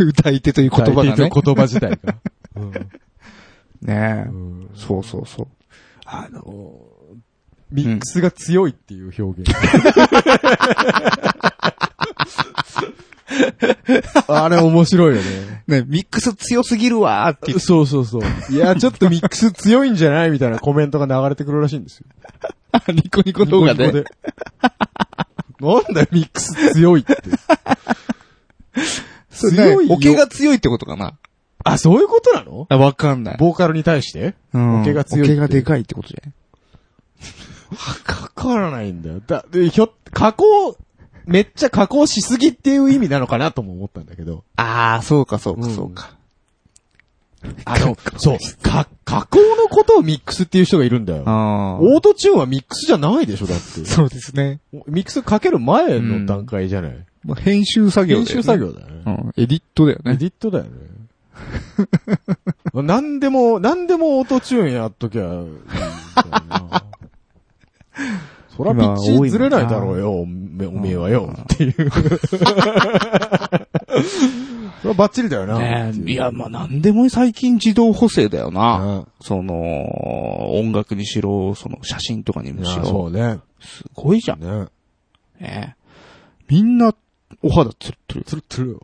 Speaker 2: 歌い手という言葉
Speaker 1: 歌
Speaker 2: が
Speaker 1: い
Speaker 2: ね。
Speaker 1: 手という言葉自体 が。
Speaker 2: ねえ
Speaker 1: うん
Speaker 2: そうそうそう。
Speaker 1: あの、ミックスが強いっていう表現。 あれ面白いよ ね。
Speaker 2: ね、ミックス強すぎるわーって言って
Speaker 1: そうそうそう。いや、ちょっとミックス強いんじゃないみたいなコメントが流れてくるらしいんですよ。
Speaker 2: あ ニコニコ動画
Speaker 1: ニコニ
Speaker 2: で。
Speaker 1: コで なんだよ、ミックス強いって。
Speaker 2: それ
Speaker 1: 強いよ
Speaker 2: オケが強いってことかな
Speaker 1: あ、そういうことなの
Speaker 2: あわかんない。
Speaker 1: ボーカルに対して
Speaker 2: うん
Speaker 1: オケが強いって
Speaker 2: オケがでかいってことじゃない
Speaker 1: かからないんだよ。だ、で、ひょ、加工、めっちゃ加工しすぎっていう意味なのかなとも思ったんだけど。
Speaker 2: ああ、そうかそうか
Speaker 1: うん
Speaker 2: そうか。
Speaker 1: あの、そう、か、加工のことをミックスっていう人がいるんだよ。
Speaker 2: あ
Speaker 1: オートチューンはミックスじゃないでしょ、だって。
Speaker 2: そうですね。
Speaker 1: ミックスかける前の段階じゃない。
Speaker 2: まあ、編集作業だよ
Speaker 1: 編
Speaker 2: ね
Speaker 1: 集作業だよね。
Speaker 2: うん、エディットだよ
Speaker 1: エ
Speaker 2: ね。
Speaker 1: ディットだよね。 何でも、何でもオートチューンやっときゃいいんだよな、そらピッチずれないだろうよ、おめおめえはよ、っていう。それはバッチリだよな。
Speaker 2: ね
Speaker 1: ってう
Speaker 2: えいや、まあ、なんでも最近自動補正だよな。
Speaker 1: あ
Speaker 2: その、音楽にしろ、その写真とかにもし
Speaker 1: あ
Speaker 2: ろ。
Speaker 1: そうね。
Speaker 2: すごいじゃん。
Speaker 1: ね。
Speaker 2: ねえみんな、お肌つるっとる。
Speaker 1: つるつるよ。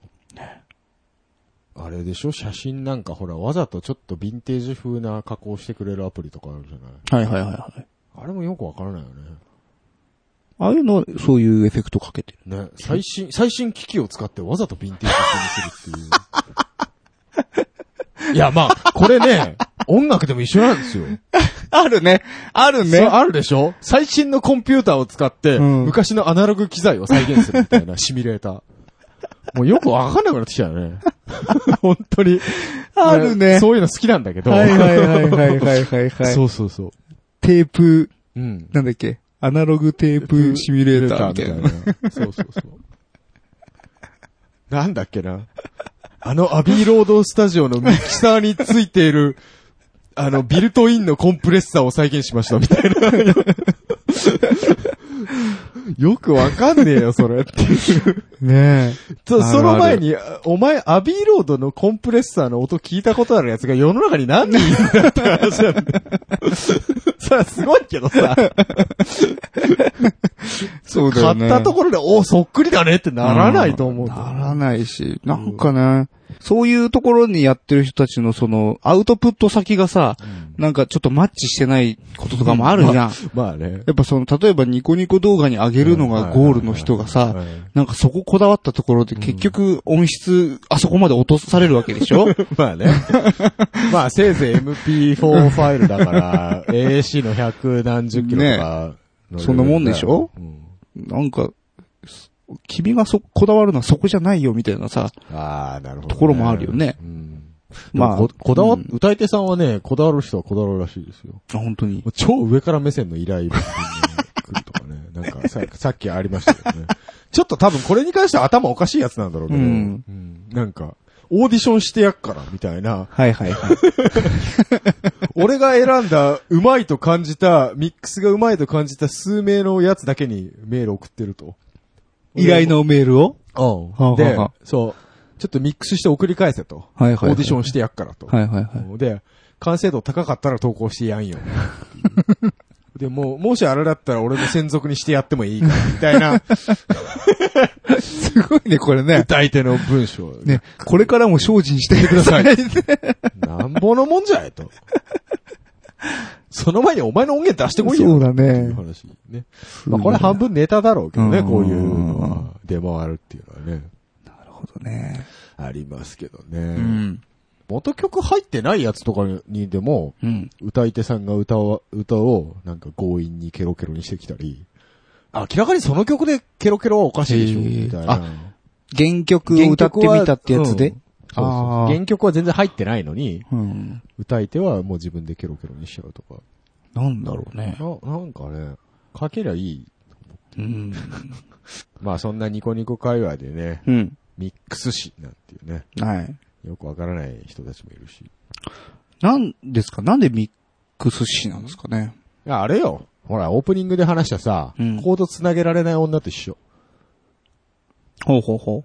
Speaker 1: あれでしょ写真なんかほら、わざとちょっとヴィンテージ風な加工してくれるアプリとかあるじゃない
Speaker 2: はいはいはいはい。
Speaker 1: あれもよくわからないよね。
Speaker 2: ああいうの、そういうエフェクトかけてる。
Speaker 1: ね、最新、最新機器を使ってわざとヴィンテージ風にするって いう。いや、まあ、これね、音楽でも一緒なんですよ。
Speaker 2: あるね。ある
Speaker 1: そうあるでしょ最新のコンピューターを使って、
Speaker 2: うん
Speaker 1: 昔のアナログ機材を再現するみたいなシミュレーター。もうよくわかんなくなってきたよ ね。本当に。
Speaker 2: あるね
Speaker 1: そういうの好きなんだけど。
Speaker 2: はいはいはいはいはいはいはい。
Speaker 1: そうそうそう。
Speaker 2: テープ、
Speaker 1: うん。
Speaker 2: なんだっけアナログテープシミュレーターみたいな。
Speaker 1: な。そうそうそう。なんだっけな。あのアビーロードスタジオのミキサーについている、あの、ビルトインのコンプレッサーを再現しましたみたいな。よくわかんねえよ、それっていう。
Speaker 2: ねえ。
Speaker 1: そ
Speaker 2: あるある
Speaker 1: その前に、あお前、アビーロードのコンプレッサーの音聞いたことあるやつが世の中に何人いるんだって話なんだよそれはすごいけどさ。
Speaker 2: そうだよ
Speaker 1: 買
Speaker 2: ね。
Speaker 1: ったところで、おそっくりだねってならないと思うんだよね。
Speaker 2: ならないし、なんかね、そういうところにやってる人たちのその、アウトプット先がさ、なんかちょっとマッチしてないこととかもあるじゃん。
Speaker 1: まあね。
Speaker 2: やっぱその、例えばニコニコ動画に上げるのがゴールの人が
Speaker 1: は
Speaker 2: さ
Speaker 1: いはいはいはい、
Speaker 2: なんかそここだわったところで結局音質、あそこまで落とされるわけでし ょ
Speaker 1: まあね。まあせいぜい MP4 ファイルだから、AAC の百何十キロとかのレベルだよ、
Speaker 2: そんなもんでしょ
Speaker 1: うん
Speaker 2: なんか、君がそ、こだわるのはそこじゃないよみたいなさ、
Speaker 1: ああ、なるほど、
Speaker 2: ところもあるよ。ね。
Speaker 1: うん。ま
Speaker 2: ま
Speaker 1: あ、
Speaker 2: あ、
Speaker 1: ここだわ、
Speaker 2: うん
Speaker 1: 歌い手さんはね、こだわる人はこだわるらしいですよ。
Speaker 2: あ本当に。
Speaker 1: 超上から目線の依頼が来るとかね。 なんかさ、さっきありましたけどね。ちょっと多分これに関しては頭おかしいやつなんだろうけど、
Speaker 2: うん
Speaker 1: うんなんか、オーディションしてやっから、みたいな。
Speaker 2: はいはいはい。
Speaker 1: 俺が選んだ、うまいと感じた、ミックスがうまいと感じた数名のやつだけにメール送ってると。
Speaker 2: 依頼のメールを
Speaker 1: うん。
Speaker 2: は
Speaker 1: で
Speaker 2: あはあ、
Speaker 1: そう、ちょっとミックスして送り返せと。
Speaker 2: はいはいはい
Speaker 1: オーディションしてやっからと。
Speaker 2: はいはいはい。
Speaker 1: で、完成度高かったら投稿してやんよ。で、もう、もしあれだったら俺の専属にしてやってもいいから、みたいな、
Speaker 2: すごいね、これね。
Speaker 1: 歌い手の文章。
Speaker 2: ね、これからも 精進してください。
Speaker 1: なんぼのもんじゃいと。その前にお前の音源出してこいよ。
Speaker 2: そうだね
Speaker 1: っていう話。ね。まあこれ半分ネタだろうけどね、
Speaker 2: うん
Speaker 1: こういうのは出回るっていうのはね。
Speaker 2: なるほどね。
Speaker 1: ありますけど
Speaker 2: う
Speaker 1: ね。
Speaker 2: ん。
Speaker 1: 元曲入ってないやつとかにでも、
Speaker 2: うん。
Speaker 1: 歌い手さんが歌を、歌をなんか強引にケロケロにしてきたり、明らかにその曲でケロケロはおかしいでしょ、
Speaker 2: へー
Speaker 1: みたいな。
Speaker 2: あ原曲を歌ってみたってやつで。
Speaker 1: そうそう
Speaker 2: あー
Speaker 1: 原曲は全然入ってないのに、
Speaker 2: うん。
Speaker 1: 歌い手はもう自分でケロケロにしちゃうとか。
Speaker 2: なんだろうね。
Speaker 1: な、なんかね、書けりゃいい。
Speaker 2: うん。
Speaker 1: まあそんなニコニコ界隈でね、
Speaker 2: うん。
Speaker 1: ミックス誌なんていうね、
Speaker 2: はい。
Speaker 1: よくわからない人たちもいるし。
Speaker 2: なんですかなんでミックス誌なんですかね
Speaker 1: いや、あれよ。ほら、オープニングで話したさ、
Speaker 2: うん
Speaker 1: コード繋げられない女と一緒。
Speaker 2: ほうほうほう。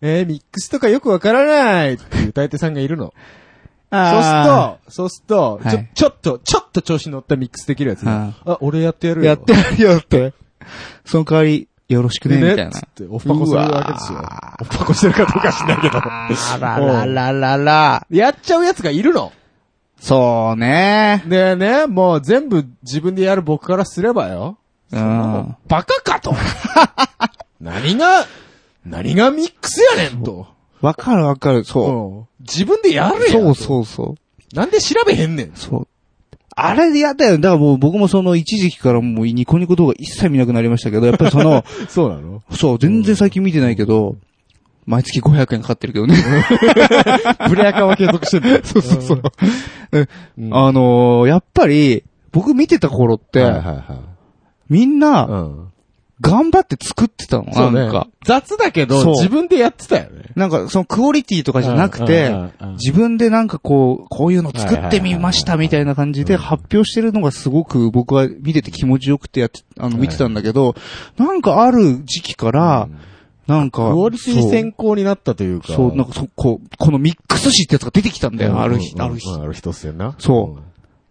Speaker 1: えー、ミックスとかよくわからないっていう歌い手さんがいるの。
Speaker 2: あ
Speaker 1: そうすると、そうすると、
Speaker 2: はい
Speaker 1: ちょ、ちょっと、ちょっと調子乗ったミックスできるやつね
Speaker 2: あ
Speaker 1: あ、俺やってやる
Speaker 2: ー
Speaker 1: よ。
Speaker 2: やってやるよって。その代わり、よろしくね、みたいな
Speaker 1: つ。って、オフパコするわけですよ。オフパコしてるかどうか知らないけど。
Speaker 2: あららららら。
Speaker 1: やっちゃうやつがいるの。
Speaker 2: そうね。
Speaker 1: ねえね、もう全部自分でやる僕からすればよ。
Speaker 2: うん。
Speaker 1: バカか と。何が、何がミックスやねんと。
Speaker 2: わかるわかる、そう。
Speaker 1: うん自分でやるやん
Speaker 2: そう
Speaker 1: と。
Speaker 2: そうそう。
Speaker 1: なんで調べへんねん。
Speaker 2: そう。あれでやだよ。だからもう僕もその一時期からもうニコニコ動画一切見なくなりましたけど、やっぱりそ の、
Speaker 1: そうなの
Speaker 2: そう、全然最近見てないけど、毎月500円かかってるけどね。
Speaker 1: ブレアカは継続して る
Speaker 2: そう そうそう。
Speaker 1: うん
Speaker 2: あのー、やっぱり、僕見てた頃って、
Speaker 1: はいはいは
Speaker 2: みん
Speaker 1: い。う
Speaker 2: な、
Speaker 1: ん。
Speaker 2: 頑張って作ってたの、
Speaker 1: そう
Speaker 2: な
Speaker 1: ね
Speaker 2: んか。。
Speaker 1: 雑だけど
Speaker 2: そう、
Speaker 1: 自分でやってたよね。
Speaker 2: なんか、そのクオリティとかじゃなく
Speaker 1: う
Speaker 2: て
Speaker 1: んうんうんうん、
Speaker 2: 自分でなんかこう、こういうの作ってみましたみたいな感じで発表してるのがすごく僕は見てて気持ちよくてやって、あの、見てたんだけど、なんかある時期から、なんか、
Speaker 1: クオリティ先行になったというか。
Speaker 2: そう、そう、なんかそ、こう、このミックス誌ってやつが出てきたんだよ、ある日、ある日。
Speaker 1: ある日突然な。
Speaker 2: そ
Speaker 1: うん。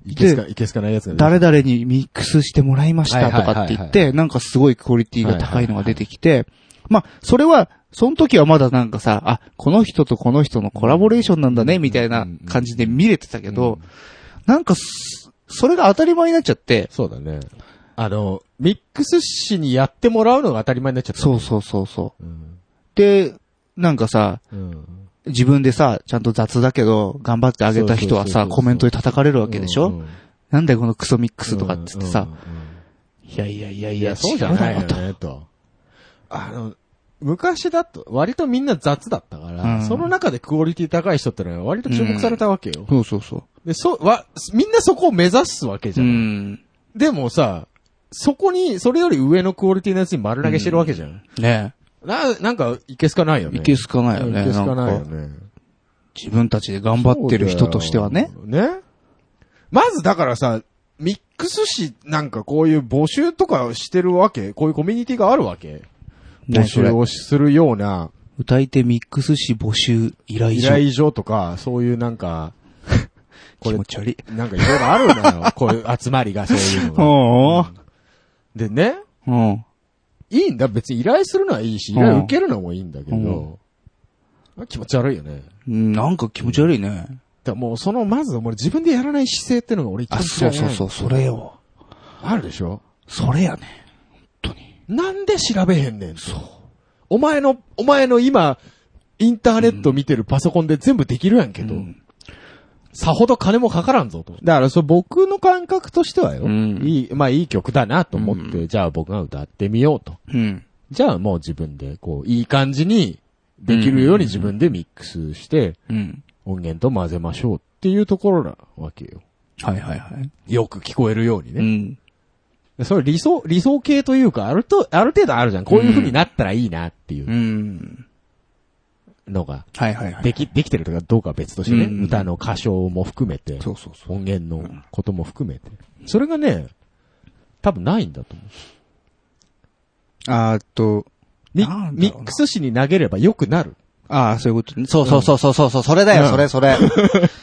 Speaker 1: いけすか、いけすかないやつが出てきた
Speaker 2: 誰々にミックスしてもらいましたとかって言
Speaker 1: はいはい
Speaker 2: っ
Speaker 1: はいは
Speaker 2: て、なんかすごいクオリティが高いのが出てきて、まあ、それは、その時はまだなんかさ、あ、この人とこの人のコラボレーションなんだね、みたいな感じで見れてたけど、なんかす、それが当たり前になっちゃって、
Speaker 1: そうだね。あの、ミックス誌にやってもらうのが当たり前になっちゃった。
Speaker 2: そうそうそうそう。
Speaker 1: うん。
Speaker 2: で、なんかさ、
Speaker 1: うん。
Speaker 2: 自分でさ、ちゃんと雑だけど、頑張ってあげた人は
Speaker 1: そうそうそうそ
Speaker 2: さ、
Speaker 1: う
Speaker 2: コメントで叩かれるわけでし
Speaker 1: うん
Speaker 2: ょ
Speaker 1: うん
Speaker 2: なんだよこのクソミックスとかってさ
Speaker 1: うん、うんうん
Speaker 2: いやいやいやい
Speaker 1: い
Speaker 2: や、
Speaker 1: や、そうじゃ
Speaker 2: 違だ
Speaker 1: ない
Speaker 2: ろ
Speaker 1: よ
Speaker 2: うと。
Speaker 1: ね、と。あの、昔だと、割とみんな雑だったから、
Speaker 2: うん
Speaker 1: その中でクオリティ高い人ってのは割と注目されたわけよ。
Speaker 2: そうそうそ
Speaker 1: で、そ、わ、みんなそこを目指すわけじ
Speaker 2: う。
Speaker 1: ゃ。
Speaker 2: うんん。
Speaker 1: でもさ、そこに、それより上のクオリティのやつに丸投げしてるわけじゃん。
Speaker 2: ね
Speaker 1: な、なんか、いけすかないよね。
Speaker 2: いけすかないよね。
Speaker 1: いけすかないよ
Speaker 2: んか
Speaker 1: ね。
Speaker 2: 自分たちで頑張ってる人としてはね。
Speaker 1: そうだよ。ね。まずだからさ、ミックス誌なんかこういう募集とかしてるわけこういうコミュニティがあるわけ募
Speaker 2: ねそ
Speaker 1: 集
Speaker 2: れ
Speaker 1: をするような
Speaker 2: 歌い手ミックス誌募集依頼
Speaker 1: 依
Speaker 2: 書。
Speaker 1: 頼所とか、そういうなんか、こ
Speaker 2: 気
Speaker 1: れ
Speaker 2: 持、ち悪い。
Speaker 1: なんかいろいろあるんだ よ。こういう集まりがそういうのが。
Speaker 2: おー
Speaker 1: でね、
Speaker 2: うん。
Speaker 1: いいんだ。別に依頼するのはいいし、依
Speaker 2: う
Speaker 1: 頼
Speaker 2: ん
Speaker 1: 受けるのもいいんだけど、気持ち悪いよね。
Speaker 2: うん。なんか気持ち悪いね。
Speaker 1: だからもうその、まず、俺自分でやらない姿勢ってのが俺一番。
Speaker 2: あ、そうそうそうう、それよ。
Speaker 1: あるでしょ
Speaker 2: それやね。
Speaker 1: なんで調べへんねん。そう。お前の、お前の今、インターネット見てるパソコンで全部できるやんけど、
Speaker 2: うん
Speaker 1: さほど金もかからんぞと。だから、そう、僕の感覚としてはよ、
Speaker 2: うん
Speaker 1: いい、まあいい曲だなと思って、じゃあ僕が歌ってみようと。
Speaker 2: うん。
Speaker 1: じゃあもう自分で、こう、いい感じに、できるように自分でミックスして、
Speaker 2: うん。
Speaker 1: 音源と混ぜましょうっていうところなわけよ。
Speaker 2: はいはいはい。
Speaker 1: よく聞こえるように
Speaker 2: う
Speaker 1: ね。
Speaker 2: ん。
Speaker 1: それ理想、理想系というか、あると、ある程度あるじゃん。こういう風になったらいいなっていう
Speaker 2: うん。
Speaker 1: のが、
Speaker 2: はいはいはい。
Speaker 1: でき、できてるとかどうかは別としてね、
Speaker 2: うん
Speaker 1: 歌の歌唱も含めて、
Speaker 2: そうそうそう。
Speaker 1: 音源のことも含めて。それがね、多分ないんだと思う。
Speaker 2: あーっと、
Speaker 1: ミ
Speaker 2: なんだ
Speaker 1: ミ
Speaker 2: ろうな
Speaker 1: ックス誌に投げれば良くなる。
Speaker 2: ああ、そういうことね。そうそうそうそうそうそう、それだ
Speaker 1: うん
Speaker 2: よ、それそれ。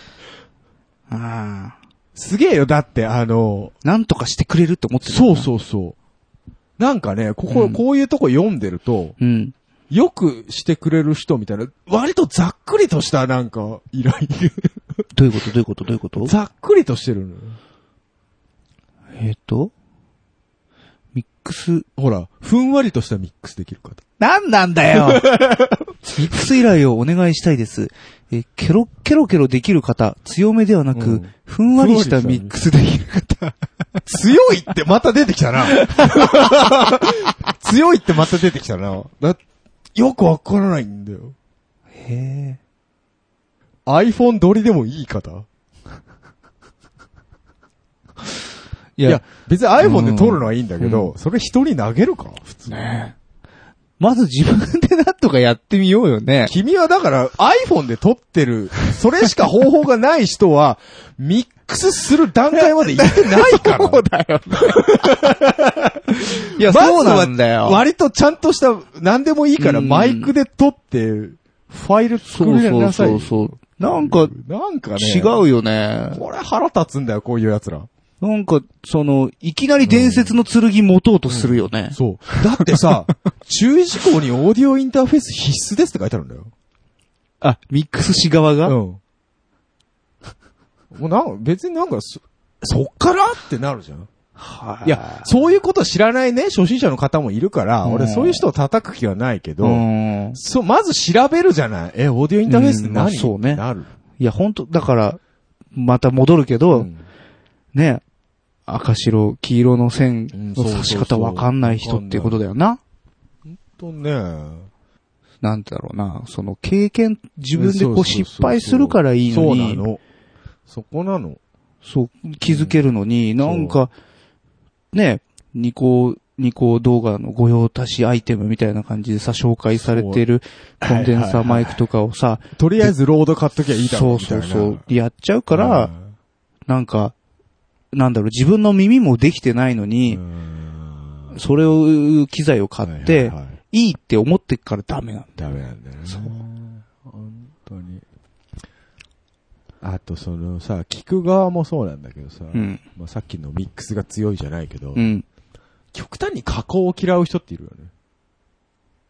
Speaker 2: ああ。
Speaker 1: すげえよ、だって、あの、
Speaker 2: なんとかしてくれると思ってるんだ
Speaker 1: そ
Speaker 2: な
Speaker 1: うそうそう。なんかね、ここ、
Speaker 2: うん
Speaker 1: こういうとこ読んでると、
Speaker 2: うん。
Speaker 1: よくしてくれる人みたいな、割とざっくりとしたなんか、依頼。
Speaker 2: どういうことどういうことどういうこと
Speaker 1: ざっくりとしてるのよ。
Speaker 2: えっと、ミックス、
Speaker 1: ほら、ふんわりとしたミックスできる方。
Speaker 2: なんなん だよミックス依頼をお願いしたいです。えー、ケロ、ケロケロできる方、強めではなく、
Speaker 1: うん
Speaker 2: ふんわりしたミックスできる方。
Speaker 1: 強いってまた出てきた な。強いってまた出てきたな。だよくわからないんだよ。
Speaker 2: へ
Speaker 1: iPhone 撮りでもいい方い
Speaker 2: い
Speaker 1: や、別に iPhone で撮るのはいいんだけど、それ人に投げるか普通。
Speaker 2: まず自分でなんとかやってみようよね。
Speaker 1: 君はだから iPhone で撮ってる、それしか方法がない人は、ミックスする段階まで行ってないから。 そうだよ。
Speaker 2: いや、
Speaker 1: まずは
Speaker 2: そうなんだよ。
Speaker 1: 割とちゃんとした、何でもいいから
Speaker 2: うん
Speaker 1: マイクで撮って、ファイル作
Speaker 2: そう
Speaker 1: り
Speaker 2: そ
Speaker 1: な
Speaker 2: う
Speaker 1: さい。
Speaker 2: そうそう。なんか、
Speaker 1: なんかね。
Speaker 2: 違うよね。
Speaker 1: これ腹立つんだよ、こういう奴ら。
Speaker 2: なんか、その、いきなり伝説の剣持とうとするよね。
Speaker 1: そう。だってさ、 注意事項にオーディオインターフェース必須ですって書いてあるんだよ。
Speaker 2: あ、ミックスし側が、
Speaker 1: うん。もうなん別になんかそ、そっからってなるじゃん。
Speaker 2: はい
Speaker 1: や、そういうこと知らないね、初心者の方もいるから、
Speaker 2: うん
Speaker 1: 俺そういう人を叩く気はないけど、
Speaker 2: うん。
Speaker 1: そう、まず調べるじゃない。え、オーディオインターフェースって
Speaker 2: うんまあ
Speaker 1: 何、
Speaker 2: そうね
Speaker 1: なる。
Speaker 2: いや、本当だから、また戻るけど、
Speaker 1: うん
Speaker 2: ね、赤白、黄色の線の刺し方わかんない人っていうことだよな。
Speaker 1: とね。
Speaker 2: なんだろうな、その経験、自分でこ
Speaker 1: そうそそ
Speaker 2: 失敗するからいいの
Speaker 1: そうな
Speaker 2: に、
Speaker 1: の。そこなの。
Speaker 2: そう、気づけるのに、なんか、ね、ニコ、ニコ動画の御用達アイテムみたいな感じでさ、紹介されてるコンデンサーマイクとかをさ、
Speaker 1: とりあえずロード買っときゃいいだろ
Speaker 2: そう
Speaker 1: みたい
Speaker 2: そう
Speaker 1: な。
Speaker 2: そう、やっちゃうか
Speaker 1: う
Speaker 2: ら、
Speaker 1: ん
Speaker 2: なんか、なんだろう、自分の耳もできてないのに、それを、機材を買っ
Speaker 1: はいは
Speaker 2: て
Speaker 1: い、はい
Speaker 2: いいって思ってっからダメなの。
Speaker 1: ダメなんだよね。そう。本当に。あと、そのさ、聞く側もそうなんだけどさ、
Speaker 2: うん。
Speaker 1: まあ、さっきのミックスが強いじゃないけど、
Speaker 2: うん。
Speaker 1: 極端に加工を嫌う人っているよね。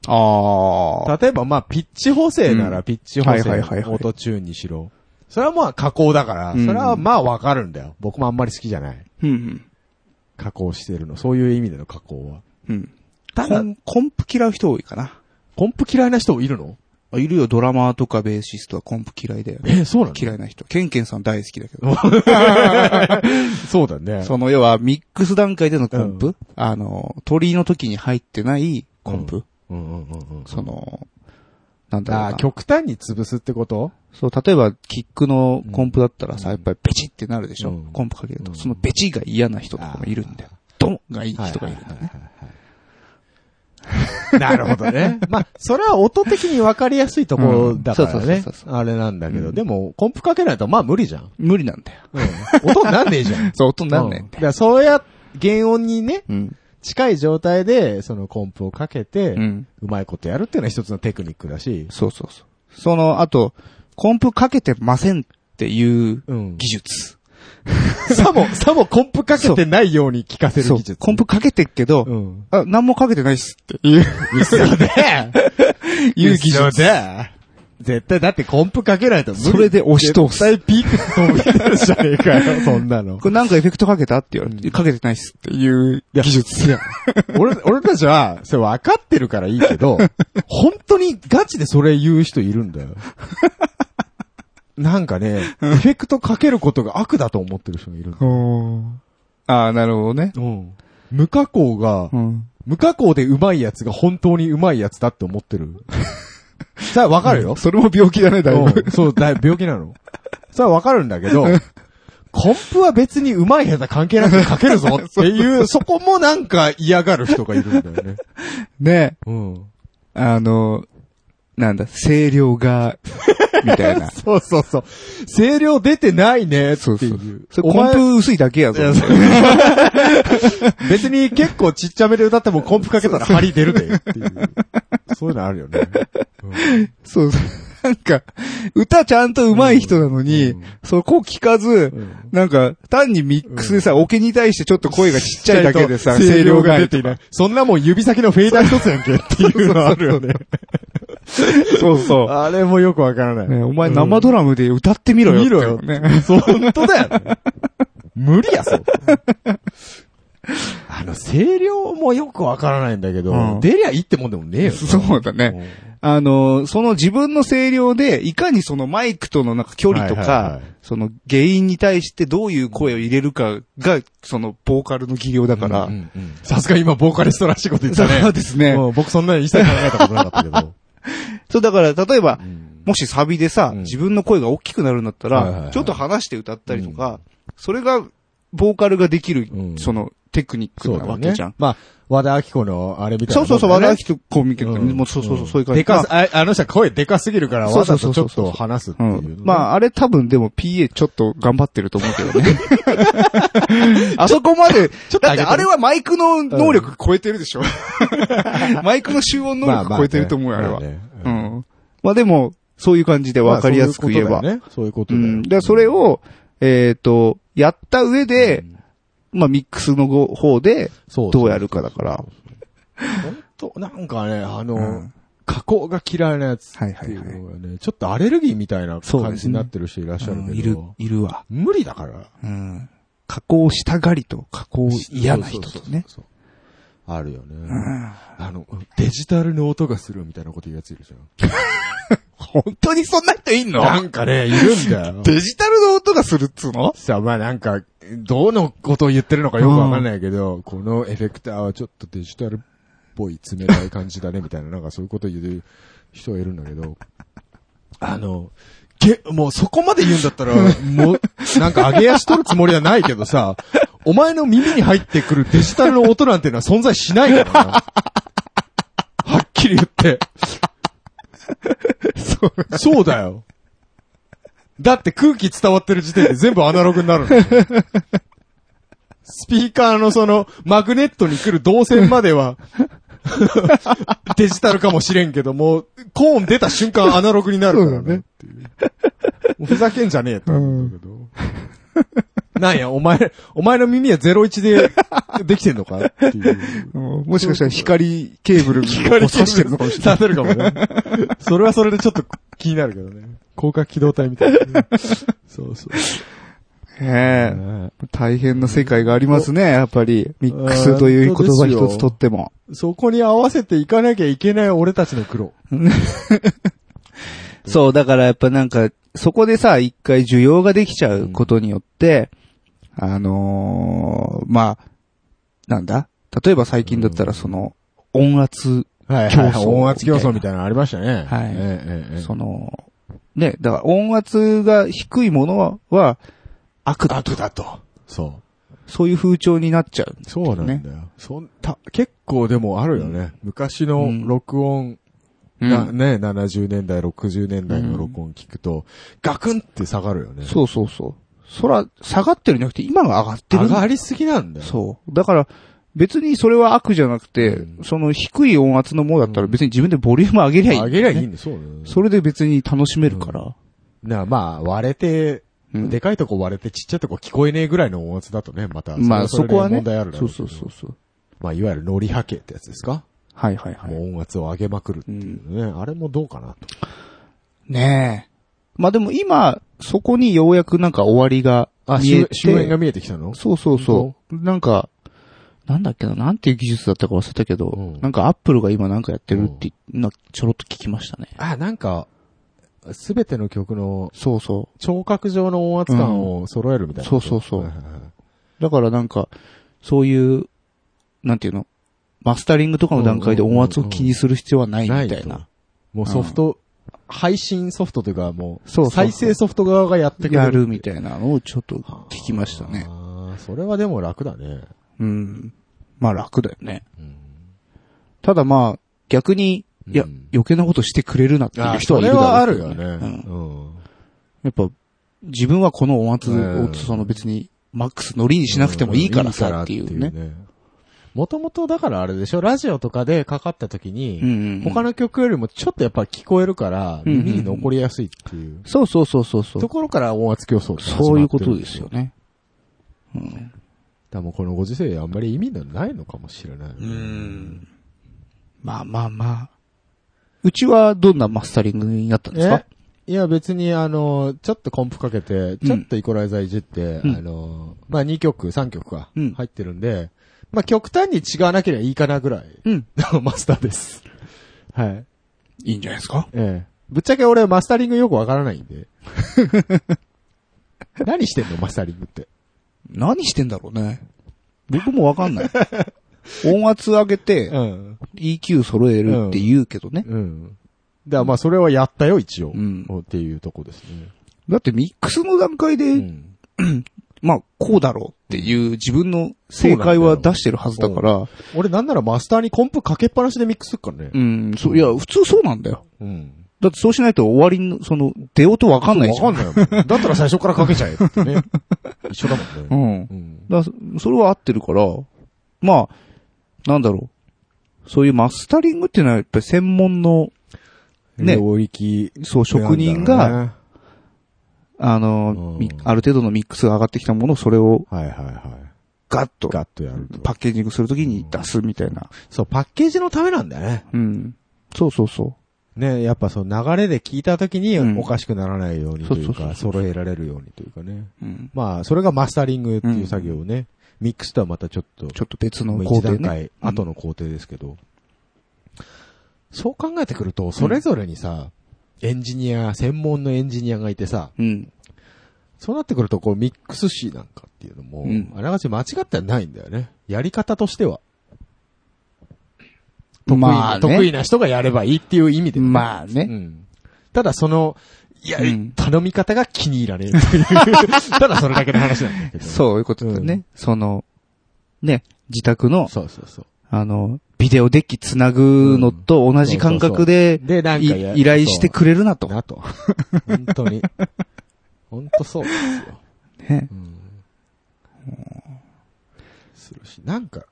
Speaker 2: ああ。
Speaker 1: 例えば、まあ、ピッチ補正な
Speaker 2: う
Speaker 1: ら
Speaker 2: ん
Speaker 1: ピッチ補
Speaker 2: はいはいはい
Speaker 1: 正、
Speaker 2: はい
Speaker 1: オートチューンにしろ。それはまあ加工だから、
Speaker 2: うん
Speaker 1: それはまあわかるんだよ。僕もあんまり好きじゃない。
Speaker 2: うんうん。
Speaker 1: 加工してるの。そういう意味での加工は。
Speaker 2: うん。
Speaker 1: ただ
Speaker 2: コンコンプ嫌う人多いかな。
Speaker 1: コンプ嫌いな人もいるの
Speaker 2: あいるよ、ドラマーとかベーシストはコンプ嫌いだよね。
Speaker 1: え、そうなの
Speaker 2: 嫌いな人。ケンケンさん大好きだけど。
Speaker 1: そうだね。
Speaker 2: その、要は、ミックス段階でのコンプ、
Speaker 1: う
Speaker 2: あの、鳥の時に入ってないコンプ、
Speaker 1: うんうんうんうん。
Speaker 2: その、なんだろう
Speaker 1: あー
Speaker 2: な
Speaker 1: 極端に潰すってこと
Speaker 2: そう、例えば、キックのコンプだったらさ、やっぱりペチってなるでしょ、
Speaker 1: うん
Speaker 2: コンプかけると。
Speaker 1: うん
Speaker 2: そのペチが嫌な人とかもいるんだよ。ドンがいい人がいるんだよね。
Speaker 1: なるほど ね。まあ、それは音的に分かりやすいところだか
Speaker 2: うん
Speaker 1: ら
Speaker 2: そうそう
Speaker 1: ね
Speaker 2: そう。そう
Speaker 1: あれなんだけど、でも、コンプかけないと、まあ無理じゃん。
Speaker 2: 無理なんだよ。
Speaker 1: 音になんねえじゃん。
Speaker 2: そう、音に なんないん
Speaker 1: うんだ
Speaker 2: だよ。
Speaker 1: からそうや、原音にね、
Speaker 2: うん。
Speaker 1: 近い状態で、そのコンプをかけて、
Speaker 2: う。
Speaker 1: うんまいことやるっていうのは一つのテクニックだし、
Speaker 2: そうそうそう。その、あと、コンプかけてませんっていう
Speaker 1: うん
Speaker 2: 技術。
Speaker 1: さも、 さもコンプかけてないように聞かせる技
Speaker 2: そう。
Speaker 1: 術。
Speaker 2: コンプかけてっけど、
Speaker 1: うん。
Speaker 2: あ、何もかけてないっすっていう。
Speaker 1: 嘘 だ
Speaker 2: いう技術。
Speaker 1: だ絶対、だってコンプかけないと無理
Speaker 2: それで押し通す。
Speaker 1: 絶対ピーク飛び出 るじゃねえかよ、そんなの
Speaker 2: こ。れなんかエフェクトかけたって言われて、かけてないっすっていう技術。
Speaker 1: 俺、俺たちは、それ分かってるからいいけ ど、本当にガチでそれ言う人いるんだよ。なんかね、エフェクトかけることが悪だと思ってる人がいるの
Speaker 2: ああ、なるほどね。
Speaker 1: うん。無加工が、
Speaker 2: うん。
Speaker 1: 無加工で上手いやつが本当に上手いやつだって思ってる。 さあ、わかるよ。
Speaker 2: それも病気だね、だいぶ。
Speaker 1: うんそう、だいぶ病気なの。それはわかるんだけど、コンプは別に上手い下手関係なく書けるぞっていう、 そこもなんか嫌がる人がいるんだよね。
Speaker 2: ね
Speaker 1: うん。
Speaker 2: あの、なんだ、声量 が、みたいな。
Speaker 1: そうそうそう。声量出てないねっていう。
Speaker 2: そうそう。それ
Speaker 1: お
Speaker 2: コン
Speaker 1: 前
Speaker 2: プ薄いだけやぞ。
Speaker 1: 別に結構ちっちゃめで歌ってもコンプかけたら針出るでっていう。そういうのあるよね。
Speaker 2: そうそう。なんか、歌ちゃんと上手い人なのに、そこ聞かず、
Speaker 1: ん
Speaker 2: なんか、単にミックスでさ、オケに対してちょっと声がちっちゃいだけでさ、
Speaker 1: 声量が
Speaker 2: 声
Speaker 1: 出ていない。そんなもん指先のフェーダー一つやんけっていうのあるよね。
Speaker 2: そうそう。
Speaker 1: あれもよくわからない。
Speaker 2: ね、お前生ドラムで歌ってみろよっ
Speaker 1: 見
Speaker 2: て、
Speaker 1: ろよ
Speaker 2: ね。
Speaker 1: そう、本当だよね。無理や、そう。声量もよくわからないんだけど、
Speaker 2: うん
Speaker 1: 出りゃいいってもんでもねえよ。
Speaker 2: そうだね。あの、その自分の声量で、いかにそのマイクとのなんか距離とか、
Speaker 1: はいはいはい
Speaker 2: その原因に対してどういう声を入れるかが、そのボーカルの技量だか
Speaker 1: だから
Speaker 2: ら。、
Speaker 1: さすが今ボーカリストらしいこと言った
Speaker 2: そう
Speaker 1: ね。
Speaker 2: です ね。
Speaker 1: うん僕そんなに一切考えたことなかったけど。
Speaker 2: そうだから、例えば、
Speaker 1: うん
Speaker 2: もしサビでさ、
Speaker 1: うん
Speaker 2: 自分の声が大きくなるんだった
Speaker 1: はいはいは
Speaker 2: ら、
Speaker 1: い
Speaker 2: ちょっと離して歌ったりとか、それが、ボーカルができる、
Speaker 1: うん
Speaker 2: その、テクニック
Speaker 1: そう
Speaker 2: な
Speaker 1: だ
Speaker 2: わ
Speaker 1: ね
Speaker 2: けじゃん。。
Speaker 1: まあ、和田アキ子のあれみたいな
Speaker 2: そ
Speaker 1: も
Speaker 2: うん
Speaker 1: だね、
Speaker 2: そうそう、和田アキとコミケ、
Speaker 1: うん
Speaker 2: もうそうそうそう、そういう感じ。
Speaker 1: でかす、ああの人は声でかすぎるから、
Speaker 2: そ
Speaker 1: わ
Speaker 2: うそ
Speaker 1: ざ
Speaker 2: うそ
Speaker 1: と
Speaker 2: う
Speaker 1: ち
Speaker 2: そ
Speaker 1: ょ
Speaker 2: う
Speaker 1: っと話すって
Speaker 2: う
Speaker 1: いう、
Speaker 2: ん。まあ、あれ多分でも PA ちょっと頑張ってると思うけどね。 あそこまで、
Speaker 1: ちょっと
Speaker 2: だ
Speaker 1: 上
Speaker 2: っ
Speaker 1: げ
Speaker 2: て
Speaker 1: て
Speaker 2: あれはマイクの能力超えてるでしょ マイクの集音能力超えてると思うよ、あれは。
Speaker 1: ね
Speaker 2: う
Speaker 1: ま
Speaker 2: ん。まあでも、そういう感じで
Speaker 1: あ
Speaker 2: 分かりやすく言えば。
Speaker 1: そういうこと
Speaker 2: う
Speaker 1: だよね。
Speaker 2: ん。で、それを、えっと、やった上で、まあミックスの方で、
Speaker 1: そ
Speaker 2: どうやるかだから。
Speaker 1: 本当なんかね、あ
Speaker 2: う
Speaker 1: の
Speaker 2: ん、
Speaker 1: 加工が嫌いなやつ
Speaker 2: はい
Speaker 1: っていうのがね、ちょっとアレルギーみたいな
Speaker 2: そう
Speaker 1: 感
Speaker 2: ですね
Speaker 1: じになってる人いらっしゃる
Speaker 2: うんい
Speaker 1: け
Speaker 2: る
Speaker 1: ど、、
Speaker 2: いるわ。
Speaker 1: 無理だから。
Speaker 2: うん。加工したがりと、加工嫌な人とね。
Speaker 1: そうそうそうそう。あるよ
Speaker 2: う
Speaker 1: ね。
Speaker 2: ん。
Speaker 1: あの、デジタルの音がするみたいなこと言うやついるじゃん。
Speaker 2: 本当にそんな人いんの
Speaker 1: なんかね、いるん だよ。
Speaker 2: デジタルの音がするっつうの
Speaker 1: さあ、まあなんか、どのことを言ってるのかよくわかんないけど、このエフェクターはちょっとデジタルっぽい冷たい感じだね、みたいな、なんかそういうこと言う人がいるんだけど、あの、げ、もうそこまで言うんだったら、もう、なんか上げ足取るつもりはないけどさ、お前の耳に入ってくるデジタルの音なんてのは存在しないからな。はっきり言って。そうだよ。だって空気伝わってる時点で全部アナログになるの。 スピーカーのその、マグネットに来る導線まで は、デジタルかもしれんけども、コーン出た瞬間アナログになるからね。っていうもうふざけんじゃねえと思うんだけど。なんや、お前、お前の耳は01でできてんのかっていう。
Speaker 2: もしかしたら光ケーブルを
Speaker 1: 光
Speaker 2: 刺
Speaker 1: 刺
Speaker 2: し
Speaker 1: してて
Speaker 2: る
Speaker 1: る
Speaker 2: の
Speaker 1: の
Speaker 2: か
Speaker 1: かもしれ
Speaker 2: もしれない。
Speaker 1: ない。るかもね。それはそれでちょっと気になるけど ね。広角機動隊みたいなね。そうそう。
Speaker 2: ええ大変な世界がありますね、やっぱり。ミックスという言葉一つとっても。
Speaker 1: そこに合わせていかなきゃいけない俺たちの苦労。
Speaker 2: そう、だからやっぱなんか、そこでさ、一回需要ができちゃうことによって、あのーまあ、なんだ例えば最近だったらその、音圧、
Speaker 1: はい
Speaker 2: はいはい
Speaker 1: 音圧競争みたいなのありましたね。
Speaker 2: はい
Speaker 1: ええええ
Speaker 2: その、ね、だから音圧が低いものはは、悪だと。
Speaker 1: だと。そ
Speaker 2: そういう風潮になっちゃう。
Speaker 1: う。そうなんだよ。そんた結構でもあるよね。昔の録音、が
Speaker 2: うん
Speaker 1: ね、70年代、60年代の録音聞くと、ガクンって下がるよね。
Speaker 2: そうそうそう。そら、下がってるんじゃなくて、今が上がってる
Speaker 1: 上。がりすぎなんだよ。
Speaker 2: そう。だから、別にそれは悪じゃなくて、
Speaker 1: う
Speaker 2: その低い音圧のものだったら別に自分でボリューム上げりゃいい、
Speaker 1: 上げりゃいいんだよ、そうだよね
Speaker 2: それで別に楽しめるから。
Speaker 1: な、まあ、割れて、
Speaker 2: うん
Speaker 1: でかいとこ割れてちっちゃいとこ聞こえねえぐらいの音圧だとね、また。
Speaker 2: まあそ
Speaker 1: れ
Speaker 2: こはね
Speaker 1: 問題あるだ
Speaker 2: そ
Speaker 1: ろ
Speaker 2: う
Speaker 1: けど
Speaker 2: そうそうそう。
Speaker 1: まあ、いわゆるノリ波形ってやつですか、
Speaker 2: はいはいはい。
Speaker 1: もう音圧を上げまくるっていうね。あれもどうかなと。
Speaker 2: ねえ。まあでも今、そこにようやくなんか終わりが見
Speaker 1: 終
Speaker 2: えて。
Speaker 1: 焉が見えてきたの
Speaker 2: そうそうそう。なんか、なんだっけな、なんていう技術だったか忘れたけど、
Speaker 1: うん
Speaker 2: なんかアップルが今なんかやってるって、なちょろっと聞きましたね。
Speaker 1: あ、なんか、すべての曲の
Speaker 2: そうそ
Speaker 1: 聴覚上の音圧感を揃えるみたいなこと、
Speaker 2: うんそうそうそう。
Speaker 1: はいはいはいう
Speaker 2: だからなんか、そういう、なんていうのマスタリングとかの段階で音圧を気にする必要はないみたいな。
Speaker 1: ともうソフト、配信ソフトというかもう、
Speaker 2: そうそうそう
Speaker 1: 再生ソフト側がやってくれる。
Speaker 2: やるみたいなのをちょっと聞きましたね。
Speaker 1: ああ、それはでも楽だね。
Speaker 2: うん。まあ楽だよね。
Speaker 1: うん
Speaker 2: ただまあ、逆に、いや、
Speaker 1: うん
Speaker 2: 余計なことしてくれるなっていう人はいるだ
Speaker 1: それはあ
Speaker 2: ろう
Speaker 1: る
Speaker 2: けど
Speaker 1: よね。
Speaker 2: う
Speaker 1: う
Speaker 2: ん
Speaker 1: ん。
Speaker 2: やっぱ、自分はこの音圧
Speaker 1: う
Speaker 2: を、
Speaker 1: ん
Speaker 2: その別に、マックス乗りにしなくてもいいからさ、っていうね。。
Speaker 1: もともとだからあれでしょ、ラジオとかでかかった時
Speaker 2: うんう
Speaker 1: に、
Speaker 2: んうん
Speaker 1: 他の曲よりもちょっとやっぱ聞こえるから、
Speaker 2: うんうん
Speaker 1: 耳に残りやすいっていう。
Speaker 2: そうそうそうそうそう
Speaker 1: と。ころから音圧競争って始まってる
Speaker 2: そういうことですよ。ね。うん。
Speaker 1: でもこのご時世あんまり意味のないのかもしれない。
Speaker 2: うん。まあまあまあ。うちはどんなマスタリングになったんですか
Speaker 1: えいや別にあの、ちょっとコンプかけて、ちょっとイコライザーいじって、
Speaker 2: うん
Speaker 1: あの、まあ2曲、3曲か、
Speaker 2: うん
Speaker 1: 入ってるんで、まあ、極端に違わなければいいかなぐらい
Speaker 2: うん。
Speaker 1: の マスターです。はい。
Speaker 2: いいんじゃないですか
Speaker 1: ええ。ぶっちゃけ俺マスタリングよくわからないん で。何してんのマスタリングって。
Speaker 2: 何してんだろうね。僕もわか んない。音圧上げて、
Speaker 1: うん。
Speaker 2: EQ 揃えるって言うけどね。
Speaker 1: うん。だからまあそれはやったよ、一応。
Speaker 2: うん
Speaker 1: っていうとこですね。
Speaker 2: だってミックスの段階で、
Speaker 1: うん。
Speaker 2: まあ、こうだろうっていう自分の正解は出してるはずだから、
Speaker 1: 俺なんならマスターにコンプかけっぱなしでミックスするからね
Speaker 2: う。ん、そう、いや、普通そうなんだよ。
Speaker 1: うん。
Speaker 2: だってそうしないと終わりの、その、出音わかんないじゃん。
Speaker 1: わかんないもん。だったら最初からかけちゃえって ね。一緒だもんね。
Speaker 2: うん。
Speaker 1: うん。
Speaker 2: だからそれは合ってるから、まあ、なんだろう。そういうマスタリングっていうのはやっぱり専門の、ね
Speaker 1: 領域。
Speaker 2: そう、職人
Speaker 1: なんだろ
Speaker 2: が、
Speaker 1: うね、
Speaker 2: あの、
Speaker 1: うん
Speaker 2: みある程度のミックスが上がってきたものをそれを
Speaker 1: はいはいはい。
Speaker 2: ガッと
Speaker 1: ガッとやると。
Speaker 2: パッケージングするときに出すみたいな。
Speaker 1: そう、パッケージのためなんだよね。
Speaker 2: うん。そうそうそ
Speaker 1: ね、やっぱその流れで聞いたときに
Speaker 2: うん
Speaker 1: おかしくならないようにという
Speaker 2: そうそうそう
Speaker 1: か、揃えられるようにというかね。
Speaker 2: う。うん。
Speaker 1: まあ、それがマスタリングって
Speaker 2: う
Speaker 1: い
Speaker 2: ん
Speaker 1: う作業をね、ミックスとはまたちょっと、
Speaker 2: ちょっと別の
Speaker 1: もう一
Speaker 2: 工程
Speaker 1: 段
Speaker 2: ね
Speaker 1: 階。後の工程ですけど。そう考えてくると、それぞれにさ、エンジニア、専門のエンジニアがいてさ、
Speaker 2: うん。
Speaker 1: そうなってくると、こう、ミックス誌なんかっていうのも
Speaker 2: うん、
Speaker 1: あながち間違ってはないんだよね。やり方としては。得意
Speaker 2: まあ
Speaker 1: な、得意
Speaker 2: ね。
Speaker 1: な人がやればいいっていう意味ではね。
Speaker 2: まあ
Speaker 1: う
Speaker 2: ね。
Speaker 1: ん。ただその、いや、
Speaker 2: うん
Speaker 1: 頼み方が気に入ら ねえという。ただそれだけの話なんだけど。
Speaker 2: そういうこと
Speaker 1: う
Speaker 2: だね。その、ね、自宅の、
Speaker 1: そうそうそう。
Speaker 2: あの、ビデオデッキつなぐのと同じ感覚で、
Speaker 1: で、なんかや
Speaker 2: い依頼してくれるなと
Speaker 1: そう。なと。本当に。本当そうですよ。
Speaker 2: ね
Speaker 1: するし。なんか、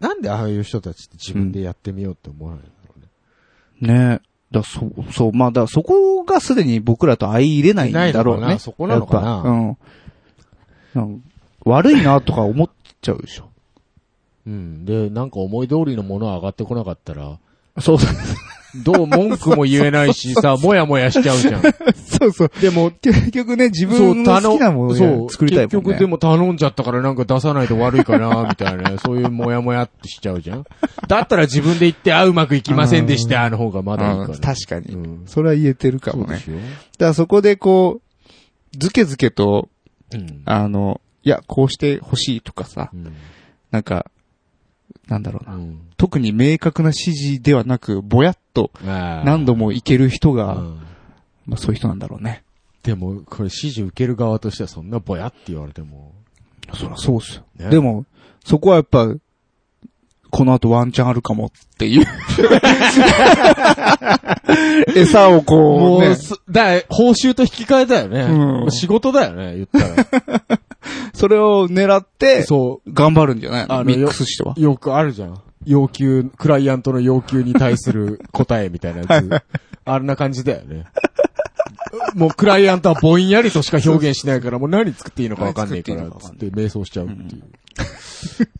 Speaker 1: なんでああいう人たちって自分でやってみようって思わないんだろうね。
Speaker 2: ねだ、そう、そう、まあ、だ、そこがすでに僕らと相入れないんだろう
Speaker 1: いないのか
Speaker 2: ね。
Speaker 1: なそこなのかな
Speaker 2: やっぱうん。なんか悪いなとか思っちゃうでしょ。
Speaker 1: うん。で、なんか思い通りのものは上がってこなかったら、
Speaker 2: そうそう。
Speaker 1: どう文句も言えないしさ、もやもやしちゃうじゃん。
Speaker 2: そうそう。
Speaker 1: で も、
Speaker 2: 結局ね、自分の好きなもの
Speaker 1: そ
Speaker 2: を
Speaker 1: う、
Speaker 2: 作りたいもんね。
Speaker 1: 結局でも頼んじゃったからなんか出さないと悪いかな、みたい な、そういうもやもやってしちゃうじゃん。だったら自分で言って、あ、うまくいきませんでした、の方がまだいいから。
Speaker 2: うん確かに、
Speaker 1: うん
Speaker 2: それは言えてるかも
Speaker 1: そう
Speaker 2: ね
Speaker 1: で。しょ
Speaker 2: だからそこでこう、ずけずけと、
Speaker 1: うん
Speaker 2: あの、いや、こうしてほしいとかさ、
Speaker 1: うん
Speaker 2: なんか、なんだろうな。
Speaker 1: うん
Speaker 2: 特に明確な指示ではなく、ぼやっと
Speaker 1: あー
Speaker 2: 何度もいける人
Speaker 1: う
Speaker 2: が、
Speaker 1: ん
Speaker 2: まあそういう人なんだろうね。
Speaker 1: でも、これ指示受ける側としてはそんなぼやって言われても。
Speaker 2: そらそうっすよ。
Speaker 1: ね
Speaker 2: でも、そこはやっぱ、この後ワンチャンあるかもっ ていう。餌をこ
Speaker 1: も
Speaker 2: う、
Speaker 1: う
Speaker 2: ね、
Speaker 1: す、だ、報酬と引き換えだよね。
Speaker 2: うん
Speaker 1: 仕事だよね、言 ったら。
Speaker 2: それを狙って、
Speaker 1: そう、
Speaker 2: 頑張るんじゃない
Speaker 1: あの
Speaker 2: のミックスしては。
Speaker 1: よくあるじゃん。要求、クライアントの要求に対す る答えみたいなやつ。あんな感じだよね。もうクライアントはぼんやりとしか表現しないから、もう何作っていいのかわかんないから、
Speaker 2: 何
Speaker 1: つっ
Speaker 2: 作って
Speaker 1: て迷走しちゃうっていう。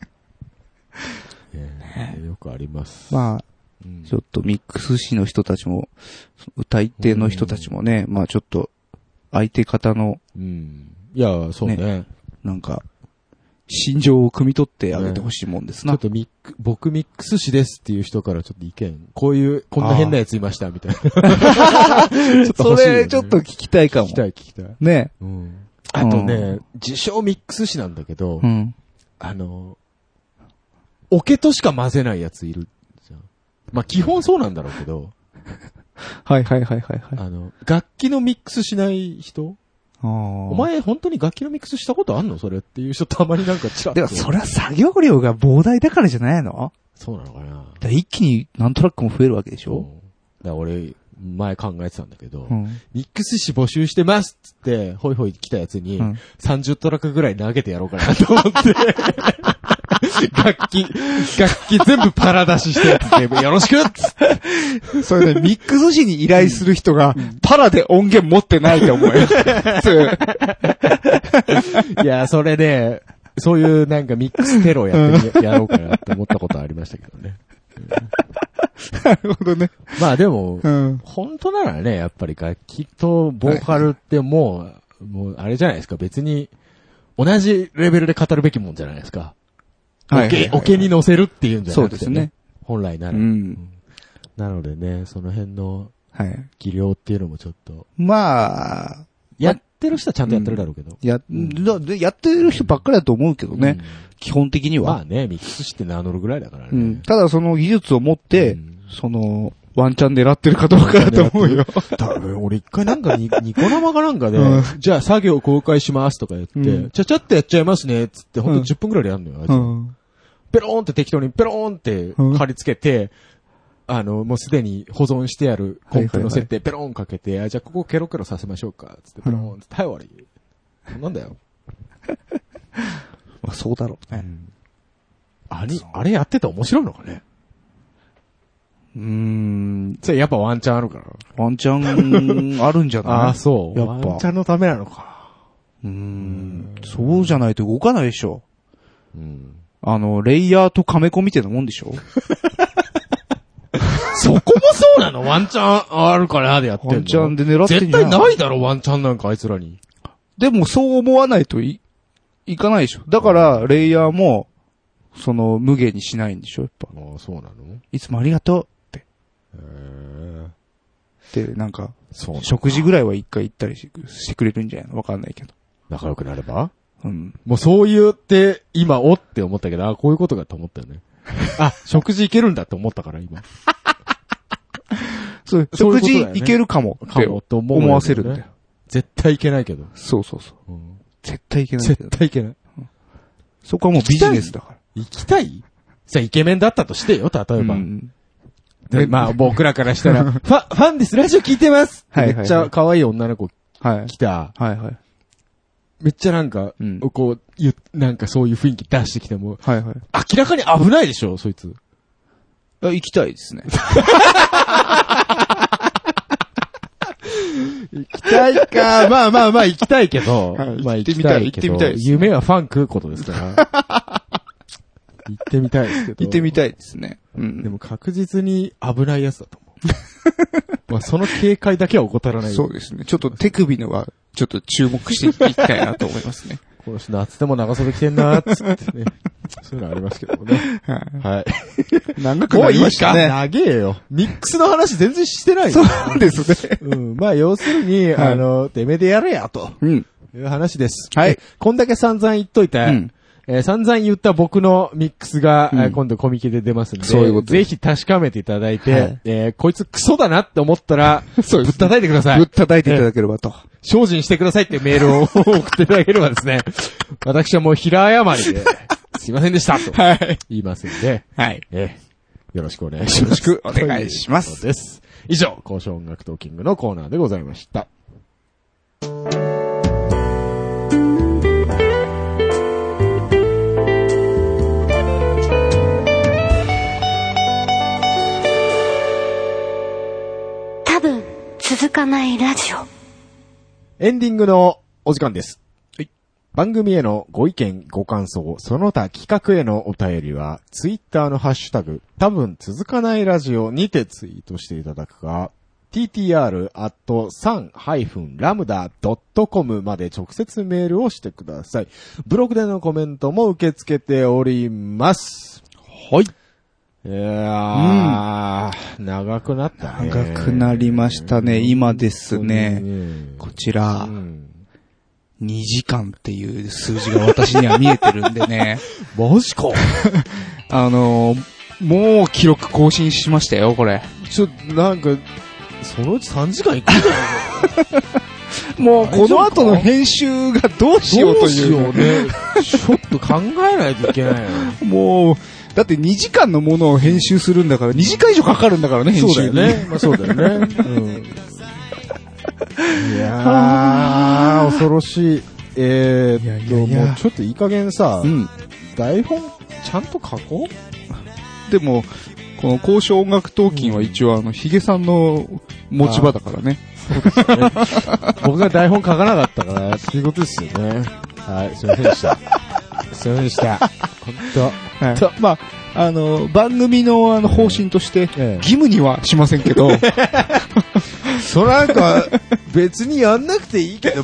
Speaker 1: ええよくあります。
Speaker 2: まあ、
Speaker 1: うん
Speaker 2: ちょっとミックス誌の人たちも、その歌い手の人たちもね、まあちょっと、相手方の、
Speaker 1: うん。いや、そうね。
Speaker 2: なんか、心情を汲み取ってあげてほしいもんです
Speaker 1: ちょ
Speaker 2: な
Speaker 1: っ。とミック、僕ミックス師ですっていう人からちょっと意見。こういう、こんな変なやついました、みたいな。ちょっと
Speaker 2: そ
Speaker 1: 欲しいよね
Speaker 2: れ、ちょっと聞きたいか
Speaker 1: 聞
Speaker 2: も
Speaker 1: き。たい、聞きたい。
Speaker 2: ね。
Speaker 1: うんあとね、
Speaker 2: う
Speaker 1: 自称ミックス誌なんだけど、
Speaker 2: うん。
Speaker 1: あの、オケとしか混ぜないやついるじゃん。まあ、基本そうなんだろうけど、
Speaker 2: はいはいはいはいはい。
Speaker 1: あの、楽器のミックスしない人お
Speaker 2: お
Speaker 1: 前本当に楽器のミックスしたことあんのそれっていう人たまになんかちらっと。
Speaker 2: でも、それは作業量が膨大だからじゃないの
Speaker 1: そうなのかな
Speaker 2: だから一気に何トラックも増えるわけでし
Speaker 1: うん
Speaker 2: ょ
Speaker 1: だから俺、前考えてたんだけど、
Speaker 2: うん。
Speaker 1: ミックス誌募集してますっつって、ホイホイ来たやつに、
Speaker 2: うん
Speaker 1: 30トラックぐらい投げてやろうかなと思って。 楽器、楽器全部パラ出しして、全部よろしくっつって
Speaker 2: そ れね、ミックス時に依頼する人が、パラで音源持ってないと思う よ。普通
Speaker 1: いや、それで、そういうなんかミックステロやってみやろうかなって思ったことはありましたけどね。
Speaker 2: なるほどね。
Speaker 1: まあでも、
Speaker 2: うん。
Speaker 1: 本当ならね、やっぱり楽器とボーカルってもう、もうあれじゃないですか、別に、同じレベルで語るべきもんじゃないですか。
Speaker 2: はい
Speaker 1: おけ、おけに乗せるっていうんじゃなく
Speaker 2: そうです
Speaker 1: て
Speaker 2: ね
Speaker 1: ね。本来な
Speaker 2: う
Speaker 1: ら。
Speaker 2: ん。
Speaker 1: なのでね、その辺の
Speaker 2: はい。
Speaker 1: 技量っていうのもちょっと、
Speaker 2: まあ、
Speaker 1: やってる人はちゃんとやってるだろうけど。
Speaker 2: や、だでやってる人ばっかりだと思うけどね。基本的に
Speaker 1: ま
Speaker 2: は
Speaker 1: あ。ね、ミックスして名乗るぐらいだから
Speaker 2: う
Speaker 1: ね
Speaker 2: ん。。ただその技術を持って、
Speaker 1: うん
Speaker 2: その、ワンチャン狙ってるかどうかだと思うよ。
Speaker 1: 多分俺一回なん かにニコ生かなんかで
Speaker 2: う、
Speaker 1: じゃあ作業公開しますとか言っ
Speaker 2: う
Speaker 1: て、ちゃちゃっとやっちゃいますね、つって、ほんと10分くらいでやるのよあいつ
Speaker 2: う。ん。
Speaker 1: ペローンって適当にペローンって
Speaker 2: うん
Speaker 1: 貼り付けて、あの、もうすでに保存してあるコンプ
Speaker 2: はいはいは
Speaker 1: の
Speaker 2: い
Speaker 1: 設定ペローンかけて、あじゃあここケロケロさせましょうか、つってペローンって、はい終わり。なんだよ。
Speaker 2: まあそうだろうね。
Speaker 1: あれ、あれやってて面白いのかね
Speaker 2: うーん。
Speaker 1: それやっぱワンチャンあるから。
Speaker 2: ワンチャン、あるんじゃない
Speaker 1: ああ、そう。
Speaker 2: やっぱ
Speaker 1: ワンチャンのためなのか。
Speaker 2: うーん。そうじゃないと動かないでしょ。
Speaker 1: うん。
Speaker 2: あの、レイヤーとカメコみたいなもんでしょ
Speaker 1: そこもそうなのワンチャンあるからでやってんの
Speaker 2: ワンチャンで狙ってん
Speaker 1: 絶
Speaker 2: じゃ
Speaker 1: 対
Speaker 2: ん
Speaker 1: ないだろ、ワンチャンなんかあいつらに。
Speaker 2: でもそう思わないとい、いかないでしょ。だから、レイヤーも、その、無限にしないんでしょ、やっぱ。
Speaker 1: ああ、そうなの
Speaker 2: いつもありがとうっ
Speaker 1: へえ。
Speaker 2: て。で、なんか、
Speaker 1: そうなの
Speaker 2: 食事ぐらいは一回行ったりししてくれるんじゃないのわかんないけど。
Speaker 1: 仲良くなれば
Speaker 2: うん。
Speaker 1: もうそう言って、今、おって思ったけど、あ、こういうことかと思った よね。あ、食事行けるんだって思ったから、今。
Speaker 2: そう、
Speaker 1: そういうこ
Speaker 2: 食
Speaker 1: とだ
Speaker 2: 事
Speaker 1: よね
Speaker 2: 行けるかもっ
Speaker 1: か
Speaker 2: て
Speaker 1: もと思う、
Speaker 2: 思わせるんだよ。。
Speaker 1: 絶対行けないけど。
Speaker 2: そうそうそう。
Speaker 1: うん
Speaker 2: 絶対いけないけ
Speaker 1: 絶
Speaker 2: ど。
Speaker 1: 対行けない。
Speaker 2: そこはもうビジネスだから。
Speaker 1: 行きたいじゃあイケメンだったとしてよ、例えば。
Speaker 2: うん
Speaker 1: でまあ、僕らからした ら、ファ、ファンです、ラジオ聞いてます
Speaker 2: はいはいはい
Speaker 1: めっちゃ可愛い女の子
Speaker 2: はい。
Speaker 1: 来た。
Speaker 2: はいはい。
Speaker 1: めっちゃなんか、
Speaker 2: うん
Speaker 1: こう、ゆ、なんかそういう雰囲気出してきても、
Speaker 2: はいはい。
Speaker 1: 明らかに危ないでしょ、そいつ。
Speaker 2: あ行きたいですね。
Speaker 1: 行きたいか。まあまあまあ行きたいけど。
Speaker 2: はい
Speaker 1: まあ
Speaker 2: 行ってみたい
Speaker 1: 行きけど
Speaker 2: 行ってみたいですね
Speaker 1: 夢はファン食うことですから。行ってみたいですけど。
Speaker 2: 行ってみたいですね。う
Speaker 1: で
Speaker 2: ん。
Speaker 1: も確実に危ないやつだと思う。 まあその警戒だけは怠らない。
Speaker 2: そうですね。ちょっと手首のは、ちょっと注目していきたいなと思いますね。
Speaker 1: この人夏でも長袖着てんなーっつってね。そういうのありますけどもね。
Speaker 2: はい。
Speaker 1: はい。
Speaker 2: 長くなりましたね。
Speaker 1: 長えよ。ミックスの話全然してないよ
Speaker 2: そうですね。
Speaker 1: うん。まあ要するに、
Speaker 2: はい
Speaker 1: あの、てめえでやれや、と
Speaker 2: うん。
Speaker 1: いう話です。
Speaker 2: はい
Speaker 1: え。こんだけ散々言っといて、
Speaker 2: うん
Speaker 1: えー散々言った僕のミックスが、えー
Speaker 2: うん
Speaker 1: 今度コミケで出ますんで、
Speaker 2: そういうことで
Speaker 1: ぜひ確かめていただいて、
Speaker 2: はい
Speaker 1: えーこいつクソだなって思ったら、
Speaker 2: そうで
Speaker 1: ぶ
Speaker 2: す
Speaker 1: っ叩いてくださ
Speaker 2: ぶっ
Speaker 1: い。
Speaker 2: 叩いていただければと。
Speaker 1: 精進してくださいってメールを送っていただければです ね、私はもう平謝りで、すいませんでした、と
Speaker 2: はい。
Speaker 1: 言いますんで、
Speaker 2: はい。
Speaker 1: えーよろしくお願いします。
Speaker 2: よろしくお願いしま
Speaker 1: と
Speaker 2: す
Speaker 1: いうことです。以上、交渉音楽トーキングのコーナーでございました。
Speaker 5: 多分、続かないラジオ。
Speaker 1: エンディングのお時間です。番組へのご意見、ご感想、その他企画へのお便りは、ツイッターのハッシュタグ、多分続かないラジオにてツイートしていただくか、ttr.san-lambda.com まで直接メールをしてください。ブログでのコメントも受け付けております。はい。いやー、長くなったね。
Speaker 2: 長くなりましたね。今ですね。こちら
Speaker 1: う、ん
Speaker 2: 2時間っていう数字が私には見えてるんで ね。
Speaker 1: マジか。
Speaker 2: あのー、もう記録更新しましたよ、これ。
Speaker 1: ちょ、なんか、そのうち3時間いくんじゃない
Speaker 2: もうこの後の編集がどうしようという。
Speaker 1: どうしようね。ちょっと考えないといけないよ。
Speaker 2: もう、だって2時間のものを編集するんだから、2時間以上かかるんだからね、編集に。。
Speaker 1: まあそうだよね。いやー、恐ろしい。え
Speaker 2: いや
Speaker 1: ーっ
Speaker 2: い
Speaker 1: と、
Speaker 2: やいや
Speaker 1: もうちょっといい加減さ
Speaker 2: う、ん。
Speaker 1: 台本ちゃんと書こう
Speaker 2: でも、この交渉音楽闘金は一応あの、ヒゲさんの持ち場だからね。
Speaker 1: 僕が台本書かなかったから、そういうことですよね。はい、すいませんでした。すいませんでした。本当
Speaker 2: はい。たまあ、あの、番組のあの、方針として、
Speaker 1: ええ
Speaker 2: 義務に はしませんけど、
Speaker 1: それなんか、別にやんなくていいけど、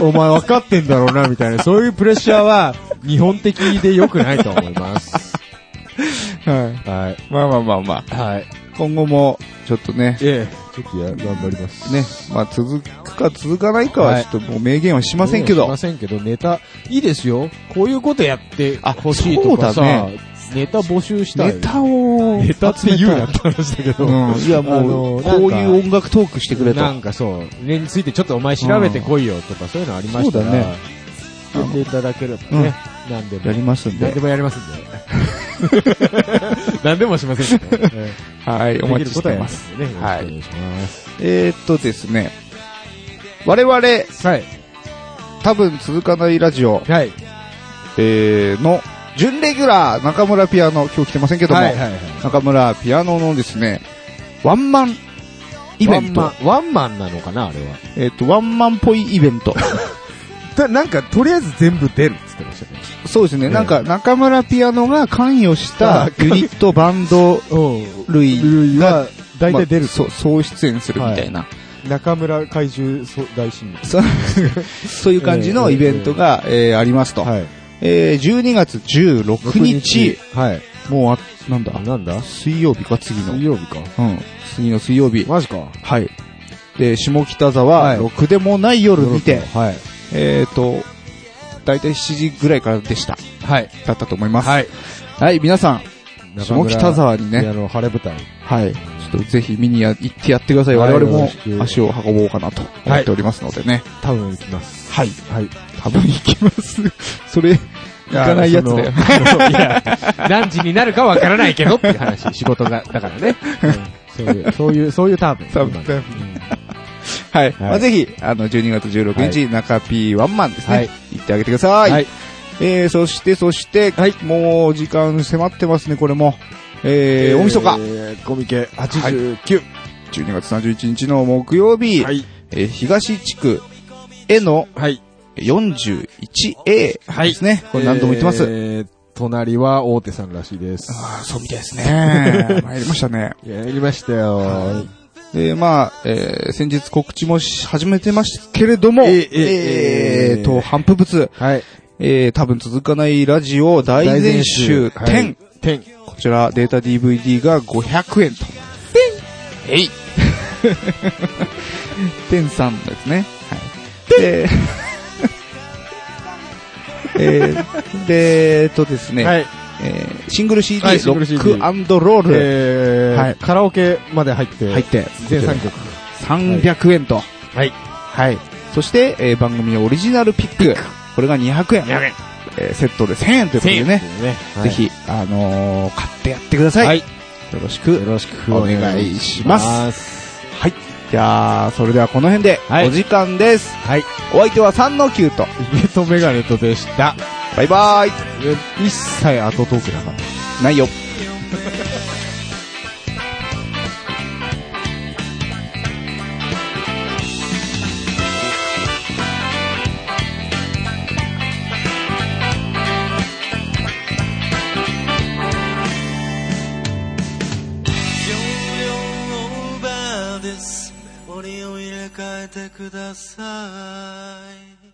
Speaker 1: お前分かってんだろうな、みたいな、そういうプレッシャーは、
Speaker 7: 日本的で良くないと思います。
Speaker 2: は
Speaker 7: はい。
Speaker 2: い。まあまあまあまあ。
Speaker 7: はい。
Speaker 2: 今後も、ちょっとね、
Speaker 7: ええ、ちょっとや頑張ります。
Speaker 2: ね、まあ続くか続かないか
Speaker 7: は
Speaker 2: はいちょっともう明言はし
Speaker 7: し
Speaker 2: ませんけど。
Speaker 7: しませんけど、ネタ、いいですよ。こういうことやって
Speaker 2: あ
Speaker 7: ほしいとかさ、
Speaker 2: そうだね
Speaker 7: ネタ募集したい。
Speaker 2: ネタを、
Speaker 7: ネタって言うなって話だけど。
Speaker 2: うん。いや
Speaker 7: あ
Speaker 2: も
Speaker 7: の
Speaker 2: う、
Speaker 7: なんか
Speaker 2: こういう音楽トークしてくれと。
Speaker 7: な
Speaker 2: は
Speaker 7: んかそう、れについてちょっとお前調べてこいよとか、そういうのありましたら、
Speaker 2: そうだね
Speaker 7: 呼んでいただければね、何でも。
Speaker 2: やりますんで
Speaker 7: 何でもやりますんで。 何でもしませんけど、 ね。
Speaker 2: い、お
Speaker 7: でき
Speaker 2: 待
Speaker 7: る
Speaker 2: ち
Speaker 7: こ
Speaker 2: し
Speaker 7: とは
Speaker 2: て
Speaker 7: やり
Speaker 2: ま。
Speaker 7: ますすんでね。よろしくお願いします。
Speaker 2: えーっとですね、我々、
Speaker 7: はい。
Speaker 2: 多分続かないラジオ、
Speaker 7: はい。
Speaker 2: えーの、準レギュラー、中村ピアノ、今日来てませんけども、
Speaker 7: はいはいはい。
Speaker 2: 中村ピアノのですね、ワンマンイベント。
Speaker 7: ワンマン。ワンマンなのかな、あれは。
Speaker 2: えーっ、と、ワンマンっぽいイベント。
Speaker 1: だなんか、とりあえず全部出るっつってましたね。
Speaker 2: そうですね、なんか中村ピアノが関与し
Speaker 7: あ
Speaker 2: たユニットバンド類 が、
Speaker 7: 大体出る
Speaker 2: まあそう総出演するみたいな、
Speaker 7: 中村怪獣そう大神
Speaker 2: そうそういう感じのイベントが、えーありますと。
Speaker 7: はい。
Speaker 2: えー12月16日、
Speaker 7: はい。
Speaker 2: もうあ、なんだ
Speaker 7: あ、なんだ
Speaker 2: 水曜日か次の。
Speaker 7: 水曜日か。
Speaker 2: うん。次の水曜日。
Speaker 7: マジか。
Speaker 2: はい。で、下北
Speaker 7: は
Speaker 2: 沢、
Speaker 7: い
Speaker 2: ろくでもない夜見て、
Speaker 7: はい。
Speaker 2: えっ、と、だいたい7時ぐらいからでした。
Speaker 7: はい。
Speaker 2: だったと思います。
Speaker 7: はい。
Speaker 2: はい、皆さん、下北沢にね
Speaker 7: あの、晴れ舞台。
Speaker 2: はい。ちょっとぜひ見にや行ってやってください。
Speaker 7: はい
Speaker 2: 我々
Speaker 7: よろ
Speaker 2: も
Speaker 7: しく
Speaker 2: 足を運ぼうかなと思っておりますのでね。
Speaker 7: 多分行きます。
Speaker 2: はい。
Speaker 7: はい。
Speaker 2: 多分行きます。 それ、行かないやつだよ。
Speaker 7: いや、何時になるかわからないけどっていう話、仕事が、だか らね。そういう、そういう、そういう多分。
Speaker 2: 多分
Speaker 7: うん
Speaker 2: はい。まあぜひ、あの、12月16日、中 P ワンマンですね。
Speaker 7: はい
Speaker 2: 行ってあげてください。
Speaker 7: はい
Speaker 2: えー、そして、そして、もう時間迫ってますね、これも。えー、大晦日。
Speaker 7: えーコミケ89。
Speaker 2: 12月31日の木曜日、
Speaker 7: い。
Speaker 2: えー東地区への
Speaker 7: はい。
Speaker 2: 41A ですね。これ何度も言ってます。
Speaker 7: えー隣は大手さんらしいです。
Speaker 2: あーそうみたいですね。 参りましたね。
Speaker 7: やりましたよ。
Speaker 2: で、まあ、えー、先日告知もし始めてましたけれども、え
Speaker 7: えー
Speaker 2: ー、
Speaker 7: え
Speaker 2: え
Speaker 7: ー
Speaker 2: ーと、反復物、
Speaker 7: はい。
Speaker 2: えー、多分続かないラジオ大全集10、
Speaker 7: はい天。
Speaker 2: こちらデータ DVD が500円と。え い天さんですね。はい。で、えー、で、えーとですね、
Speaker 7: はい。
Speaker 2: えーシングル CD、
Speaker 7: はいシ
Speaker 2: ロ
Speaker 7: ングル CD
Speaker 2: ックアンドロール、
Speaker 7: えー
Speaker 2: はい
Speaker 7: カラオケまで入って、
Speaker 2: 入って、
Speaker 7: 全3曲。
Speaker 2: 300円と。
Speaker 7: はい。
Speaker 2: はい。そして、えー番組オリジナルピック。これが200円。えーセットで1000円ということでね。ぜひ、あのー買ってやってください。
Speaker 7: はい
Speaker 2: よろしく。
Speaker 7: よろしく
Speaker 2: お願いします
Speaker 7: お願いします。
Speaker 2: はい。じゃあ、それではこの辺で、
Speaker 7: はい
Speaker 2: お時間です。
Speaker 7: はい。
Speaker 2: お相手は3の9と。
Speaker 7: イケとメガネとでした。
Speaker 2: バイバーイ。
Speaker 7: 一切後トークだから。
Speaker 2: ないよ。
Speaker 8: 4オーバーです。折を入れ替えてください。